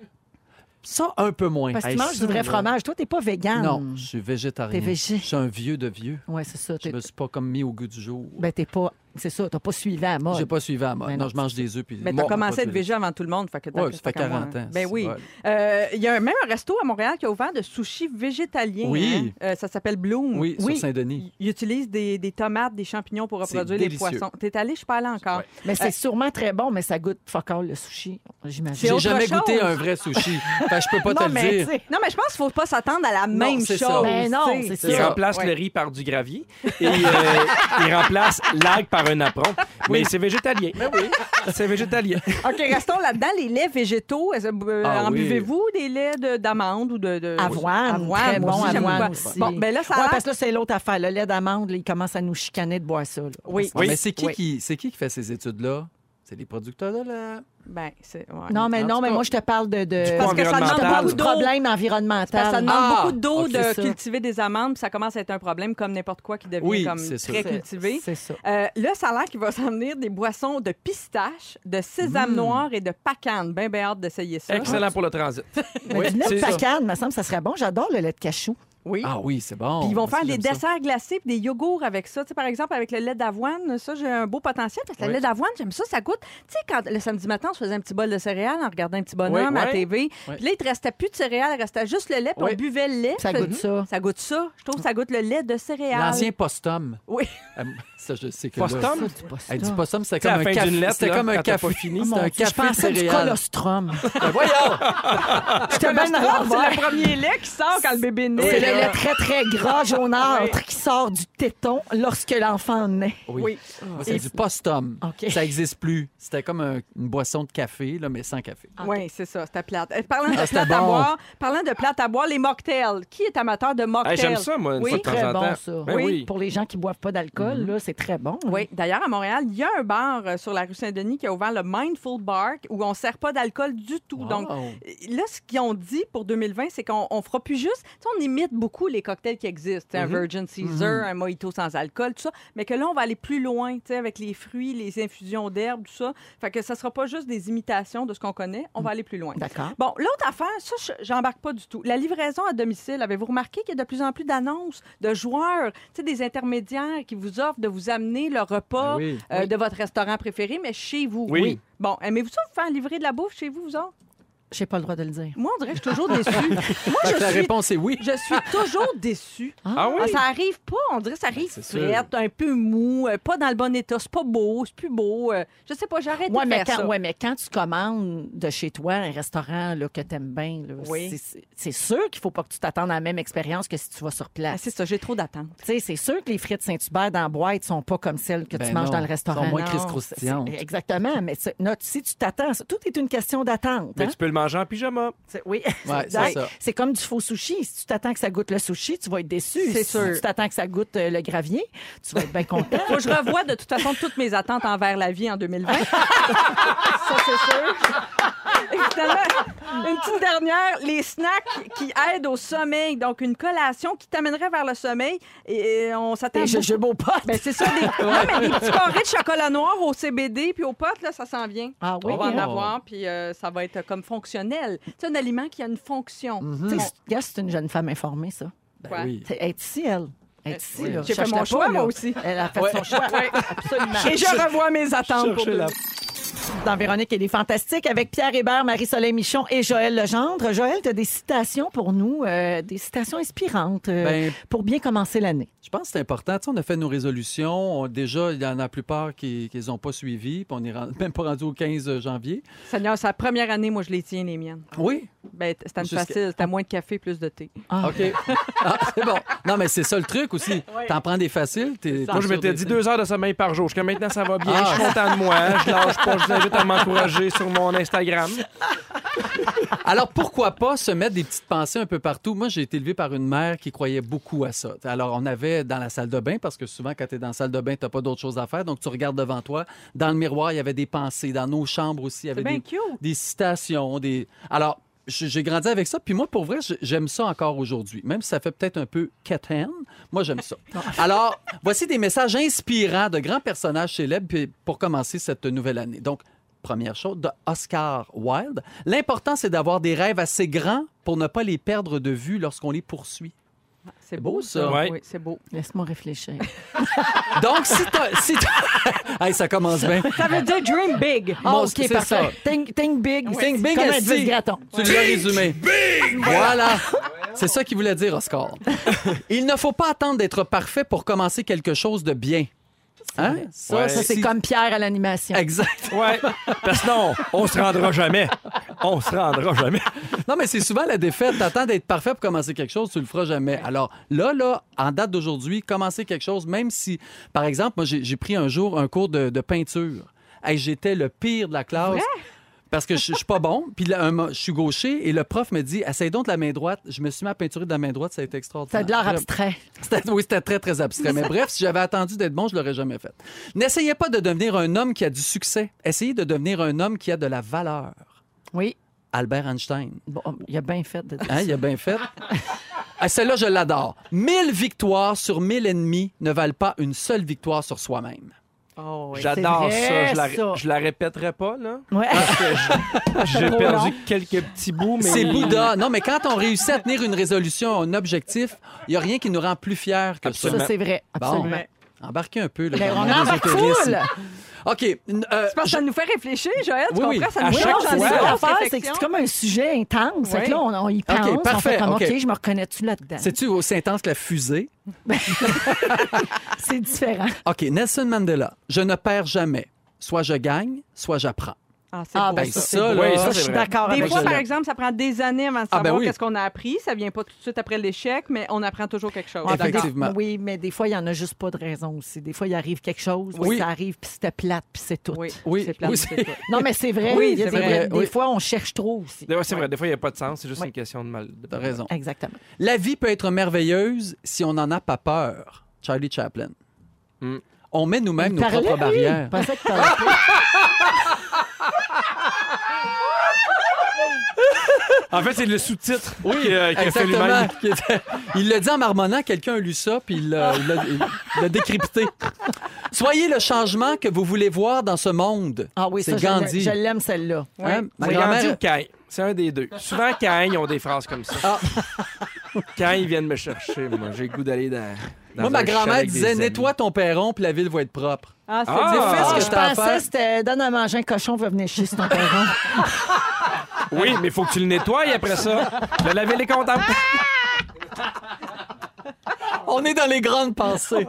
[SPEAKER 5] Ça, Ah, un peu moins.
[SPEAKER 1] Parce que
[SPEAKER 5] Hey,
[SPEAKER 1] tu manges
[SPEAKER 5] ça,
[SPEAKER 1] du vrai
[SPEAKER 5] là.
[SPEAKER 1] fromage. Toi, t'es pas végane.
[SPEAKER 5] Non, je suis végétarien.
[SPEAKER 1] T'es végé.
[SPEAKER 5] Je suis un vieux de vieux.
[SPEAKER 1] Oui, c'est ça.
[SPEAKER 5] Je
[SPEAKER 1] T'es...
[SPEAKER 5] me suis pas comme mis au goût du jour.
[SPEAKER 1] Ben, t'es pas... C'est ça, t'as pas suivi la mode.
[SPEAKER 5] J'ai pas suivi à moi.
[SPEAKER 1] Ben
[SPEAKER 5] non,
[SPEAKER 1] non,
[SPEAKER 5] je mange des œufs. puis-
[SPEAKER 3] Mais t'as
[SPEAKER 5] Bon,
[SPEAKER 3] commencé à
[SPEAKER 5] pas
[SPEAKER 3] être
[SPEAKER 5] tous les-
[SPEAKER 3] végé avant tout le monde. Fait que t'as
[SPEAKER 5] Ouais,
[SPEAKER 3] plus
[SPEAKER 5] ça fait
[SPEAKER 3] qu'à moi,
[SPEAKER 5] 40
[SPEAKER 3] hein.
[SPEAKER 5] ans,
[SPEAKER 3] Ben
[SPEAKER 5] c'est
[SPEAKER 3] oui.
[SPEAKER 5] vrai.
[SPEAKER 3] Euh, Il y a un- même un resto à Montréal qui a ouvert de sushis végétaliens. hein.
[SPEAKER 5] Oui.
[SPEAKER 3] Euh, ça s'appelle Bloom.
[SPEAKER 5] Oui, sur
[SPEAKER 1] Oui.
[SPEAKER 5] Saint-Denis.
[SPEAKER 3] Ils ils utilisent des, des tomates, des champignons pour
[SPEAKER 5] C'est
[SPEAKER 3] reproduire les
[SPEAKER 5] délicieux.
[SPEAKER 3] poissons. T'es allé, je suis pas allée encore.
[SPEAKER 1] Mais c'est sûrement très bon, mais ça goûte fuck all, le sushi, j'imagine.
[SPEAKER 3] C'est
[SPEAKER 5] J'ai
[SPEAKER 3] autre
[SPEAKER 5] jamais goûté
[SPEAKER 3] chose.
[SPEAKER 5] un vrai sushi. Fait que je peux pas te
[SPEAKER 1] Non,
[SPEAKER 5] le
[SPEAKER 1] mais
[SPEAKER 5] dire.
[SPEAKER 1] tu sais,
[SPEAKER 3] Non, mais je pense qu'il faut pas s'attendre à la
[SPEAKER 5] Non,
[SPEAKER 3] même
[SPEAKER 5] c'est
[SPEAKER 3] chose.
[SPEAKER 5] ça.
[SPEAKER 1] Ben non,
[SPEAKER 3] tu sais.
[SPEAKER 1] c'est
[SPEAKER 5] C'est
[SPEAKER 2] Il
[SPEAKER 5] ça.
[SPEAKER 1] ça.
[SPEAKER 2] remplace
[SPEAKER 3] Ouais.
[SPEAKER 2] le riz par du gravier et euh, il remplace l'algue par un apron. Mais c'est végétalien. C'est
[SPEAKER 3] <laughs>
[SPEAKER 2] végétalien.
[SPEAKER 3] <laughs> OK, restons là-dedans. Les laits végétaux, est-ce- euh,
[SPEAKER 5] Ah
[SPEAKER 3] en
[SPEAKER 5] oui.
[SPEAKER 3] buvez-vous des laits de- d'amande ou de, de-
[SPEAKER 1] Avoine, très
[SPEAKER 3] moi
[SPEAKER 1] bon
[SPEAKER 3] aussi, j'aime
[SPEAKER 1] avoine
[SPEAKER 3] beaucoup.
[SPEAKER 1] aussi.
[SPEAKER 3] Bon, ben là, ça a
[SPEAKER 1] Ouais,
[SPEAKER 3] l'air-
[SPEAKER 1] parce que là, c'est l'autre affaire. Le lait d'amande, là, il commence à nous chicaner de boire ça. là.
[SPEAKER 3] Oui.
[SPEAKER 5] Mais c'est qui,
[SPEAKER 1] Oui.
[SPEAKER 5] qui, c'est qui qui fait ces études-là? C'est les producteurs de la...
[SPEAKER 3] Ben, c'est... ouais.
[SPEAKER 1] Non, mais
[SPEAKER 5] En
[SPEAKER 1] non,
[SPEAKER 5] tout
[SPEAKER 1] mais
[SPEAKER 5] cas,
[SPEAKER 1] moi, je te parle de. de...
[SPEAKER 3] Euh,
[SPEAKER 2] Parce que ça demande
[SPEAKER 1] je te parle
[SPEAKER 2] beaucoup
[SPEAKER 1] du
[SPEAKER 3] d'eau.
[SPEAKER 1] problème
[SPEAKER 3] Parce
[SPEAKER 1] environnemental.
[SPEAKER 3] que ça demande
[SPEAKER 5] Ah,
[SPEAKER 3] beaucoup d'eau
[SPEAKER 5] ok,
[SPEAKER 3] de
[SPEAKER 5] c'est ça.
[SPEAKER 3] cultiver des amandes, puis ça commence à être un problème comme n'importe quoi qui devient
[SPEAKER 5] Oui,
[SPEAKER 3] comme
[SPEAKER 5] c'est ça.
[SPEAKER 3] très
[SPEAKER 1] C'est-
[SPEAKER 3] cultivé.
[SPEAKER 1] C'est ça.
[SPEAKER 3] Euh, là, ça a l'air qu'il va s'en venir des boissons de pistache, de
[SPEAKER 5] Hmm.
[SPEAKER 3] sésame noir et de pacane. Ben, ben hâte d'essayer ça.
[SPEAKER 5] Ah,
[SPEAKER 2] Excellent pour le transit.
[SPEAKER 1] Mais
[SPEAKER 2] Oui,
[SPEAKER 1] du lait
[SPEAKER 2] c'est
[SPEAKER 1] de
[SPEAKER 2] ça.
[SPEAKER 1] pacane, me semble, ça serait bon. J'adore le lait de cachou.
[SPEAKER 3] Oui.
[SPEAKER 5] Ah oui, c'est bon.
[SPEAKER 3] Puis ils vont
[SPEAKER 5] Moi
[SPEAKER 3] faire
[SPEAKER 5] aussi,
[SPEAKER 3] des
[SPEAKER 5] j'aime ça.
[SPEAKER 3] desserts glacés puis des yogourts avec ça. Tu sais, par exemple, avec le lait d'avoine, ça, j'ai un beau potentiel parce que le
[SPEAKER 5] Oui.
[SPEAKER 3] lait d'avoine, j'aime ça, ça goûte. Tu sais, quand le samedi matin, on se faisait un petit bol de céréales en regardant un petit bonhomme
[SPEAKER 2] Oui, oui.
[SPEAKER 3] à la TV. Puis là, il te restait plus de céréales, il restait juste le lait, puis
[SPEAKER 5] Oui.
[SPEAKER 3] on buvait le lait.
[SPEAKER 1] Ça goûte ça.
[SPEAKER 3] Ça goûte ça. Je trouve que ça goûte le lait de céréales.
[SPEAKER 5] L'ancien postum.
[SPEAKER 3] Oui.
[SPEAKER 5] Euh, Ça, je sais que là-
[SPEAKER 2] Postum,
[SPEAKER 1] C'est pas ça.
[SPEAKER 5] Elle dit pas ça, mais c'était
[SPEAKER 2] Tu sais,
[SPEAKER 5] comme
[SPEAKER 2] à la
[SPEAKER 5] un
[SPEAKER 2] fin d'une
[SPEAKER 5] café.
[SPEAKER 2] lettre,
[SPEAKER 5] C'était
[SPEAKER 2] là,
[SPEAKER 5] comme un
[SPEAKER 2] quand t'as
[SPEAKER 5] café
[SPEAKER 2] pas fini.
[SPEAKER 5] fini.
[SPEAKER 2] Ah
[SPEAKER 5] C'était
[SPEAKER 1] Oh Ah, Mon
[SPEAKER 5] un
[SPEAKER 1] Dieu, je
[SPEAKER 5] café
[SPEAKER 1] pensais du
[SPEAKER 5] céréales.
[SPEAKER 1] colostrum.
[SPEAKER 5] <laughs> Ben Voyons!
[SPEAKER 1] J'étais bien à
[SPEAKER 3] Ah,
[SPEAKER 1] l'envers.
[SPEAKER 3] c'est le premier lait qui sort quand le bébé naît.
[SPEAKER 1] C'est le
[SPEAKER 3] là.
[SPEAKER 1] lait très, très gras, jaunâtre, qui sort du téton lorsque l'enfant naît.
[SPEAKER 5] Oui.
[SPEAKER 3] Oui.
[SPEAKER 5] Moi, c'est du postum.
[SPEAKER 1] Ah, OK.
[SPEAKER 5] Ça n'existe plus. C'était comme un- une boisson de café, là, mais sans café.
[SPEAKER 1] Ah,
[SPEAKER 3] Oui, Ah, c'est ça, c'était plate. Euh, Parlant de
[SPEAKER 5] Ah, c'était
[SPEAKER 3] plate à
[SPEAKER 5] bon.
[SPEAKER 3] boire, parlant de plate à boire, les mocktails. Qui est amateur de mocktails?
[SPEAKER 2] Hey, J'aime ça, moi, une
[SPEAKER 3] Oui.
[SPEAKER 2] fois de temps
[SPEAKER 1] Très
[SPEAKER 2] en
[SPEAKER 1] bon,
[SPEAKER 2] temps.
[SPEAKER 1] ça.
[SPEAKER 2] Ben oui.
[SPEAKER 1] Pour les gens qui ne boivent pas
[SPEAKER 5] Mhm.
[SPEAKER 1] d'alcool, là, c'est très bon.
[SPEAKER 3] Oui, d'ailleurs, à Montréal, il y a un bar euh, sur la rue Saint-Denis qui a ouvert le Mindful Bar où on ne sert pas d'alcool du tout. Donc,
[SPEAKER 5] Wow.
[SPEAKER 3] euh, là, ce qu'ils ont dit pour 2020, c'est qu'on ne fera plus juste. tu sais, on imite beaucoup les cocktails qui existent.
[SPEAKER 5] Mhm.
[SPEAKER 3] tu sais, Un Virgin Caesar, un mojito sans alcool, tout ça. Mais que là, on va aller plus loin tu sais, avec les fruits, les infusions d'herbes, tout ça. Fait que ça ne sera pas juste des imitations de ce qu'on connaît.
[SPEAKER 5] Mm.
[SPEAKER 3] On va aller plus loin.
[SPEAKER 1] D'accord.
[SPEAKER 3] Bon, l'autre affaire, ça, je- j'embarque pas du tout. La livraison à domicile, avez-vous remarqué qu'il y a de plus en plus d'annonces de joueurs, tu sais, des intermédiaires qui vous offrent de vous amener le repas
[SPEAKER 5] Ben oui.
[SPEAKER 3] euh, de votre restaurant préféré, mais chez vous?
[SPEAKER 2] Oui.
[SPEAKER 3] Bon, aimez-vous ça vous faire livrer de la bouffe chez vous, vous autres?
[SPEAKER 1] J'ai pas le droit de le dire.
[SPEAKER 3] Moi, on dirait que je suis toujours déçue. Moi,
[SPEAKER 5] Fait que
[SPEAKER 3] je
[SPEAKER 5] Ah, la
[SPEAKER 3] suis,
[SPEAKER 5] réponse est oui.
[SPEAKER 3] je suis toujours déçue.
[SPEAKER 2] Ah oui?
[SPEAKER 3] Ah, ça arrive pas, on dirait que ça arrive
[SPEAKER 5] c'est
[SPEAKER 3] frette, un peu mou, euh, pas dans le bon état, c'est pas beau, c'est plus beau. euh, je sais pas, j'arrête
[SPEAKER 1] Ouais
[SPEAKER 3] de
[SPEAKER 1] mais, quand,
[SPEAKER 3] faire ça.
[SPEAKER 1] ouais, mais quand tu commandes de chez toi un restaurant là, que t'aimes bien, là,
[SPEAKER 3] Oui.
[SPEAKER 1] c'est- c'est- c'est sûr qu'il faut pas que tu t'attendes à la même expérience que si tu vas sur
[SPEAKER 3] Ah,
[SPEAKER 1] place.
[SPEAKER 3] C'est ça, j'ai trop d'attentes.
[SPEAKER 1] Tu sais, C'est sûr que les frites Saint-Hubert dans la boîte sont pas comme celles que tu
[SPEAKER 5] Ben
[SPEAKER 1] manges
[SPEAKER 5] non,
[SPEAKER 1] dans le restaurant.
[SPEAKER 5] sont moins
[SPEAKER 1] Non,
[SPEAKER 5] criss-croustillantes.
[SPEAKER 1] c'est- c'est- Exactement, mais tu- notre- si tu t'attends, c'est- tout est une question d'attente.
[SPEAKER 2] Mais
[SPEAKER 1] hein?
[SPEAKER 2] Ben, tu peux le manger en pyjama.
[SPEAKER 1] <laughs> C'est- Oui,
[SPEAKER 5] Ouais,
[SPEAKER 1] exact.
[SPEAKER 5] c'est ça.
[SPEAKER 1] c'est comme du faux sushi. Si tu t'attends que ça goûte le sushi, tu vas être déçu.
[SPEAKER 3] C'est
[SPEAKER 1] si
[SPEAKER 3] sûr.
[SPEAKER 1] tu t'attends que ça goûte euh, le gravier, tu vas être
[SPEAKER 3] <laughs>
[SPEAKER 1] bien content.
[SPEAKER 3] Faut que je revois de toute façon toutes mes attentes envers la vie en 2020.
[SPEAKER 1] <laughs>
[SPEAKER 3] Ça, c'est sûr. Et finalement, une petite dernière, les snacks qui aident au sommeil. Donc, une collation qui t'amènerait vers le sommeil. Et on s'attend.
[SPEAKER 1] Et je, je
[SPEAKER 3] beaucoup-
[SPEAKER 1] beau pas.
[SPEAKER 3] Ben, c'est ça, des... non, mais des petits carrés de chocolat noir au CBD puis aux potes, là, ça s'en vient.
[SPEAKER 1] ah oui,
[SPEAKER 3] On va en
[SPEAKER 1] hein?
[SPEAKER 3] avoir, puis euh, ça va être comme fonctionnel. C'est un aliment qui a une fonction.
[SPEAKER 1] Tu sais, c'est- regarde, c'est une jeune femme informée, ça.
[SPEAKER 5] Ben
[SPEAKER 3] Quoi?
[SPEAKER 5] oui.
[SPEAKER 1] C'est- Elle est ici, elle. Elle est ici,
[SPEAKER 3] Oui.
[SPEAKER 1] là.
[SPEAKER 3] J'ai fait
[SPEAKER 1] Cherche-la
[SPEAKER 3] mon
[SPEAKER 1] pas,
[SPEAKER 3] choix,
[SPEAKER 1] là.
[SPEAKER 3] moi aussi.
[SPEAKER 1] Elle a fait son choix. absolument.
[SPEAKER 3] Et je revois
[SPEAKER 2] <laughs>
[SPEAKER 3] mes attentes. Pour
[SPEAKER 2] Chercher la-
[SPEAKER 1] Dans Véronique, elle est fantastique avec Pierre Hébert, Marie-Soleil Michon et Joël Legendre. Joël, tu as des citations pour nous, euh, des citations inspirantes euh,
[SPEAKER 5] Ben,
[SPEAKER 1] pour bien commencer l'année.
[SPEAKER 5] Je pense que c'est important. Tu sais, on a fait nos résolutions. On- déjà, il y en a la plupart qui ne les ont pas <laughs> suivies. Puis on n'est ren- même pas rendu au 15 janvier.
[SPEAKER 3] Seigneur, c'est la première année, moi, je les tiens, les miennes.
[SPEAKER 5] Oui.
[SPEAKER 3] Ben, t- c'est une
[SPEAKER 5] Jusqu'à-
[SPEAKER 3] facile. T'as moins de café, plus de thé.
[SPEAKER 1] <laughs>
[SPEAKER 5] OK. Ah, c'est bon. Non, mais c'est ça le truc aussi. T'en prends des faciles. t'es-
[SPEAKER 2] Moi, je
[SPEAKER 5] t'es
[SPEAKER 2] m'étais
[SPEAKER 5] sur
[SPEAKER 2] dit
[SPEAKER 5] des-
[SPEAKER 2] deux heures de sommeil par jour. Jusqu'à maintenant, ça va bien.
[SPEAKER 5] Ah.
[SPEAKER 2] Je suis content de moi. Je lâche pas. Je vous invite à m'encourager sur mon Instagram.
[SPEAKER 5] Alors, pourquoi pas se mettre des petites pensées un peu partout? Moi, j'ai été élevé par une mère qui croyait beaucoup à ça. Alors, on avait dans la salle de bain, parce que souvent, quand tu es dans la salle de bain, tu pas d'autre chose à faire. Donc, tu regardes devant toi. Dans le miroir, il y avait des pensées. Dans nos chambres aussi, il y avait
[SPEAKER 3] C'est bien
[SPEAKER 5] des,
[SPEAKER 3] cute.
[SPEAKER 5] des citations. Des... Alors, j- j'ai grandi avec ça. Puis moi, pour vrai, j- j'aime ça encore aujourd'hui. Même si ça fait peut-être un peu quétaine, moi, j'aime ça. <laughs> Alors, voici des messages inspirants de grands personnages célèbres puis pour commencer cette nouvelle année. Donc, première chose, de Oscar Wilde. L'important, c'est d'avoir des rêves assez grands pour ne pas les perdre de vue lorsqu'on les poursuit.
[SPEAKER 3] C'est
[SPEAKER 5] beau, ça.
[SPEAKER 2] Ouais.
[SPEAKER 3] Oui, c'est beau.
[SPEAKER 1] Laisse-moi réfléchir.
[SPEAKER 5] Donc, si t'as... Si t'as- <laughs> Hey, ça commence bien.
[SPEAKER 3] Ça veut dire dream big.
[SPEAKER 1] Ah,
[SPEAKER 5] Bon,
[SPEAKER 1] OK,
[SPEAKER 5] c'est
[SPEAKER 1] parfait. Think, think big.
[SPEAKER 5] Think big,
[SPEAKER 1] Comme un
[SPEAKER 5] esti.
[SPEAKER 1] graton.
[SPEAKER 5] Tu l'as résumé. Voilà. C'est ça qu'il voulait dire, Oscar. Il ne faut pas attendre d'être parfait pour commencer quelque chose de bien. Hein? Ça,
[SPEAKER 2] Ouais.
[SPEAKER 1] Ça, c'est
[SPEAKER 5] si-
[SPEAKER 1] comme Pierre à l'animation.
[SPEAKER 5] Exact.
[SPEAKER 2] Ouais. Parce que non, on se rendra jamais. On se rendra jamais.
[SPEAKER 5] Non, mais c'est souvent la défaite. T'attends d'être parfait pour commencer quelque chose, tu le feras jamais. Alors là, là, en date d'aujourd'hui, commencer quelque chose, même si, par exemple, moi, j'ai j'ai pris un jour un cours de, de peinture. Hey, J'étais le pire de la classe. Parce que je je suis pas bon, puis là, un mo- je suis gaucher, et le prof me dit, essaye donc de la main droite. Je me suis mis à peinturer de la main droite, ça a été
[SPEAKER 1] Ça
[SPEAKER 5] extraordinaire.
[SPEAKER 1] a de l'art
[SPEAKER 5] Vraiment.
[SPEAKER 1] abstrait.
[SPEAKER 5] C'était- oui, c'était très, très abstrait. Mais bref, si j'avais attendu d'être bon, je l'aurais jamais fait. N'essayez pas de devenir un homme qui a du succès. Essayez de devenir un homme qui a de la valeur.
[SPEAKER 1] Oui.
[SPEAKER 5] Albert Einstein.
[SPEAKER 1] Bon, il a bien fait de dire
[SPEAKER 5] Hein, il a bien fait. Ah, Celle-là, je l'adore. 1000 victoires sur 1000 ennemis ne valent pas une seule victoire sur soi-même.
[SPEAKER 3] Oh, oui.
[SPEAKER 2] J'adore ça.
[SPEAKER 1] c'est vrai,
[SPEAKER 2] Je la,
[SPEAKER 1] ça.
[SPEAKER 2] je la répéterai pas, là.
[SPEAKER 1] ça. Ouais.
[SPEAKER 2] J'ai
[SPEAKER 1] Trop
[SPEAKER 2] perdu
[SPEAKER 1] long.
[SPEAKER 2] quelques petits bouts, mais.
[SPEAKER 5] C'est Bouddha. Non, mais quand on réussit à tenir une résolution, un objectif, il n'y a rien qui nous rend plus fiers que ça.
[SPEAKER 1] Ça, c'est vrai. Absolument.
[SPEAKER 5] Bon, embarquez un peu. Là,
[SPEAKER 1] Mais
[SPEAKER 5] dans
[SPEAKER 1] on
[SPEAKER 5] le
[SPEAKER 1] embarque
[SPEAKER 5] ésotérisme.
[SPEAKER 1] full.
[SPEAKER 5] OK. n- euh,
[SPEAKER 3] Je pense que ça nous fait réfléchir, Joël. Tu
[SPEAKER 5] Oui, oui.
[SPEAKER 3] comprends? Ça
[SPEAKER 2] À
[SPEAKER 3] nous
[SPEAKER 2] chaque
[SPEAKER 1] Non,
[SPEAKER 3] change
[SPEAKER 1] c'est
[SPEAKER 2] fois.
[SPEAKER 3] dans
[SPEAKER 1] ça,
[SPEAKER 3] une
[SPEAKER 2] Ouais.
[SPEAKER 1] l'affaire,
[SPEAKER 3] réflexion.
[SPEAKER 1] c'est que c'est comme un sujet intense. Fait que
[SPEAKER 3] Oui.
[SPEAKER 1] là, on, on y pense.
[SPEAKER 5] parfait,
[SPEAKER 1] On fait comme, OK,
[SPEAKER 5] OK.
[SPEAKER 1] je me reconnais-tu là-dedans?
[SPEAKER 5] Sais-tu aussi intense que la fusée?
[SPEAKER 1] <laughs> C'est différent.
[SPEAKER 5] OK, Nelson Mandela. Je ne perds jamais. Soit je gagne, soit j'apprends.
[SPEAKER 3] Ah, c'est
[SPEAKER 1] Ah,
[SPEAKER 3] beau,
[SPEAKER 1] ben
[SPEAKER 5] ça,
[SPEAKER 1] ça, c'est
[SPEAKER 5] c'est beau.
[SPEAKER 1] beau.
[SPEAKER 2] Oui, ça,
[SPEAKER 1] Ça,
[SPEAKER 2] c'est
[SPEAKER 1] je suis
[SPEAKER 2] vrai.
[SPEAKER 1] d'accord
[SPEAKER 3] Des
[SPEAKER 1] avec
[SPEAKER 3] fois,
[SPEAKER 1] ça.
[SPEAKER 3] par exemple, ça prend des années avant de
[SPEAKER 5] Ah, ben
[SPEAKER 3] savoir
[SPEAKER 5] oui.
[SPEAKER 3] qu'est-ce qu'on a appris. Ça vient pas tout de suite après l'échec, mais on apprend toujours quelque chose.
[SPEAKER 1] Ouais, puis des-
[SPEAKER 5] Effectivement.
[SPEAKER 1] Oui, mais des fois, il n'y en a juste pas de raison aussi. Des fois, il arrive quelque chose,
[SPEAKER 5] Oui.
[SPEAKER 1] ça arrive, puis c'était plate, puis c'est tout.
[SPEAKER 3] Oui,
[SPEAKER 5] Oui,
[SPEAKER 3] c'est plate,
[SPEAKER 5] oui,
[SPEAKER 3] c'est
[SPEAKER 5] c'est-
[SPEAKER 3] plate.
[SPEAKER 1] Non, mais c'est vrai.
[SPEAKER 3] Oui,
[SPEAKER 1] il y a
[SPEAKER 3] c'est
[SPEAKER 1] des,
[SPEAKER 5] vrai,
[SPEAKER 1] des
[SPEAKER 5] oui.
[SPEAKER 1] fois, on cherche trop aussi.
[SPEAKER 2] Ouais, c'est vrai, des fois, il n'y a pas de sens. C'est juste
[SPEAKER 1] Ouais.
[SPEAKER 2] une question de mal. De
[SPEAKER 5] T'as raison.
[SPEAKER 1] Exactement.
[SPEAKER 5] La vie peut être merveilleuse si on n'en a pas peur. Charlie Chaplin.
[SPEAKER 2] Mm.
[SPEAKER 5] On met nous-mêmes
[SPEAKER 1] Il
[SPEAKER 5] nos
[SPEAKER 1] parlait,
[SPEAKER 5] propres
[SPEAKER 1] lui.
[SPEAKER 5] barrières.
[SPEAKER 1] Je pensais que parlais pas.
[SPEAKER 2] En fait, c'est le sous-titre euh, qui, a fait
[SPEAKER 5] Exactement.
[SPEAKER 2] lui-même.
[SPEAKER 5] Qui était- Il le dit en marmonnant, quelqu'un a lu ça, puis il l'a- il l'a il l'a décrypté. Soyez le changement que vous voulez voir dans ce monde.
[SPEAKER 1] Ah oui, ça,
[SPEAKER 5] c'est
[SPEAKER 1] je l'aime-
[SPEAKER 5] Gandhi.
[SPEAKER 1] je l'aime, celle-là.
[SPEAKER 5] Hein? Ma
[SPEAKER 2] C'est Gandhi
[SPEAKER 5] grand-mère-
[SPEAKER 2] ou Caïn? C'est un des deux. Souvent, Caïn, ils ont des phrases comme ça.
[SPEAKER 5] Ah.
[SPEAKER 2] <laughs> Quand ils viennent me chercher, moi, j'ai le goût d'aller dans. dans
[SPEAKER 5] Moi, ma
[SPEAKER 2] un chalet
[SPEAKER 5] grand-mère
[SPEAKER 2] avec
[SPEAKER 5] disait
[SPEAKER 2] des amis.
[SPEAKER 5] Nettoie ton perron, puis la ville va être propre.
[SPEAKER 3] Ah, c'est
[SPEAKER 2] Ah,
[SPEAKER 3] beau.
[SPEAKER 5] Fais ce
[SPEAKER 1] Ah,
[SPEAKER 5] que
[SPEAKER 1] je
[SPEAKER 5] t'as à
[SPEAKER 1] pensais
[SPEAKER 5] faire.
[SPEAKER 1] que c'était donne à manger un cochon, va venir chier <laughs> sur ton perron.
[SPEAKER 2] Oui, mais il faut que tu le nettoies après ça. Le laver les comptes en-
[SPEAKER 5] Ah, On est dans les
[SPEAKER 1] <laughs>
[SPEAKER 5] grandes pensées.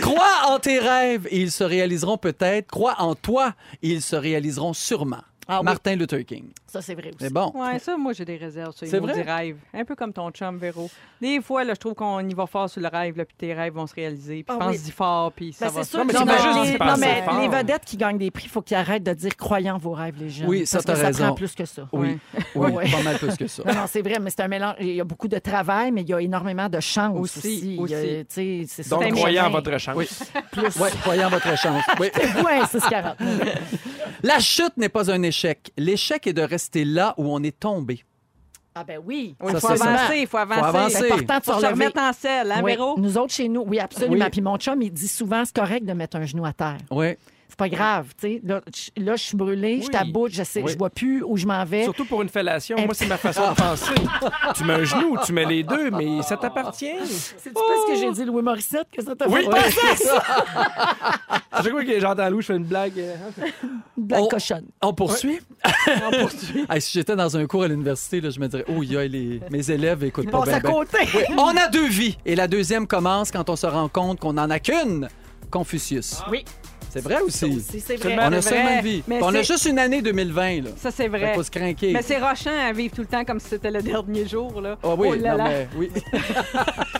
[SPEAKER 5] Crois en tes rêves et ils se réaliseront peut-être. Crois en toi et ils se réaliseront sûrement.
[SPEAKER 1] Ah oui.
[SPEAKER 5] Martin Luther King.
[SPEAKER 1] Ça, c'est vrai aussi.
[SPEAKER 5] C'est bon.
[SPEAKER 3] Ouais, ça, moi, j'ai des réserves sur les
[SPEAKER 5] C'est
[SPEAKER 3] mots
[SPEAKER 5] vrai?
[SPEAKER 3] du rêve. Un peu comme ton chum, Véro. Des fois, là, je trouve qu'on y va fort sur le rêve, là, puis tes rêves vont se réaliser.
[SPEAKER 1] Ah
[SPEAKER 3] Puis pense-y
[SPEAKER 1] oui.
[SPEAKER 3] fort, puis ça
[SPEAKER 1] Ben,
[SPEAKER 3] va.
[SPEAKER 1] c'est sûr
[SPEAKER 2] Non, mais
[SPEAKER 1] que
[SPEAKER 2] c'est
[SPEAKER 1] non,
[SPEAKER 2] pas
[SPEAKER 1] mais
[SPEAKER 2] juste d'y
[SPEAKER 1] les- non,
[SPEAKER 2] penser
[SPEAKER 1] mais
[SPEAKER 2] fort.
[SPEAKER 1] les vedettes qui gagnent des prix, il faut qu'ils arrêtent de dire croyant vos rêves, les gens.
[SPEAKER 5] Oui, ça,
[SPEAKER 1] Parce que
[SPEAKER 5] t'as
[SPEAKER 1] Ça
[SPEAKER 5] raison.
[SPEAKER 1] prend plus que ça.
[SPEAKER 5] Oui, oui,
[SPEAKER 1] Ouais. Ouais.
[SPEAKER 5] pas mal plus
[SPEAKER 3] <laughs>
[SPEAKER 5] que ça.
[SPEAKER 1] Non, non, c'est vrai, mais c'est un mélange. Il y a beaucoup de travail, mais il y a énormément de chance
[SPEAKER 3] Aussi,
[SPEAKER 1] aussi. Il y a,
[SPEAKER 3] aussi.
[SPEAKER 1] tu sais, c'est ça,
[SPEAKER 2] Donc,
[SPEAKER 1] le
[SPEAKER 2] croyez en
[SPEAKER 1] chemin.
[SPEAKER 2] votre chance.
[SPEAKER 5] Oui. Ouais, croyez en votre chance.
[SPEAKER 3] <laughs>
[SPEAKER 5] Oui.
[SPEAKER 1] Ouais, c'est ce qu'il y a.
[SPEAKER 5] La chute n'est pas un échec. L'échec est de rester là où on est tombé.
[SPEAKER 1] Ah ben oui.
[SPEAKER 3] Oui,
[SPEAKER 5] Ça,
[SPEAKER 3] Il faut
[SPEAKER 5] c'est ça.
[SPEAKER 3] avancer, il faut
[SPEAKER 5] avancer.
[SPEAKER 3] avancer.
[SPEAKER 1] C'est important de se
[SPEAKER 3] Faut se
[SPEAKER 1] relever.
[SPEAKER 3] remettre en selle, hein,
[SPEAKER 1] Oui,
[SPEAKER 3] Véro?
[SPEAKER 1] Nous autres, chez nous, oui, absolument.
[SPEAKER 5] Oui.
[SPEAKER 1] Puis mon chum, il dit souvent, c'est correct de mettre un genou à terre.
[SPEAKER 5] Oui.
[SPEAKER 1] C'est pas grave, tu sais. Là, je- Là, je suis brûlée, je suis à
[SPEAKER 2] Oui.
[SPEAKER 1] bout, je sais,
[SPEAKER 5] Oui.
[SPEAKER 1] je vois plus où je m'en vais.
[SPEAKER 2] Surtout pour une fellation, moi, c'est ma façon
[SPEAKER 5] Ah.
[SPEAKER 2] de penser. tu mets un genou, tu mets les deux, mais ça t'appartient.
[SPEAKER 1] C'est pas ce que j'ai dit, Louis Morissette, que ça t'a
[SPEAKER 2] Oui.
[SPEAKER 1] fait penser à ça?
[SPEAKER 2] À chaque fois que j'entends Louis, je fais une blague. euh,
[SPEAKER 1] De la
[SPEAKER 5] On-
[SPEAKER 1] cochonne.
[SPEAKER 5] On poursuit? <laughs> Ah, si j'étais dans un cours à l'université, là, je me dirais, oh, yo, les... mes élèves écoutent pas
[SPEAKER 1] Passe
[SPEAKER 5] bien,
[SPEAKER 1] à
[SPEAKER 5] bien.
[SPEAKER 1] côté.
[SPEAKER 5] Oui, On a deux vies. Et la deuxième commence quand on se rend compte qu'on n'en a qu'une. Confucius.
[SPEAKER 1] Oui.
[SPEAKER 5] C'est vrai aussi.
[SPEAKER 1] C'est c'est
[SPEAKER 5] On
[SPEAKER 1] vrai.
[SPEAKER 5] a
[SPEAKER 3] Ah. Vrai.
[SPEAKER 5] seulement une vie.
[SPEAKER 3] Mais
[SPEAKER 5] Puis On a
[SPEAKER 3] c'est-
[SPEAKER 5] juste une année 2020, là.
[SPEAKER 3] Ça, c'est
[SPEAKER 5] Fait qu'il
[SPEAKER 3] vrai.
[SPEAKER 5] faut se craquer.
[SPEAKER 3] Mais c'est rochant à vivre tout le temps comme si c'était le dernier jour. Là.
[SPEAKER 5] Ah oui,
[SPEAKER 3] oh là
[SPEAKER 5] non,
[SPEAKER 3] là.
[SPEAKER 5] mais
[SPEAKER 1] <laughs>
[SPEAKER 5] oui.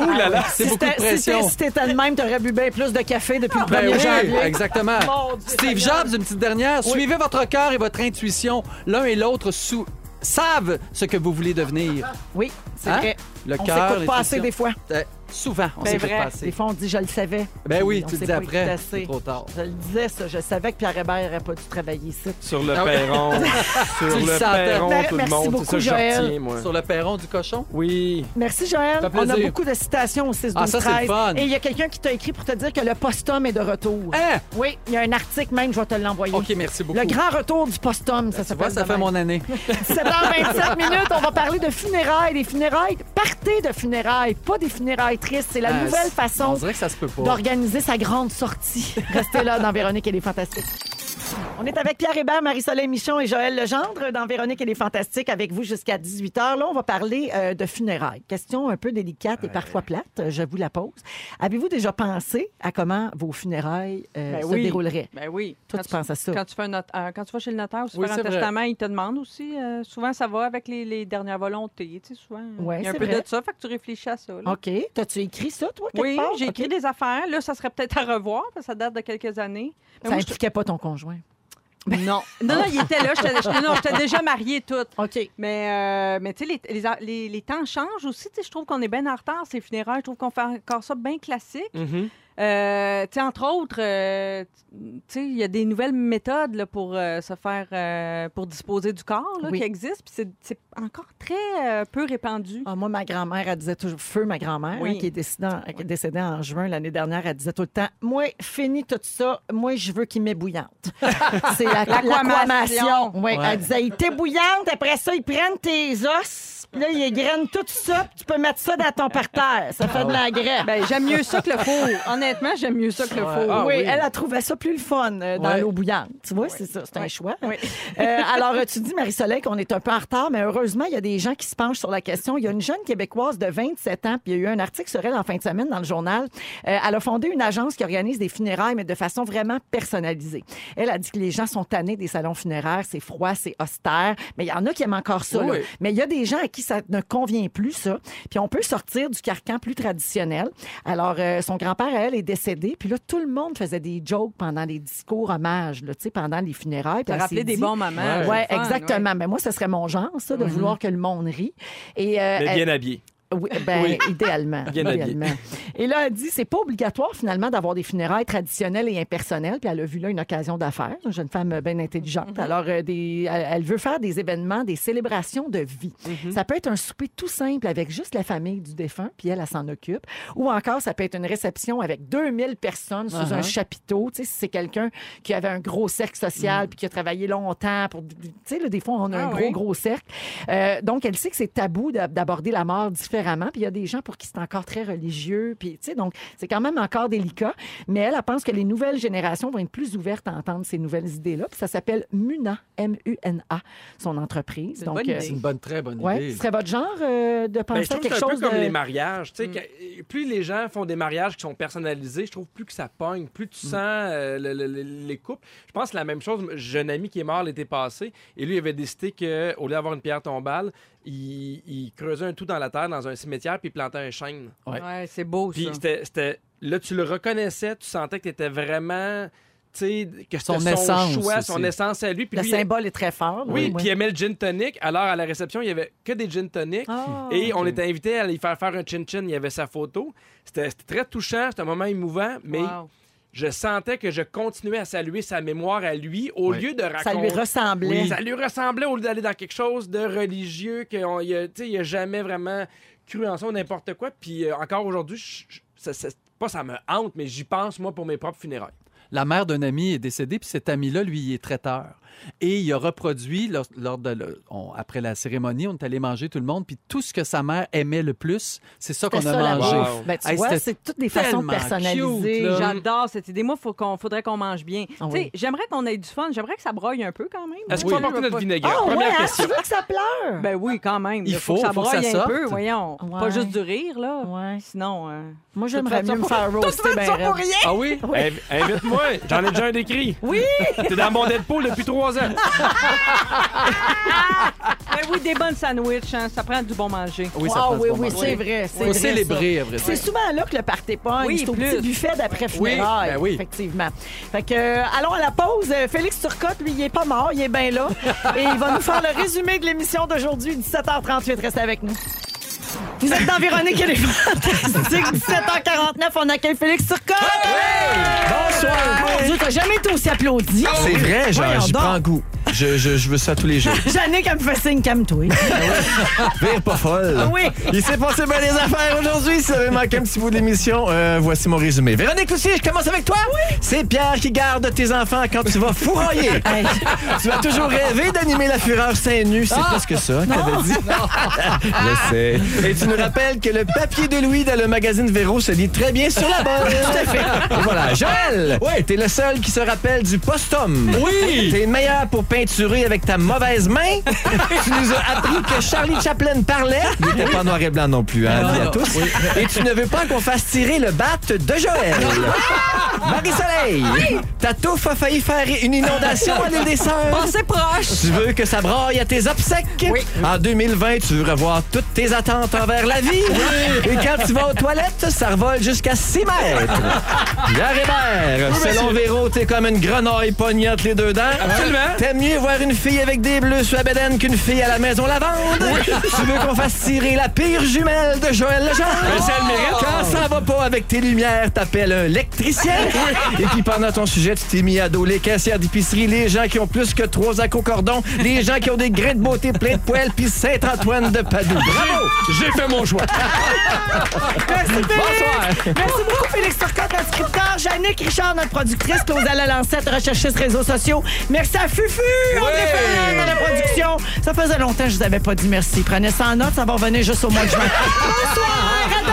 [SPEAKER 2] Ouh là là!
[SPEAKER 5] C'est
[SPEAKER 1] Si
[SPEAKER 5] beaucoup de
[SPEAKER 1] t'es- si t'es-
[SPEAKER 5] pression.
[SPEAKER 1] Si t'étais de même, t'aurais bu bien plus de café depuis le
[SPEAKER 5] Ben
[SPEAKER 1] 1er
[SPEAKER 5] oui,
[SPEAKER 1] janvier.
[SPEAKER 5] exactement.
[SPEAKER 1] Mon Dieu,
[SPEAKER 5] Steve
[SPEAKER 1] Seigneur.
[SPEAKER 5] Jobs, une petite dernière. Suivez votre cœur et votre intuition. L'un et l'autre sou- savent ce que vous voulez devenir.
[SPEAKER 1] Oui, c'est
[SPEAKER 5] Hein?
[SPEAKER 1] vrai.
[SPEAKER 5] Le
[SPEAKER 1] On
[SPEAKER 5] cœur,
[SPEAKER 1] s'écoute pas assez
[SPEAKER 5] l'intuition.
[SPEAKER 1] des fois.
[SPEAKER 5] Euh, souvent, on
[SPEAKER 3] Ben
[SPEAKER 5] s'écoute
[SPEAKER 3] vrai,
[SPEAKER 5] pas
[SPEAKER 1] Des
[SPEAKER 5] assez.
[SPEAKER 1] fois, on dit « je le savais ».
[SPEAKER 5] Ben oui,
[SPEAKER 1] On
[SPEAKER 5] tu le
[SPEAKER 1] s'est
[SPEAKER 5] dis
[SPEAKER 1] pas écouté
[SPEAKER 5] après,
[SPEAKER 1] assez.
[SPEAKER 5] c'est trop tard.
[SPEAKER 1] Je le disais, ça. Je savais que Pierre Hébert n'aurait pas dû travailler ici.
[SPEAKER 2] Sur le
[SPEAKER 5] Ah oui.
[SPEAKER 2] perron.
[SPEAKER 5] Tu
[SPEAKER 2] sur
[SPEAKER 5] le
[SPEAKER 2] le
[SPEAKER 5] sentais. Ben,
[SPEAKER 2] perron,
[SPEAKER 1] Mer-
[SPEAKER 2] tout le
[SPEAKER 1] merci
[SPEAKER 2] monde.
[SPEAKER 1] beaucoup,
[SPEAKER 2] C'est ça que je
[SPEAKER 1] Joël.
[SPEAKER 2] retiens, moi.
[SPEAKER 5] Sur le perron du cochon?
[SPEAKER 2] Oui.
[SPEAKER 1] Merci, Joël.
[SPEAKER 5] Ça fait
[SPEAKER 1] On a
[SPEAKER 5] plaisir.
[SPEAKER 1] beaucoup de citations au 6 12
[SPEAKER 5] Ah, ça, c'est le
[SPEAKER 1] 13.
[SPEAKER 5] fun.
[SPEAKER 1] Et il y a quelqu'un qui t'a écrit pour te dire que le postum est de retour.
[SPEAKER 5] Hein?
[SPEAKER 1] Oui, il y a un article même, je vais te l'envoyer.
[SPEAKER 5] OK, merci beaucoup.
[SPEAKER 1] Le grand retour du postum, ça
[SPEAKER 5] Tu vois,
[SPEAKER 1] s'appelle.
[SPEAKER 5] ça
[SPEAKER 1] de
[SPEAKER 5] fait
[SPEAKER 1] même. <laughs>
[SPEAKER 5] mon année.
[SPEAKER 1] 17h27 minutes, on va parler de funérailles, des funérailles. Partez de funérailles, pas des funérailles tristes. C'est la
[SPEAKER 5] Euh,
[SPEAKER 1] nouvelle
[SPEAKER 5] c'est- On
[SPEAKER 1] façon
[SPEAKER 5] dirait que ça se peut pas.
[SPEAKER 1] d'organiser sa grande sortie. <laughs> Restez là dans Véronique et les Fantastiques. On est avec Pierre Hébert, Marie-Soleil Michon et Joël Legendre dans Véronique et les Fantastiques avec vous jusqu'à 18h. Là, on va parler euh, de funérailles. Question un peu délicate et parfois plate, euh, je vous la pose. Avez-vous déjà pensé à comment vos funérailles euh,
[SPEAKER 3] Ben
[SPEAKER 1] se
[SPEAKER 3] oui.
[SPEAKER 1] dérouleraient?
[SPEAKER 3] Ben oui.
[SPEAKER 1] Toi,
[SPEAKER 3] Quand
[SPEAKER 1] tu penses à ça?
[SPEAKER 3] Quand tu, fais un note- euh, quand tu vas chez le notaire ou tu
[SPEAKER 5] Oui,
[SPEAKER 3] fais un
[SPEAKER 5] c'est vrai.
[SPEAKER 3] testament, il te demande aussi. euh, souvent, ça va avec les, les dernières volontés. Tu sais, souvent,
[SPEAKER 1] Ouais,
[SPEAKER 3] il y a un
[SPEAKER 1] c'est
[SPEAKER 3] peu
[SPEAKER 1] vrai.
[SPEAKER 3] de ça. Fait que tu réfléchis à ça. là.
[SPEAKER 1] OK. T'as-tu écrit ça, toi, quelque
[SPEAKER 3] Oui,
[SPEAKER 1] part?
[SPEAKER 3] j'ai écrit
[SPEAKER 1] OK.
[SPEAKER 3] des affaires. Là, ça serait peut-être à revoir, parce que ça date de quelques années. Mais
[SPEAKER 1] Ça
[SPEAKER 3] Ben moi, je-
[SPEAKER 1] impliquait pas ton conjoint.
[SPEAKER 3] Non. non, non, il était là. J'étais, j'étais- non, j'étais déjà mariée toute.
[SPEAKER 1] OK.
[SPEAKER 3] Mais, euh, mais tu sais, les, les, les- les temps changent aussi. Tu sais, je trouve qu'on est bien en retard, ces funérailles. Je trouve qu'on fait encore ça bien classique.
[SPEAKER 2] Mhm.
[SPEAKER 3] Euh, tu sais, entre autres, euh, tu sais, il y a des nouvelles méthodes là, pour euh, se faire, euh, pour disposer du corps là,
[SPEAKER 1] Oui.
[SPEAKER 3] qui existent. Puis c'est, c'est encore très euh, peu répandu.
[SPEAKER 1] Ah, moi, ma grand-mère, elle disait toujours, feu ma grand-mère,
[SPEAKER 3] Oui.
[SPEAKER 1] hein, qui, est décédée en, qui est décédée en juin l'année dernière, elle disait tout le temps, moi, fini tout ça, moi, je veux qu'il m'est bouillante. C'est la, l'aquamation. Oui, Elle disait, il t'est bouillante, après ça, ils prennent tes os, puis là, ils égrènent tout ça, puis tu peux mettre ça dans ton parterre. Ça fait de la grève.
[SPEAKER 3] Ben, j'aime mieux ça que le faux. Honnêtement, j'aime mieux ça que le faux.
[SPEAKER 1] Ah oui, elle a trouvé ça plus le fun euh, dans
[SPEAKER 5] Ouais.
[SPEAKER 1] l'eau bouillante. Tu vois, c'est ça, c'est un choix.
[SPEAKER 3] Oui.
[SPEAKER 1] Euh, alors, tu dis, Marie-Soleil, qu'on est un peu en retard, mais heureusement, il y a des gens qui se penchent sur la question. Il y a une jeune Québécoise de 27 ans, puis il y a eu un article sur elle en fin de semaine dans le journal. Euh, elle a fondé une agence qui organise des funérailles, mais de façon vraiment personnalisée. Elle a dit que les gens sont tannés des salons funéraires, c'est froid, c'est austère, mais il y en a qui aiment encore ça. là.
[SPEAKER 5] Oui.
[SPEAKER 1] Mais il y a des gens à qui ça ne convient plus, ça. Puis on peut sortir du carcan plus traditionnel. Alors, euh, son grand-père, elle, est décédé. Puis là, tout le monde faisait des jokes pendant les discours hommages, là, tu sais, pendant les funérailles. Puis
[SPEAKER 3] Ça
[SPEAKER 1] elle
[SPEAKER 3] rappelait
[SPEAKER 1] s'est
[SPEAKER 3] des
[SPEAKER 1] dit-
[SPEAKER 3] bons moments.
[SPEAKER 5] Ouais.
[SPEAKER 3] c'est
[SPEAKER 1] Ouais,
[SPEAKER 3] le fun,
[SPEAKER 1] exactement. Mais moi, ce serait mon genre, ça, de vouloir que le monde rie. Et, euh,
[SPEAKER 2] Mais
[SPEAKER 1] elle-
[SPEAKER 2] bien habillé.
[SPEAKER 1] oui, ben, idéalement.
[SPEAKER 2] Bien habillé.
[SPEAKER 1] idéalement. Et là, elle dit, c'est pas obligatoire finalement d'avoir des funérailles traditionnelles et impersonnelles. Puis elle a vu là une occasion d'affaires, une jeune femme bien intelligente. Alors, euh, des, elle elle veut faire des événements, des célébrations de vie. Ça peut être un souper tout simple avec juste la famille du défunt, puis elle, elle s'en occupe. Ou encore, ça peut être une réception avec 2000 personnes sous un chapiteau. Tu sais, si c'est quelqu'un qui avait un gros cercle social, puis qui a travaillé longtemps pour... Tu sais, là, des fois, on a
[SPEAKER 3] Ah
[SPEAKER 1] un
[SPEAKER 3] oui.
[SPEAKER 1] gros, gros cercle. Euh, donc, elle sait que c'est tabou d'a- d'aborder la mort différemment. Puis il y a des gens pour qui c'est encore très religieux. Puis, tu sais, donc, c'est quand même encore délicat. Mais elle, elle pense que les nouvelles générations vont être plus ouvertes à entendre ces nouvelles idées-là. Puis ça s'appelle Muna, M-U-N-A, son entreprise.
[SPEAKER 3] C'est une
[SPEAKER 1] donc,
[SPEAKER 3] bonne
[SPEAKER 1] euh,
[SPEAKER 3] idée.
[SPEAKER 5] C'est une bonne, très bonne
[SPEAKER 1] ouais,
[SPEAKER 5] idée.
[SPEAKER 1] ce serait votre genre euh, de
[SPEAKER 2] Ben,
[SPEAKER 1] penser
[SPEAKER 2] je trouve que
[SPEAKER 1] à quelque
[SPEAKER 2] c'est un peu
[SPEAKER 1] chose
[SPEAKER 2] comme
[SPEAKER 1] de...
[SPEAKER 2] les mariages. tu sais, que- euh, plus les gens font des mariages qui sont personnalisés, je trouve plus que ça pogne, plus tu sens euh, le- le- le- les couples. Je pense que la même chose. J'ai un ami qui est mort l'été passé et lui il avait décidé qu'au lieu d'avoir une pierre tombale, il, il creusait un trou dans la terre dans un cimetière puis il plantait un chêne.
[SPEAKER 3] oui. Ouais, Ah, c'est beau,
[SPEAKER 2] Puis
[SPEAKER 3] ça.
[SPEAKER 2] c'était- c'était- là, tu le reconnaissais, tu sentais que tu étais vraiment. tu sais, Que
[SPEAKER 5] Son
[SPEAKER 2] c'était
[SPEAKER 5] essence
[SPEAKER 2] choix, son
[SPEAKER 5] aussi.
[SPEAKER 2] essence à lui. Puis
[SPEAKER 1] Le
[SPEAKER 2] lui, il-
[SPEAKER 1] symbole est très fort. là,
[SPEAKER 2] oui,
[SPEAKER 1] ouais.
[SPEAKER 2] puis il aimait le gin tonic. Alors, à la réception, il y avait que des gin tonic.
[SPEAKER 1] Ah.
[SPEAKER 2] Et on était invité à lui faire faire un chin-chin. Il y avait sa photo. C'était c'était très touchant, c'était un moment émouvant, mais
[SPEAKER 3] Wow.
[SPEAKER 2] je sentais que je continuais à saluer sa mémoire à lui au
[SPEAKER 5] Oui.
[SPEAKER 2] lieu de raconter.
[SPEAKER 1] Ça lui ressemblait.
[SPEAKER 2] Ça lui ressemblait au lieu d'aller dans quelque chose de religieux qu'il n'a jamais vraiment cru en ça ou n'importe quoi. Puis euh, encore aujourd'hui, je- je- ça- ça- pas ça me hante, mais j'y pense, moi, pour mes propres funérailles.
[SPEAKER 5] La mère d'un ami est décédée, puis cet ami-là, lui, il est traiteur. Et il a reproduit, lors, lors de le- on- après la cérémonie, on est allé manger tout le monde, puis tout ce que sa mère aimait le plus, c'est ça qu'on
[SPEAKER 1] C'était ça,
[SPEAKER 5] a
[SPEAKER 1] la
[SPEAKER 5] mangé.
[SPEAKER 2] bouffe.
[SPEAKER 1] bouffe. Ben, tu
[SPEAKER 5] Hey,
[SPEAKER 1] vois,
[SPEAKER 5] c'était
[SPEAKER 1] c'est toutes des façons de
[SPEAKER 5] tellement
[SPEAKER 1] personnaliser.
[SPEAKER 5] cute, là.
[SPEAKER 3] J'adore cette idée. Moi, faut qu'on, faudrait qu'on mange bien.
[SPEAKER 1] Ah
[SPEAKER 3] Tu sais,
[SPEAKER 1] oui.
[SPEAKER 3] J'aimerais qu'on ait du fun. J'aimerais que ça broye un peu quand même.
[SPEAKER 2] Est-ce
[SPEAKER 3] Oui.
[SPEAKER 2] qu'on va porter notre vinaigrette?
[SPEAKER 7] Ah,
[SPEAKER 2] Première
[SPEAKER 7] ouais, hein,
[SPEAKER 2] question.
[SPEAKER 7] tu veux que ça pleure?
[SPEAKER 3] Ben oui, quand même.
[SPEAKER 5] Il
[SPEAKER 3] que
[SPEAKER 5] faut,
[SPEAKER 3] ça
[SPEAKER 5] faut que
[SPEAKER 3] broye
[SPEAKER 5] ça
[SPEAKER 3] un peu,
[SPEAKER 5] sorte.
[SPEAKER 3] voyons. Pas
[SPEAKER 1] Ouais.
[SPEAKER 3] juste du rire, là.
[SPEAKER 1] Ouais.
[SPEAKER 3] Sinon, euh,
[SPEAKER 1] Moi,
[SPEAKER 7] Je
[SPEAKER 1] j'aimerais
[SPEAKER 7] ferais
[SPEAKER 1] mieux me
[SPEAKER 3] <laughs>
[SPEAKER 7] ça
[SPEAKER 1] faire roaster ben raide.
[SPEAKER 5] Ah oui?
[SPEAKER 2] Invi- Invite-moi, j'en ai déjà un décrit. Oui! T'es dans mon Deadpool depuis trois ans.
[SPEAKER 3] Ben oui, des bonnes sandwichs, hein, ça prend du bon manger.
[SPEAKER 5] Oui, ça
[SPEAKER 1] Ah
[SPEAKER 5] passe
[SPEAKER 1] oui,
[SPEAKER 5] pour
[SPEAKER 1] oui,
[SPEAKER 5] manger.
[SPEAKER 1] c'est vrai. c'est
[SPEAKER 5] Faut
[SPEAKER 1] vrai,
[SPEAKER 5] célébrer, à vrai
[SPEAKER 1] ça. C'est
[SPEAKER 5] dire.
[SPEAKER 1] souvent là que le party pogne.
[SPEAKER 3] Oui,
[SPEAKER 1] c'est au
[SPEAKER 3] plus.
[SPEAKER 1] petit buffet d'après-funérailles,
[SPEAKER 5] Oui, ben oui.
[SPEAKER 1] effectivement. Fait que, euh, allons à la pause. Euh, Félix Turcotte, lui, il est pas mort, il est bien <laughs> là. Et il va nous faire le résumé de l'émission d'aujourd'hui, 17h38. Restez avec nous. Vous êtes dans Véronique et les Fantastiques, 17h49. On accueille Félix Turcotte. Ah, Mon Dieu, t'as jamais été aussi applaudi.
[SPEAKER 8] C'est vrai, genre,
[SPEAKER 1] Voyons
[SPEAKER 8] j'y
[SPEAKER 1] donc.
[SPEAKER 8] prends goût. Je, je, je veux ça tous
[SPEAKER 1] <laughs>
[SPEAKER 8] les jours.
[SPEAKER 1] Jannick, elle me fait signe, <laughs> calme-toi.
[SPEAKER 8] Vire pas folle.
[SPEAKER 1] Oui.
[SPEAKER 8] Il s'est passé bien des affaires aujourd'hui. Si vous avez manqué un petit bout de l'émission, euh, voici mon résumé. Véronique aussi, je commence avec toi. Oui. C'est Pierre qui garde tes enfants quand tu vas fourrailler. <laughs> Hey, tu vas toujours rêver d'animer la fureur seins nus. C'est presque ça que t'avais dit. <laughs> Je sais. Et tu nous rappelles que le papier de Louis dans le magazine Véro se lit très bien sur <laughs> la bonne. Tout à fait. voilà. Joël, oui. t'es le seul qui se rappelle du postum.
[SPEAKER 5] Oui!
[SPEAKER 8] T'es meilleur pour peinturer avec ta mauvaise main. tu nous as appris que Charlie Chaplin parlait. Il était pas en noir et blanc non plus, hein,
[SPEAKER 5] Non,
[SPEAKER 8] dis à
[SPEAKER 5] non.
[SPEAKER 8] tous. Et tu ne veux pas qu'on fasse tirer le bat de Joël. Ah! Marie-Soleil, ta touffe a failli faire une inondation à l'île des Sœurs.
[SPEAKER 3] Pensez proche!
[SPEAKER 8] Tu veux que ça braille à tes obsèques? En 2020, tu veux revoir toutes tes attentes envers la vie? Et quand tu vas aux toilettes, ça revole jusqu'à 6 mètres. Pierre
[SPEAKER 2] Ah,
[SPEAKER 8] Hébert,
[SPEAKER 2] ben,
[SPEAKER 8] selon Véro, t'es comme une grenouille pognée entre les deux dents.
[SPEAKER 2] Absolument.
[SPEAKER 8] T'aimes mieux voir une fille avec des bleus sur la bédaine qu'une fille à la maison lavande? <laughs> Tu veux qu'on fasse tirer la pire jumelle de Joël Legendre?
[SPEAKER 2] Mais ça le mérite.
[SPEAKER 8] Quand ça va pas avec tes lumières, t'appelles un électricien. Et puis pendant ton sujet, tu t'es mis à dos les caissières d'épicerie, les gens qui ont plus que trois à cordon, les gens qui ont des grains de beauté pleins de poils, puis Saint-Antoine de Padoue. Bravo!
[SPEAKER 2] J'ai fait mon choix.
[SPEAKER 1] Merci, Félix.
[SPEAKER 8] Bonsoir.
[SPEAKER 1] Merci beaucoup, Félix Turcotte, notre scripteur. Jannick Richard, notre productrice. Claudia Lalancette, recherchiste réseaux sociaux. Merci à Fufu, on est fan de la production. Ça faisait longtemps que je vous avais pas dit merci. Prenez ça en note, ça va revenir juste au mois de juin. Bonsoir, à demain.